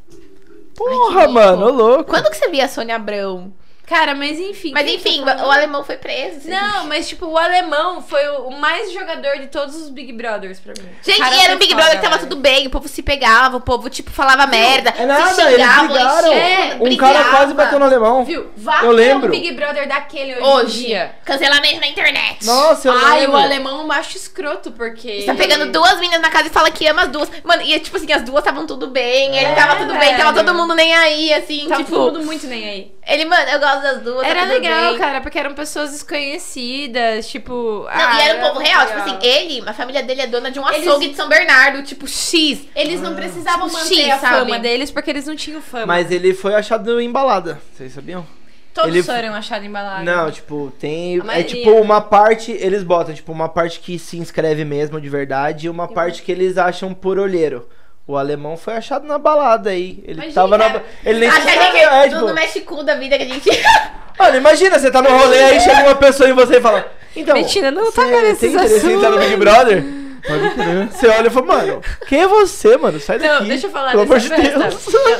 C: Porra, mano, ô louco.
D: Quando que você via a Sônia Abrão?
A: Cara, mas enfim.
D: Mas
A: quem
D: enfim,
A: que eu tô falando?
D: o alemão foi preso. assim.
A: Não, mas tipo, o alemão foi o o mais jogador de todos os Big Brothers pra mim.
D: Gente,
A: Cara,
D: e era
A: foi
D: um Big
A: foda,
D: Brother que tava
A: velho.
D: tudo bem, o povo se pegava, o povo, tipo, falava merda.
C: É nada,
D: se
C: eles
D: xingavam,
C: brigaram.
A: É,
D: enchia,
C: Um cara
D: brigava.
C: quase bateu no alemão.
A: Viu? Vá
C: Eu
A: ver
C: lembro.
A: um Big Brother daquele hoje. em
D: Hoje,
A: dia.
D: cancelamento na internet.
C: Nossa, eu
A: Ai,
C: lembro.
A: o alemão é um macho escroto, porque.
D: Você tá pegando duas meninas na casa e fala que ama as duas. Mano, e tipo assim, as duas estavam tudo bem, ele tava tudo bem, tava
A: velho.
D: todo mundo nem aí, assim,
A: É. Tava
D: tipo.
A: tá todo mundo muito nem aí.
D: Ele, mano, eu gosto das duas. tá
A: Era
D: tudo
A: legal,
D: bem.
A: cara, porque eram pessoas desconhecidas, tipo.
D: Não, e
C: Ah,
D: era um povo real, tipo assim, ele, a família dele é dona de um
A: Eles-
D: açougue de São Bernardo, tipo X.
A: Eles
C: Ah.
A: não precisavam
D: tipo
A: manter
D: X,
A: a fama
D: sabe?
A: deles porque eles não tinham fama.
C: Mas ele foi achado em balada, vocês sabiam?
A: Todos
C: ele-
A: foram achados embalados.
C: Não, tipo, tem.
A: A
C: É
A: maioria.
C: tipo uma parte, eles botam, tipo, uma parte que se inscreve mesmo de verdade e uma parte que eles acham por olheiro. O alemão foi achado na balada aí. Ele
A: Imagina,
C: tava na.
A: cara.
C: ba- Ele nem
D: Acho que
C: tinha
D: a gente
C: é, tipo,
D: no, no México da vida que a gente.
C: Mano, imagina, você tá no rolê aí, chega uma pessoa em você e fala. Então,
A: Mentira, não
C: você
D: tá
A: toca nesses
C: tem interesse em entrar no Big Brother?
B: Pode crer.
C: Você olha e fala, mano, quem é você, mano? Sai
A: Não,
C: daqui.
A: deixa eu falar
C: Pelo amor de
A: dessa festa.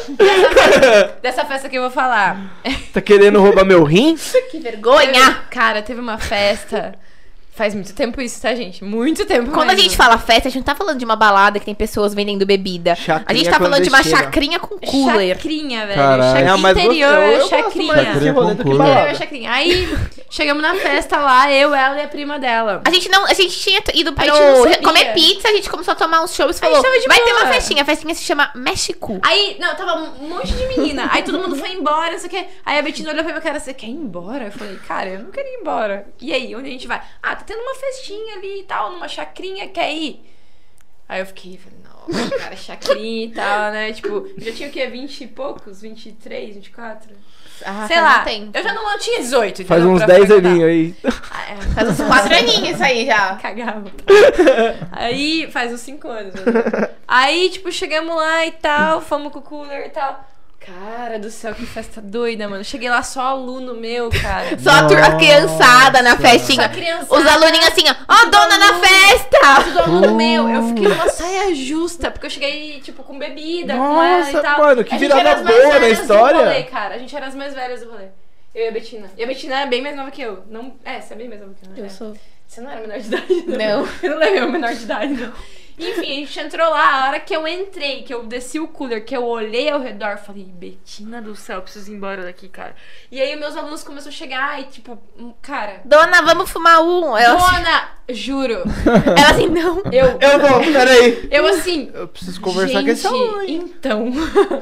C: Deus.
A: Dessa festa que eu vou falar.
C: tá querendo roubar meu rim?
D: que vergonha!
A: Cara, teve uma festa. Faz muito tempo isso, tá, gente? Muito tempo.
D: Quando a
A: mesmo.
D: gente fala festa, a gente não tá falando de uma balada que tem pessoas vendendo bebida. a gente
C: Chacrinha
D: tá falando de uma
C: clandestina.
D: chacrinha com cooler.
A: Chacrinha, velho.
B: Caralho.
A: Chac-
C: Não, mas você-
A: Interior
C: eu-
A: é
C: eu gosto mais
A: chacrinha.
C: desse rolê do que
B: Chacrinha com
A: Interior é
C: balada.
A: chacrinha. Aí Chegamos na festa lá, eu, ela e a prima dela.
D: A gente não. A gente tinha ido
A: A
D: para
A: gente não sabia.
D: comer pizza, a gente começou a tomar uns shows e falou:
A: tava de
D: vai ter
A: boa."
D: uma festinha. A festinha se chama México.
A: Aí, não, tava um monte de menina. Aí todo mundo foi embora, não sei o quê. Aí a Betina olhou pra minha cara, você quer ir embora? Eu falei, cara, eu não quero ir embora. E aí, onde a gente vai? Ah, tá tendo uma festinha ali e tal, numa chacrinha, quer ir? Aí eu fiquei, falei, nossa, cara, chacrinha e tal, né? Tipo, eu já tinha o quê? 20 e poucos? 23, 24?
D: Ah,
A: Sei
D: faz
A: lá.
D: um tempo.
A: Eu já não eu tinha 18.
C: Faz
A: entendeu?
C: uns
A: Pra
C: 10
A: frequentar.
C: aninhos aí.
A: Ah, é.
D: Faz uns quatro aninhos isso aí já.
A: Cagava. Aí faz uns 5 anos. mais ou menos. Aí, tipo, chegamos lá e tal, fomos com o cooler e tal. Cara do céu, que festa doida, mano. Cheguei lá só aluno meu, cara.
D: Só a, tur- a criançada na
B: Nossa.
A: Só
D: festinha.
A: criança. né?
D: Os aluninhos assim, ó, ó, dona na
A: aluno.
D: festa!
A: Tudo aluno meu. Eu fiquei numa saia justa, porque eu cheguei, tipo, com bebida, com ela
C: Nossa,
A: e tal.
C: mano, que
A: A gente
C: virada
A: era as mais
C: boa na
A: velhas do
C: história.
A: Rolê, cara. A gente era as mais velhas do rolê. Eu e a Betina. E a Betina era bem mais nova que eu. Não... É, você é bem mais nova que eu. né? É.
D: sou.
A: Você não era menor de idade,
D: Não.
A: Eu não levei o menor de idade, não. Enfim, a gente entrou lá, a hora que eu entrei, que eu desci o cooler, que eu olhei ao redor, falei, Betina do céu, eu preciso ir embora daqui, cara. E aí meus alunos começaram a chegar e, tipo, hum, cara,
D: Dona, vamos fumar um. Ela, assim-
A: dona, juro,
D: ela assim, não.
A: eu,
C: Eu vou, peraí.
A: eu assim,
C: Eu preciso conversar com esse
A: Gente,
C: aluno. hein?
A: Então.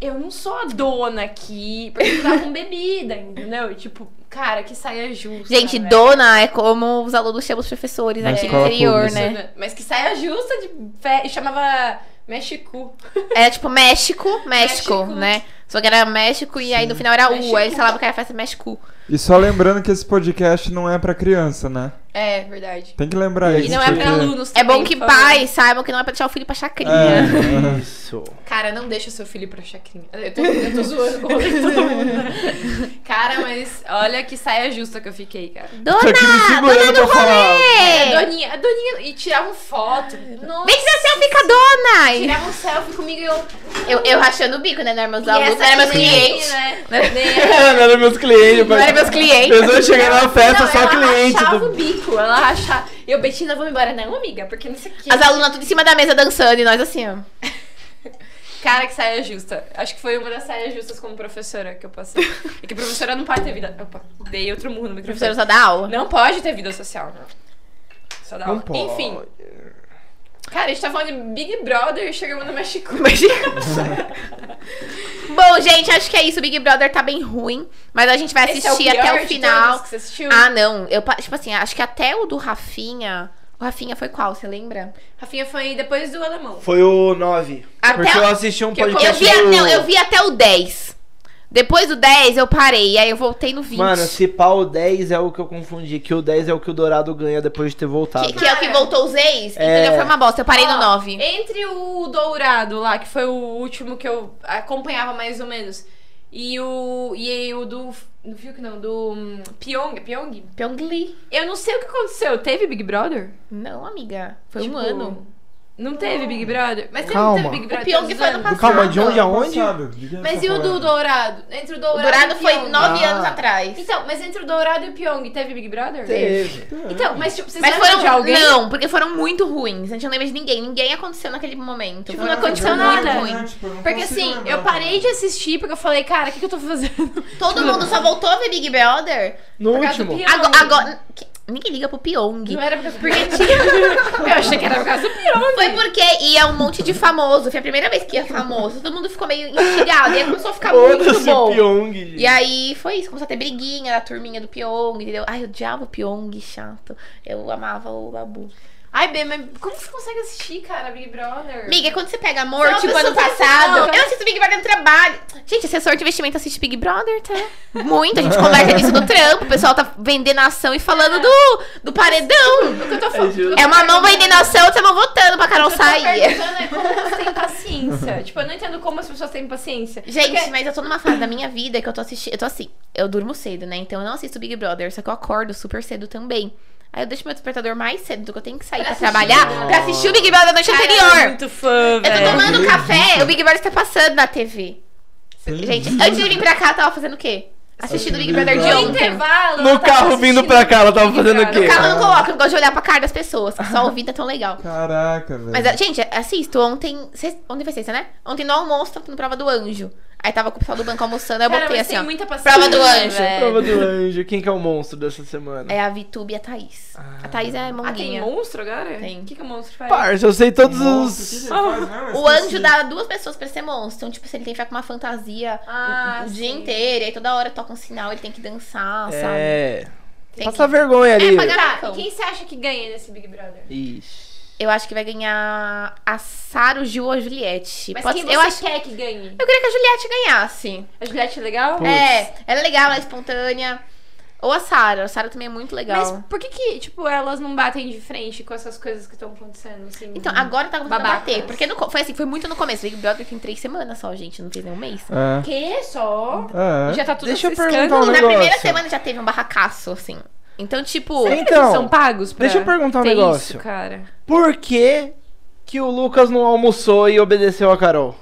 A: Eu não sou a dona aqui, porque eu tava com bebida, entendeu? Tipo, cara, que saia justa. né?
D: Gente,
A: velho.
D: dona é como os alunos chamam os professores
B: Na
D: aqui no
B: escola
D: interior,
B: pública.
D: né?
A: Mas que saia justa de fe... e chamava Mexicu.
D: Era tipo México, México,
A: México.
D: né? Só que era México e aí no final era U.
A: México.
D: Aí eles falavam que era festa México.
B: E só lembrando que esse podcast não é pra criança, né?
A: É, verdade.
B: Tem que lembrar
A: E
B: isso.
A: não é pra
B: porque-
A: alunos
D: É
A: também,
D: bom que
A: por favor.
D: pais saibam que não é pra deixar o filho pra chacrinha.
B: É.
C: Isso.
A: Cara, não deixa o seu filho ir pra chacrinha. Eu tô, eu tô zoando com o rolê de todo mundo. né? Cara, mas olha que saia justa que eu fiquei, cara.
C: Tô
D: Dona!
C: aqui me segurando pra falar.
A: É,
D: É,
A: doninha, a doninha. E tiravam foto. Nossa.
D: Vem que você é fica dona! E-
A: Tiravam selfie comigo e eu.
D: Eu, eu rachando o bico, né? Não eram meus
A: E
D: alunos,
A: essa
D: não eram meus
A: aqui,
D: clientes.
A: Né?
C: Não eram meus clientes,
D: Não eram meus clientes.
C: Eu vou chegar na festa
A: Não,
C: só
A: ela
C: cliente.
A: rachava
C: do-
A: o bico, ela rachava. E eu, Betina, vamos embora. Não, amiga, porque não sei o quê.
D: As alunas tudo em cima da mesa dançando e nós assim,
A: É.
D: ó.
A: Cara, que saia justa. Acho que foi uma das saias justas como professora que eu passei. E que professora não pode ter vida... Opa, dei outro murro no
D: Professora
A: microfone.
D: só dá aula.
A: Não pode ter vida social, não. Só dá
C: Não
A: aula.
C: pode.
A: Enfim. Cara, a gente tá falando de Big Brother e chegamos no México.
D: Bom, gente, acho que é isso. O Big Brother tá bem ruim, mas a gente vai
A: Esse é
D: assistir
A: pior
D: até
A: de
D: o final.
A: todos que você assistiu?
D: Ah, não. Eu, pa- tipo assim, acho que até o do Rafinha. O Rafinha foi qual, você lembra?
A: Rafinha foi depois do alemão.
C: Foi o 9.
D: Até
C: Porque
D: o-
C: eu assisti um
A: que eu
D: Eu
C: podcast.
D: vi, a-
C: do-
D: não, eu vi até o 10. Depois do 10 eu parei, aí eu voltei no 20.
C: Mano, se pá, o 10 é o que eu confundi. Que o 10 é o que o Dourado ganha depois de ter voltado.
D: que, que é o que voltou os ex,
C: É.
D: entendeu? Foi uma bosta. Eu parei
A: Ó,
D: no 9.
A: Entre o Dourado lá, que foi o último que eu acompanhava mais ou menos, e o. E o do. Não viu que não? Do. hum, Pyong, Pyong?
D: Pyongli.
A: Eu não sei o que aconteceu. Teve Big Brother?
D: Não, amiga. Foi
A: Tipo,
D: um ano.
A: Não teve Big Brother? Mas teve,
C: Calma.
A: teve Big Brother.
D: Pyong
A: todos os
D: foi ano
A: anos.
D: passado.
C: Calma, de onde
B: Ano
C: aonde?
B: passado, de quem
A: Então, Mas
B: você
A: e
B: tá
A: o do
B: falando?
A: Dourado? Entre é o
D: O
A: Dourado,
D: Dourado
A: e o
D: foi
A: Pyong.
D: 9
C: Ah.
D: anos atrás.
A: Então, mas entre o Dourado e o Pyong, teve Big Brother?
C: Teve.
B: É.
A: Então, mas tipo, vocês
D: Mas
A: lembram
D: foram.
A: de alguém?
D: Não, porque foram muito ruins. A gente não lembra de ninguém. Ninguém aconteceu naquele momento.
A: Tipo,
D: Foi
A: não
D: uma
A: aconteceu
D: coisa muito
A: nada.
D: ruim.
B: né? Tipo, eu não
A: Porque
B: consigo
A: assim,
B: lembrar.
A: eu parei de assistir porque eu falei, cara, o que, que eu tô fazendo?
D: Todo mundo só voltou a ver Big Brother.
C: No
A: Por causa do
C: Tipo, último.
A: Pyong.
D: Agora. agora- que- ninguém liga pro Pyong.
A: Não é era por causa do Porque tinha. Eu achei que era por causa do Pyong.
D: Foi porque ia um monte de famoso. Foi a primeira vez que ia famoso. Todo mundo ficou meio instigado. E aí começou a ficar tá muito
C: Foda-se
D: bom.
C: o Pyong. gente.
D: E aí foi isso, começou a ter briguinha da turminha do Pyong, entendeu? Ai, eu odiava o Pyong, chato. Eu amava o Babu.
A: Ai, Bê, mas como você consegue assistir, cara, Big Brother?
D: Amiga, quando você pega amor,
A: Sou uma
D: tipo
A: pessoa
D: ano passado.
A: profissional.
D: Eu assisto Big Brother no trabalho. Gente, assessor de investimento assiste Big Brother, tá? Muito, a gente conversa nisso no trampo. O pessoal tá vendendo a ação e falando do, do paredão.
A: o que eu tô falando?
C: justo.
D: É uma mão vendendo a ação, outra mão votando pra Carol
A: Eu tô
D: sair.
A: perguntando é como você tem paciência. tipo, eu não entendo como as pessoas têm paciência.
D: Gente, mas eu tô numa fase da minha vida que eu tô assistindo. Eu tô assim, eu durmo cedo, né? Então eu não assisto Big Brother, só que eu acordo super cedo também. Aí eu deixo meu despertorador mais cedo do que eu tenho que sair pra, trabalhar pra assistir o Big Brother da noite
A: Cara, ela é
D: anterior.
A: muito fã,
D: Eu tô
A: velho.
D: tomando café, o Big Brother está passando na TV.
B: Sim.
D: Gente, antes de vir pra cá, eu tava fazendo o quê? Assistindo o Big Brother de
B: Brother.
A: No
D: ontem.
A: intervalo.
C: No
A: ela tava
C: carro vindo
A: assistindo
C: pra cá, ela tava
A: Big
C: fazendo o
A: Brother.
C: quê?
D: O carro eu não coloca, eu gosto de olhar pra cara das pessoas, que só ouvir tá tão legal.
B: Caraca, velho.
A: é
D: Mas, gente, assisto. Ontem. sex- Ontem foi sexta, né? Ontem no almoço, tava tendo prova do anjo. Aí tava com o pessoal do banco almoçando, aí eu
A: Cara,
D: botei
A: mas
D: assim,
A: tem
D: ó.
A: muita paciência,
D: prova do anjo.
A: velho.
C: Prova do anjo. Quem que é o monstro dessa semana?
D: É a Vitube e a Thaís.
C: Ah.
D: A Thaís é
A: Ah, tem
D: monguinha.
A: monstro agora?
D: Tem.
A: O que, que o monstro faz?
C: Parça, eu sei todos
B: Nossa, o que que
C: os.
B: ele faz mesmo? Eu
D: o anjo
B: esqueci.
D: dá duas pessoas pra ele ser monstro. Então, tipo, se ele tem que ficar com uma fantasia
A: Ah,
D: o, o dia
A: sim.
D: inteiro, e aí toda hora toca um sinal, ele tem que dançar, sabe?
C: É.
D: né? Tem
C: Passa vergonha ali.
D: É, pagar-
A: Tá, e quem você acha que ganha nesse Big Brother?
C: Ixi.
D: Eu acho que vai ganhar a Saro, Gil ou a Juliette.
A: Mas
D: Pode
A: quem
D: ser-
A: você
D: eu acho
A: quer que ganhe?
D: Eu queria que a Juliette ganhasse.
A: A Juliette é legal?
C: Putz.
D: É, ela é legal, ela é espontânea. Ou a Sara. A Sara também é muito legal.
A: Mas por que que, tipo, elas não batem de frente com essas coisas que estão acontecendo, assim?
D: Então, agora tá começando a
A: Babacas.
D: bater. Porque no co- foi assim, foi muito no começo. Big Brother tem três semanas só, gente. Não fez nenhum mês.
B: É.
A: Que só?
B: É.
A: Já tá tudo
C: Deixa eu
A: esse
C: perguntar
A: escândalo?
C: um
D: Assim, Na
C: negócio.
D: primeira semana já teve um barracaço, assim. Então, tipo...
C: Sim.
A: Será que eles
C: Então,
A: são pagos pra
C: deixa eu perguntar um
A: ter
C: negócio.
A: Isso, cara.
C: Por que que o Lucas não almoçou e obedeceu a Carol?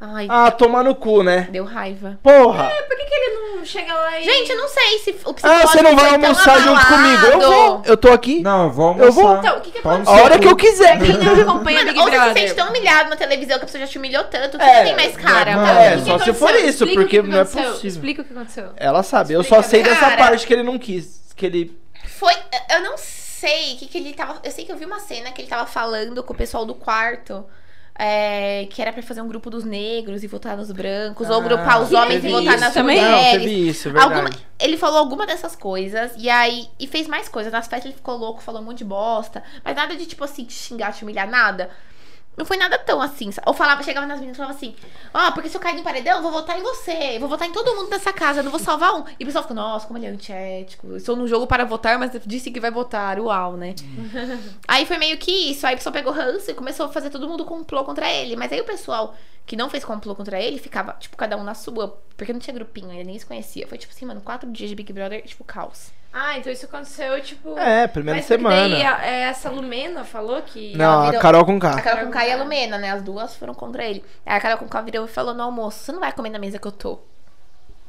D: Ai,
C: Ah, tomar no cu, né?
D: deu raiva.
C: Porra!
A: Por que, que ele não chega lá e.
D: Gente, eu não sei se o É, psicólogo...
C: Ah, você não vai
D: foi tão
C: almoçar junto
D: abalado.
C: comigo? Eu vou! Eu tô aqui
B: Não, eu vou almoçar.
C: Eu vou-
A: Então, o que que
B: Pau no
C: a
A: aconteceu?
B: seu
C: hora
B: cu.
C: que eu quiser.
A: Quem não acompanha
D: Mano,
A: Big
D: ou você se
A: Brother?
D: sente tão humilhado na televisão que a pessoa já te humilhou tanto que
C: É,
D: não tem mais cara. tá?
B: não,
D: mano.
B: é,
A: O que que
C: só se
A: aconteceu?
C: for isso,
A: Explica o
C: porque
A: que que
C: não é
A: aconteceu.
C: possível.
A: Explica o que aconteceu.
C: Ela sabe, eu só
A: Explica,
C: sei dessa
D: cara.
C: parte que ele não quis. Que ele.
D: Foi. Eu não sei o que, que ele tava. Eu sei que eu vi uma cena que ele tava falando com o pessoal do quarto. é, que era pra fazer um grupo dos negros e votar nos brancos, ou
B: Ah,
D: grupar os
A: que
D: homens e
A: teve
D: votar
A: isso
D: nas
A: também?
C: Não,
D: mulheres.
C: teve isso, é verdade.
D: Alguma- ele falou alguma dessas coisas e aí e fez mais coisas. Nas festas ele ficou louco, falou um monte de bosta, mas nada de tipo assim, te xingar, te humilhar, nada. Não foi nada tão assim. sa- Ou falava, chegava nas meninas e falava assim: Ó, porque se eu cair no paredão, eu vou votar em você, eu vou votar em todo mundo dessa casa, eu não vou salvar um. E o pessoal ficou: Nossa, como ele é antiético. eu Estou no jogo para votar, mas disse que vai votar. Uau, né?
C: Hum.
D: aí foi meio que isso. Aí o pessoal pegou ranço e começou a fazer todo mundo complô contra ele. Mas aí o pessoal que não fez complô contra ele ficava, tipo, cada um na sua. Porque não tinha grupinho, ele nem se conhecia. Foi tipo assim, mano, quatro dias de Big Brother, tipo, caos.
A: Ah, então isso aconteceu, tipo.
C: É, primeira
A: mas porque Daí,
C: semana.
A: a- é, essa Lumena falou que.
C: Não,
D: ela
C: a
D: virou-
C: Carol com
D: A
C: K.
D: Carol Conká e a Lumena, né? As duas foram contra ele. Aí a Carol Conká virou e falou no almoço: Você não vai comer na mesa que eu tô.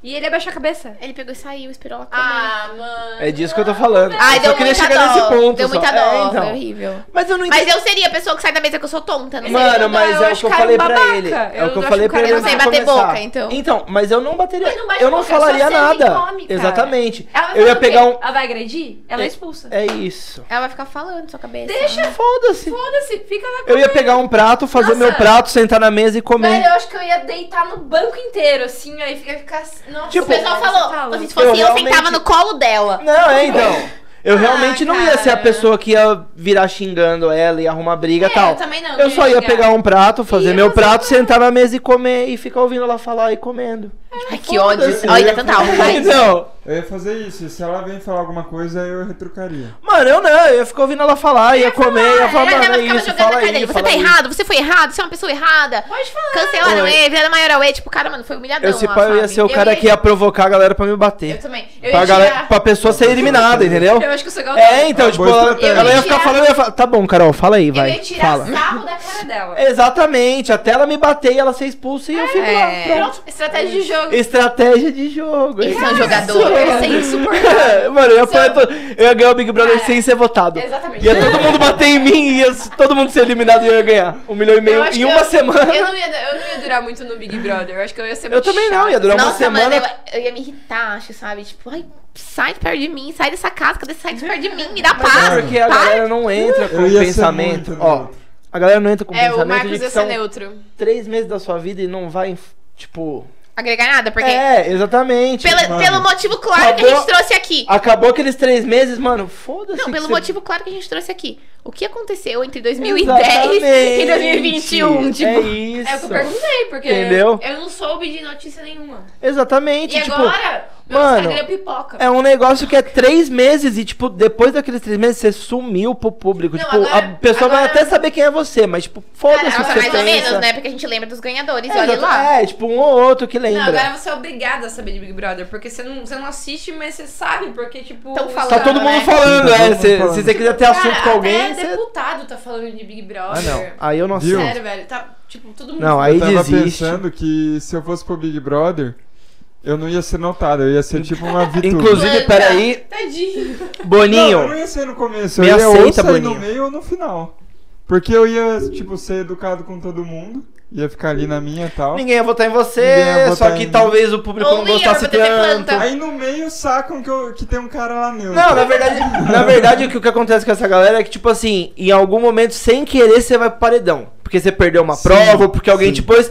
A: E ele abaixou a cabeça.
D: Ele pegou e saiu, esperou ela comer.
A: Ah, mano.
C: É disso que eu tô falando.
D: Ai,
C: eu só
D: deu
C: queria
D: muita
C: chegar
D: dó.
C: nesse ponto.
D: deu
C: só.
D: muita dó,
C: É,
D: foi
C: então.
D: horrível.
C: Mas eu não entendi.
D: Mas é eu seria a pessoa que sai da mesa que eu sou tonta, não sei.
C: Mano, mas
A: eu
C: é o
A: acho
C: que eu
A: cara
C: falei pra
A: babaca.
C: ele. É o
A: Eu
C: que eu
A: acho
C: falei
A: o
C: pra
A: cara
C: ele.
D: Eu não sei
C: antes de
D: bater
C: começar.
D: boca, então.
C: Então, mas eu não bateria.
A: Mas não bate
C: eu não
A: boca, é só
C: falaria
A: ser É
C: nada.
A: sem nome, cara.
C: Exatamente.
A: Ela vai
C: Eu ia
A: fazer o quê?
C: pegar um.
A: Ela vai agredir? Ela é,
C: É-
A: expulsa.
C: É isso.
D: Ela vai ficar falando sua cabeça.
A: Deixa,
C: Foda-se.
A: foda-se, fica lá.
C: Eu ia pegar um prato, fazer
A: Nossa.
C: meu prato, sentar na mesa e comer.
A: Velho, eu acho que eu ia deitar no banco inteiro, assim, aí fica ficar. assim- Nossa,
C: Tipo,
D: O pessoal
A: velho,
D: falou:
A: você tá louco.
D: se fosse eu,
C: Eu
D: sentava
C: realmente-
D: no colo dela.
C: Não, é então. Eu realmente não ia ser a
A: Ah, cara.
C: pessoa que ia virar xingando ela e arrumar briga e
A: É,
C: tal.
A: eu também não,
C: Eu
A: não
C: só
A: ia
C: ia
A: xingar.
C: pegar um prato, fazer
A: Ia
C: meu
A: fazer
C: prato, sentar na mesa e comer e ficar ouvindo ela falar e comendo.
D: Ai, que ódio.
B: Foda-se.
D: Olha, tanta
A: Ah,
D: alma, vai.
C: Não.
B: Eu ia fazer isso. e Se ela vem falar alguma coisa, eu retrucaria.
C: Mano, eu não, eu ia ficar ouvindo ela falar, ia comer, ia falar,
D: Mas
C: mano,
D: ela
C: é
D: ficava
C: isso,
D: jogando na
C: fala
D: cara
C: aí,
D: dele. Você
C: fala
D: tá
C: aí.
D: errado, você foi errado, você é uma pessoa errada.
A: Pode falar.
D: Cancelaram
C: Oi.
D: ele, vieram maior ao E. Tipo, cara, mano, foi humilhadão.
C: Eu se
D: lá,
C: pá, eu ia
D: sabe?
C: ser o
A: Eu
C: cara
A: ia-
C: que ia provocar a galera pra me
A: Eu
C: bater.
A: também. Eu
C: Pra,
A: ia
C: galera,
A: tirar.
C: pra pessoa ser eliminada, entendeu?
A: Eu acho que eu sou igual
C: É, então,
B: Ah,
C: tipo,
B: boa
C: ela,
B: estratégia.
C: ela ia
A: Eu
C: ficar
A: ia-
C: falando, eu ia falar, tá bom, Carol, fala aí,
A: Eu
C: vai.
A: ia tirar
C: Fala. É
A: sarro da cara dela.
C: Exatamente, até ela me bater e ela ser expulsa e eu fico
D: É.
C: lá. Pronto.
A: Pronto, estratégia de jogo.
C: Estratégia de jogo.
D: Eles
C: hein?
D: são jogadores, eu sei insuportável.
C: Mano, eu
A: São-
C: ia, falar- eu ia ganhar o Big Brother
A: Cara,
C: sem ser votado.
A: Exatamente.
C: Ia todo mundo bater em mim e ia s- todo mundo ser eliminado e eu ia ganhar. Um milhão e meio
A: Eu acho que
C: em uma
A: eu-
C: semana.
A: Eu não, ia, eu não ia durar muito no Big Brother. Eu acho que eu ia ser
C: Eu também não, ia durar uma
D: Nossa, mano,
C: semana.
D: eu, eu ia me irritar, acho, sabe? Tipo, ai, sai de perto de mim, sai dessa casa, cadê sai de perto de mim, me dá
C: Mas é
D: paz.
C: Porque a galera não entra com
B: Eu ia ser
C: pensamento.
B: muito
C: Ó,
B: neutro.
C: a galera não entra com
A: É, o
C: pensamento de
A: Marcos
C: que
A: ia ser
C: são
A: neutro.
C: três meses da sua vida e não vai, em- tipo...
D: Agregar nada, porque
C: É, exatamente.
D: pela-
B: mano.
D: pelo motivo claro que a
C: Acabou-
D: gente trouxe aqui.
C: Acabou aqueles três meses, mano, foda-se.
D: Não,
C: que
D: pelo
C: você-
D: motivo claro que a gente trouxe aqui. O que aconteceu entre 2010
C: Exatamente.
D: e 2021? Tipo,
C: É isso.
A: É o que eu perguntei, porque
C: Entendeu?
A: eu não soube de notícia nenhuma.
C: Exatamente,
A: E
C: tipo...
A: agora, meu
C: mano,
A: Instagram é pipoca.
C: É um negócio que é três meses e, tipo, depois daqueles três meses você sumiu pro público.
A: Não,
C: tipo,
A: agora-
C: a pessoa vai
A: agora-
C: até saber quem é você, mas, tipo, foda-se o que
D: nossa,
C: você
D: mais ou
C: pensa.
D: menos, né? Porque a gente lembra dos ganhadores,
C: É,
D: olha lá.
C: exato- é, tipo, um ou outro que
A: Não,
C: lembra.
A: agora você é obrigada a saber de Big Brother, porque você não, você não assiste, mas você sabe, porque, tipo...
D: Tão
A: os
D: falando,
C: Tá todo mundo
D: né?
C: falando,
B: Tá todo
C: é.
B: mundo
C: Se,
B: falando.
C: se você quiser ter
A: Cara, é,
C: assunto com alguém,
A: até
C: você...
A: deputado tá falando de Big
C: Ah,
A: Brother.
C: não. Aí eu não
B: Viu?
C: sei.
A: Sério, velho, tá, tipo, todo mundo...
C: Não,
A: falando.
C: aí
B: eu tava
C: desiste.
B: pensando que se eu fosse pro Big Brother, eu não ia ser notado. Eu ia ser tipo uma vitória.
C: Inclusive,
A: é.
D: Planta.
C: peraí,
A: Tadinho.
C: Boninho.
B: Não, eu não ia ser no começo.
C: Me
B: eu ia
C: aceita,
B: ou sair no
C: Boninho.
B: meio ou no final. Porque eu ia, tipo, ser educado com todo mundo. Ia ficar ali na minha e tal.
C: Ninguém ia votar em
B: Ninguém ia
C: você,
B: votar
C: só que
B: em mim.
C: talvez o público
D: Ou
C: não
D: ia,
C: gostasse
D: mas você
C: tanto.
D: planta.
B: Aí
A: tá-
B: no meio sacam que, eu- que tem um cara lá neutro.
C: Não, na verdade, na verdade o que, o que acontece com essa galera é que, tipo assim, em algum momento, sem querer, você vai pro paredão. Porque você perdeu uma
B: Sim,
C: prova, ou porque alguém
B: sim.
C: te pôs.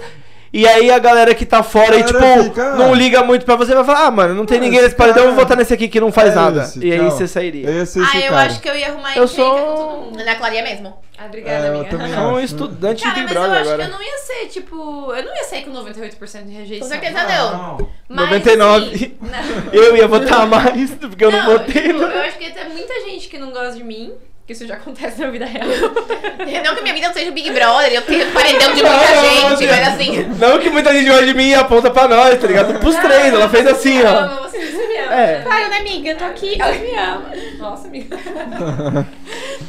C: E aí a galera que tá fora e,
B: Galera
C: tipo,
B: fica, ah,
C: não liga muito pra você, vai falar, ah, mano, não tem
B: ah,
C: ninguém
B: esse
C: nesse paredão, eu
B: cara-
C: vou votar nesse aqui que não faz
B: É
C: nada.
B: esse,
C: E aí
B: tchau.
C: você sairia.
B: Esse, esse
A: Ah, eu
B: cara.
A: acho que eu ia arrumar
C: É Eu
A: encrenca
C: sou-
A: com todo mundo.
D: Na Clarinha mesmo.
A: Ah, obrigada,
B: É, eu
A: amiga.
B: também
C: É um
B: acho.
C: estudante
A: Cara,
C: de
A: mas
C: Big
A: eu
C: Brother
A: acho que
C: agora.
A: eu não ia ser, tipo. Eu não ia sair com 98% de rejeição.
D: Com certeza não.
B: Não.
A: Mas,
C: 99.
A: assim, não.
C: Eu, ia votar mais, porque eu não, votei.
A: tipo,
C: né?
A: eu acho que tem muita gente que não gosta de mim. Que isso já acontece na vida real.
D: Não que minha vida não seja o Big Brother, eu tenho paredão de
C: Não,
D: muita
C: não,
D: gente,
A: tipo,
C: não,
D: mas
C: não.
D: assim.
C: Não que muita gente gosta de mim e aponta pra nós, tá ligado? Pros três, ela fez assim, ó.
A: Amo, você me ama.
C: É.
D: Claro, né, amiga? Eu tô aqui.
A: Ela me ama. Nossa, amiga.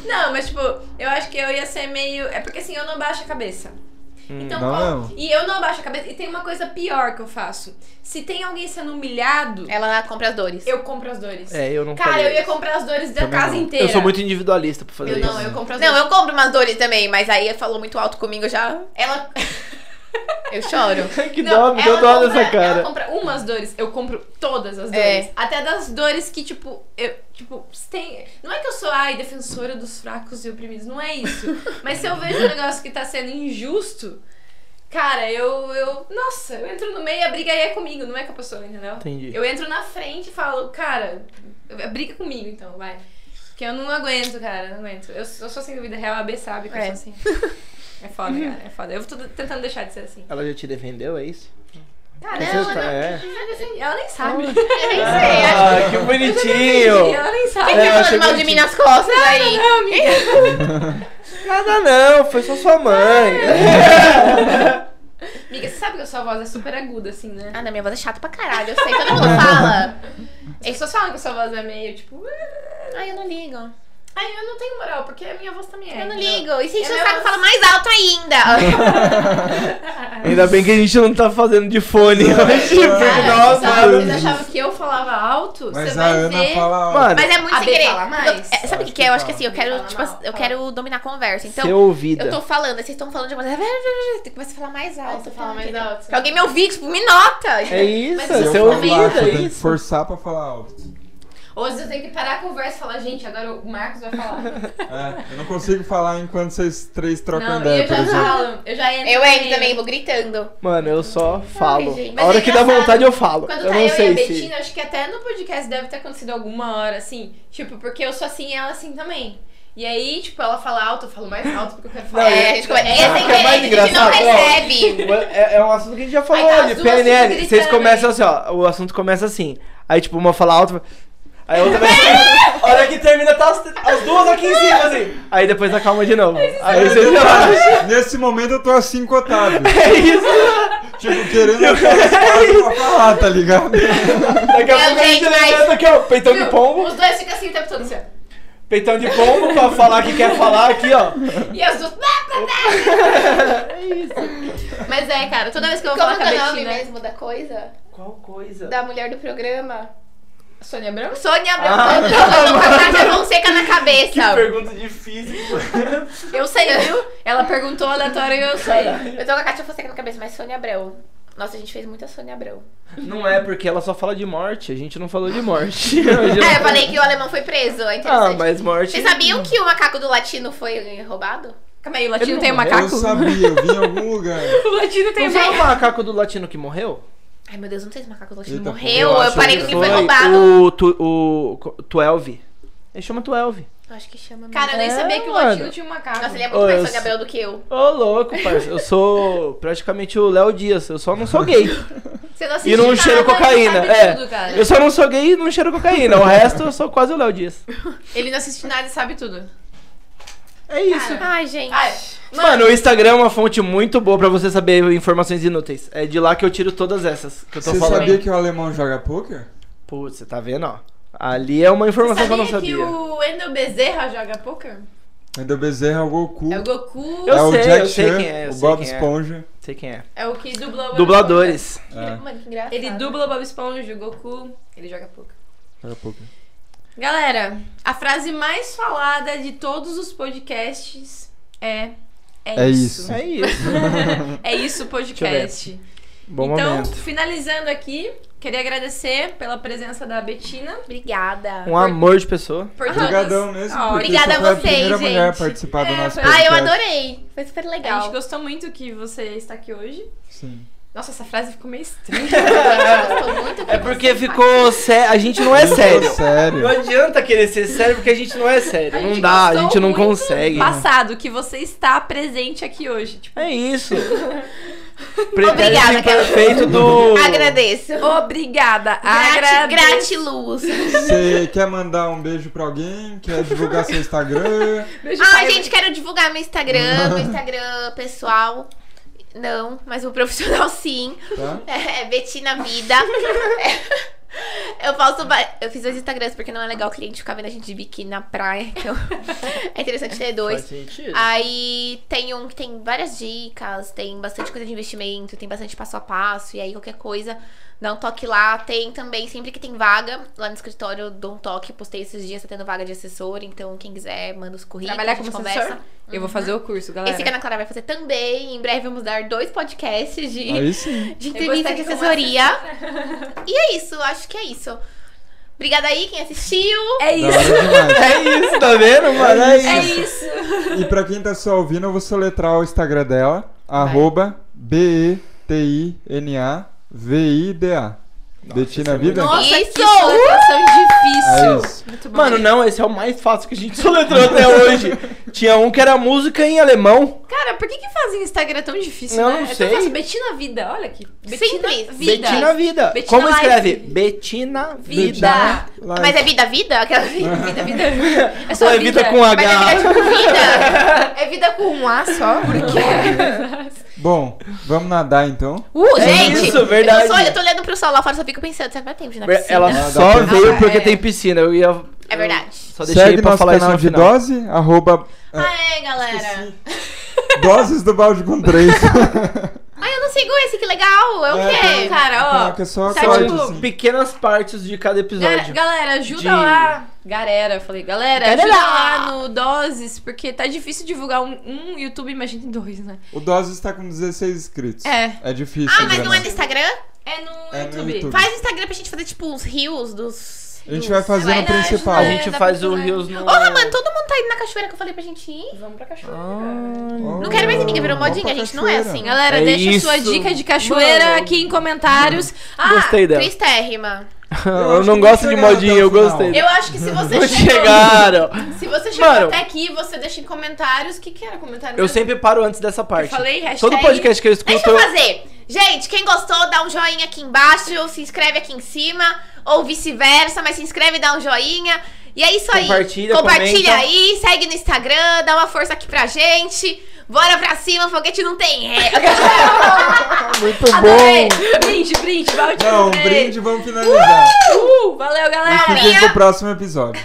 A: não, mas tipo, eu acho que eu ia ser meio. É porque assim, eu não baixo a cabeça. Então,
B: Hum, Não,
A: qual-
B: não.
A: E eu não baixo a cabeça. E tem uma coisa pior que eu faço. Se tem alguém sendo humilhado,
D: Ela compra as dores.
A: eu compro as dores.
C: É, eu não
A: Cara,
C: faria
A: eu ia
C: isso.
A: comprar as dores da
B: Também
A: casa
B: não.
A: inteira.
C: Eu sou muito individualista pra fazer
A: Eu
C: isso.
A: não, eu compro as
D: Não,
A: dores.
D: eu compro umas dores também, mas aí falou muito alto comigo eu já.
A: Ela.
D: Eu choro.
C: que
A: Não,
C: dó, me deu
A: ela
C: dó
A: compra-
C: dessa
A: Ela
C: cara.
A: compra umas dores, eu compro todas as dores.
D: É.
A: Até das dores que, tipo, eu. Tipo, se tem. Não é que eu sou, ai, defensora dos fracos e oprimidos, não é isso. Mas se eu vejo um negócio que tá sendo injusto, cara, eu. eu nossa, eu entro no meio e a briga aí é comigo, não é com a pessoa, entendeu?
C: Entendi.
A: Eu entro na frente e falo, cara, briga comigo então, vai. Porque eu não aguento, cara, não aguento. Eu, eu sou assim na vida real, a B sabe que eu
D: É.
A: sou assim. É foda, cara, é foda. Eu tô tentando deixar de ser assim.
C: Ela já te defendeu, é isso?
A: Cara,
C: Você
A: ela,
C: tá- é.
A: não- ela nem sabe.
D: Ah, Eu nem
A: É,
D: sei. acho-
C: Ah, que
A: Sim,
C: bonitinho!
A: ela nem sabe.
D: Quem
C: É,
D: tá
C: achei
D: falando mal de
C: bonitinho.
D: mim nas costas aí?
A: Não, amiga.
C: Nada não, foi só sua mãe.
A: É. Amiga, você sabe que a sua voz é super aguda, assim, né?
D: Ah, não, minha voz é chata pra caralho. Eu sei, todo mundo fala.
A: As pessoas falam que a sua voz é meio, tipo... "Ah".
D: Ai, eu não ligo.
A: Aí eu não tenho moral, porque a minha voz também é.
D: Eu não
A: entendeu?
D: ligo. E se encher
A: É
D: o
A: meu-
D: saco, fala mais alto ainda.
C: Ainda bem que a gente não tá fazendo de fone hoje.
A: Cara,
C: porque,
A: sabe,
C: Nossa,
A: vocês achavam que eu falava alto?
B: Mas
A: você
B: a
A: vai
B: Ana
A: ver...
B: fala.
C: Mano,
D: Mas é muito
A: A
D: sem
A: B
D: querer.
A: fala mais?
D: Eu- é, sabe o que,
B: Acho
D: que é?
B: que
D: Eu acho que assim, eu
A: fala
D: quero, tipo,
A: mal,
D: eu
A: fala.
D: quero dominar a conversa. Então,
C: ser ouvida.
D: eu tô falando, aí vocês estão falando de uma coisa. Tem que começar a falar mais
A: Aí
D: alto.
A: você fala mais alto.
D: Pra alguém me ouvir, tipo, me nota.
C: É isso,
A: Mas
C: é
A: eu
C: ser
A: falo né?
C: ouvida, é
B: tem que
C: isso.
B: forçar pra falar alto.
A: Hoje eu tenho que parar a conversa e falar, gente, agora o Marcos vai falar.
B: É, eu não consigo falar enquanto vocês três trocam
A: não, e
B: ideia,
A: eu
B: por
A: já
B: exemplo.
A: falo. Eu já entro.
D: Eu
A: no
D: entro
A: meio.
D: também, vou gritando.
C: Mano, eu só falo.
D: gente,
C: a
A: mas
C: hora
A: é
C: que dá
A: engraçado,
C: vontade eu falo.
A: Quando
C: eu
A: tá
C: não
A: eu e
C: sei
A: a
C: se.
A: Betina, acho que até no podcast deve ter acontecido alguma hora, assim. Tipo, porque eu sou assim e ela assim também. E aí, tipo, ela fala alto, eu falo mais alto porque eu quero falar. tipo,
D: É, a gente começa. E é sem
C: que é
D: querer,
C: mais
D: a gente não
C: engraçado, ó.
D: percebe.
C: É, é um assunto que a gente já
A: Aí
C: falou
A: tá as
C: de
A: duas
C: PNL.
A: gritando, né?
C: Vocês começam
A: hein?
C: assim, ó. O assunto começa assim. Aí, tipo, uma fala alto. Aí a outra vai. a hora que termina, tá as, as duas aqui em cima, assim. Aí depois acalma de novo.
A: é
C: Aí
B: Eu
C: vocês
B: tô-
C: relaxam.
B: Nesse momento eu tô assim com o Otávio.
C: É isso.
B: tipo, querendo achar os caras pra falar, tá ligado?
C: Daqui a
D: Não,
C: pouco a gente
D: gente, mas-
C: levanta aqui, ó. Peitão
A: Viu?
C: de pombo.
A: Os dois ficam assim o tempo todo, assim, ó.
C: Peitão de pombo pra falar que quer falar aqui, ó.
A: E as duas.
C: É
A: Mas é, cara, toda vez que eu vou
D: Como
A: falar
D: que
A: com
D: é o
A: a
D: nome
A: Betina...
D: mesmo da coisa?
C: Qual coisa?
D: Da mulher do programa?
A: Sônia Branco?
D: Sônia Abrão
C: Ah,
D: Santos colocou a Cássia Fonseca na
C: Que
D: cabeça.
C: pergunta difícil.
A: Eu sei, viu? Ela perguntou aleatório e eu sei.
D: Eu tô com a Cássia Fonseca na cabeça, mas Sônia Abrão. Nossa, a gente fez muita Sônia Abrão.
C: Não é porque ela só fala de morte. A gente não falou de morte. Hoje
D: Ah, eu falei que o alemão foi preso, é
C: Ah,
D: interessante.
C: mas morte.
D: Vocês sabiam que o macaco do latino foi roubado?
A: Calma aí, o
C: Ele
A: latino
C: não
A: tem um
C: morreu?
B: Eu
A: macaco?
B: sabia, eu vi em algum lugar.
A: O latino tem
C: Não
A: um
C: foi
A: macaco.
C: o macaco do latino que morreu?
D: Ai, meu Deus, não sei se o macaco do latino
B: Eita, eu
D: morreu. Eu,
B: acho
D: parei
B: que
D: com que foi
B: foi
D: roubado.
C: O, tu, o co- Twelve. Ele chama Twelve.
D: Eu Acho que chama mesmo.
A: Cara, eu nem
C: É,
A: sabia que o
C: mano.
A: latino tinha um macaco.
D: Nossa, ele é
C: Ô,
D: muito mais
C: eu
D: Sônia Abrão do que eu.
C: Ô, louco, parça. Eu sou praticamente o Léo Dias. Eu só não sou gay.
A: Você não
C: E não
A: assiste
C: cheiro
A: é nada,
C: cocaína.
A: ele
C: É.
A: sabe tudo, cara.
C: Eu só não sou gay e não cheiro cocaína. O resto, eu sou quase o Léo Dias.
A: Ele não assiste nada e sabe tudo.
C: É isso.
D: Ai, gente.
A: Ai,
C: Mano, o Instagram é uma fonte muito boa pra você saber informações inúteis. É de lá que eu tiro todas essas que eu tô
B: Você
C: falando.
B: Então sabia que o alemão joga poker?
C: Putz, você tá vendo, ó. Ali é uma informação que eu não
A: que
C: sabia.
A: o Endo Bezerra joga poker?
B: Ainda o Bezerra é o Goku.
A: É o Goku,
C: Eu
B: é o
C: sei,
B: Jack
C: eu sei
B: Chan,
C: quem é, eu
B: o
C: sei
B: Bob
C: quem é.
B: Esponja.
C: Sei quem é.
A: é o que dubla o
C: Dubladores.
B: É,
D: Mano, que engraçado.
A: Ele dubla o Bob Esponja, o Goku, ele joga poker.
B: joga poker.
A: Galera, a frase mais falada de todos os podcasts é É,
B: É
A: isso.
B: isso.
C: É isso.
A: é isso o
C: Deixa
A: podcast.
C: Bom
A: então,
C: momento.
A: finalizando aqui, queria agradecer pela presença da Betina.
D: Obrigada.
C: Um amor de pessoa.
A: Por todas-
B: Obrigadão mesmo.
A: Ó,
B: porque
D: obrigada
B: você
D: a
B: foi
D: vocês,
B: primeira mulher a
D: gente.
B: participar do
A: É,
B: nosso
A: foi-
D: Ah, eu
B: podcast.
D: adorei. Foi super
A: A gente
D: legal.
A: gostou muito que você está aqui hoje.
B: Sim.
A: Nossa, essa frase ficou meio estranha.
D: A gente gostou muito.
C: É porque ficou sério. A gente não é sério.
B: Tô Sério.
C: Não adianta querer ser sério porque a gente não é sério.
A: A
C: Não
A: gente
C: dá, a
A: gostou
C: gente não
A: muito.
C: consegue.
A: Passado, que você está presente aqui hoje. Tipo,
C: né? É isso.
D: Obrigada, Carol.
C: perfeito do.
D: Agradeço.
A: obrigada.
D: Grati,
A: agradeço.
D: gratiluz.
B: Você quer mandar um beijo pra alguém? Quer divulgar seu Instagram?
A: Beijo,
D: Ah,
A: pai.
D: gente, quero divulgar meu Instagram, meu Instagram pessoal. Não, mas o profissional sim.
B: Tá?
D: É Betina Vida. É, Eu posto. ba- Eu fiz dois Instagrams porque não é legal o cliente ficar vendo a gente de biquíni na praia. Então é interessante ter dois.
C: Faz sentido.
A: Ah.
D: Aí tem um que tem várias dicas, tem bastante coisa de investimento, tem bastante passo a passo, e aí qualquer coisa, dá um toque lá. Tem também, sempre que tem vaga, lá no escritório eu dou um toque, postei esses dias, tá tendo vaga de assessor, então quem quiser, manda os currículos,
A: Trabalhar
D: a gente
A: como
D: conversa.
A: assessor? Eu vou fazer o curso, galera.
D: Esse que a Ana Clara vai fazer também, em breve vamos dar dois podcasts de,
B: Aí sim.
D: de
A: Eu gostaria
D: entrevista de
A: que eu
D: assessoria. E é isso, acho que é isso. Obrigada aí quem assistiu.
A: É
B: Da
A: isso.
B: hora demais.
C: É isso, tá vendo, mano? É
A: É
C: isso.
A: isso.
B: E pra quem tá só ouvindo, eu vou soletrar o Instagram dela. Arroba B-E-T-I-N-A-V-I-D-A. Betina
C: é
B: Vida?
A: Nossa,
D: Isso!
A: que soletração difícil.
B: É isso.
A: Muito bom.
C: Mano, não, esse é o mais fácil que a gente soletrou até hoje. Tinha um que era música em alemão.
A: Cara, por que que fazem Instagram tão difícil,
C: Não,
A: né?
C: não
A: é
C: sei.
A: tão fácil. Betina Vida, olha aqui. Betina
D: Simples.
A: Vida.
C: Betina Vida.
A: Betina
C: Como
A: Live.
C: escreve? Betina Vida.
A: Vida.
B: Like.
D: Mas é vida, vida? Aquela vida, vida, vida.
A: É só
C: Ou é vida com
D: Mas é vida
C: H?
D: tipo vida. É vida com um A só. Por
B: Bom, vamos nadar então.
D: Uh,
C: É
D: gente.
C: isso, verdade.
D: Eu, tô, só- eu tô olhando pro sol lá fora, só fico pensando, será que vai ter gente na piscina?
C: Ela
B: Ela
C: só
B: dá pra-
C: veio porque
A: Ah, é.
C: tem piscina. Eu ia.
D: É verdade.
C: Só deixei
B: Segue
C: Então pra
B: nosso
C: falar isso
B: canal
C: no
B: de
C: final.
B: dose, arroba
D: Ah, é, galera.
B: doses do balde com três.
D: Ai, eu não sigo esse, que legal. É o
B: É,
D: quê?
B: tem-
A: Cara, ó.
B: Caraca, é só
D: tá
A: sabe,
B: corte,
A: tipo,
B: assim.
C: Pequenas partes de cada
A: Galera,
C: episódio.
A: galera, ajuda
C: De-
A: lá. Galera, eu falei, galera,
C: Galera!
A: ajuda lá no Doses, porque tá difícil divulgar um, um YouTube, imagina dois, né?
B: O Doses está com 16 inscritos.
A: É.
B: É difícil.
D: Ah, mas não é
B: engrenar.
D: no Instagram?
A: É no
B: É no
A: YouTube.
B: YouTube.
D: Faz o Instagram pra gente fazer, tipo, uns rios dos...
B: A gente vai fazer no
A: Vai na-
B: principal.
C: A
A: É,
C: gente
A: dá
C: faz
A: pra
C: o
A: fazer.
C: Rios no.
D: Porra, mano, todo mundo tá indo na cachoeira que eu falei pra gente ir.
A: Então, Vamos pra cachorro.
C: Ah.
B: Oh,
D: Não quero mais inimiga, virou
B: vamos
D: modinha,
B: pra
D: gente. Não é
B: cachoeira.
D: assim. Ela
A: Galera,
C: É
A: deixa a sua
C: isso.
A: dica de cachoeira
C: Mano.
A: aqui em comentários. Ah,
C: Gostei dela.
D: tristérrima.
B: Eu
C: Eu
B: acho
C: não
B: que
C: gosto de
B: chegaram
C: modinha,
B: até o
C: eu
B: final.
C: gostei.
D: Eu acho que se você
C: Não
D: chegou...
C: chegaram.
D: Se você chegou
C: Mano.
D: até aqui, você deixa em comentários. O que que era comentário
C: Eu
D: mesmo?
C: sempre paro antes dessa parte.
A: falei hashtag...
C: Todo podcast que eu escuto. é
D: Deixa
C: eu-
D: eu fazer. Gente, quem gostou, dá um joinha aqui embaixo, se inscreve aqui em cima, ou vice-versa, mas se inscreve e dá um joinha. E é isso aí.
C: Compartilha,
D: Compartilha
C: comenta.
D: aí, segue no Instagram, dá uma força aqui pra gente. Bora pra cima, foguete não tem ré.
B: Muito
A: Adorei.
B: bom.
A: Brinde, brinde, balde.
B: Não, um
A: Adorei.
B: brinde, vamos finalizar.
A: Uh, valeu, Uh, galera.
B: E fiquem pro próximo episódio.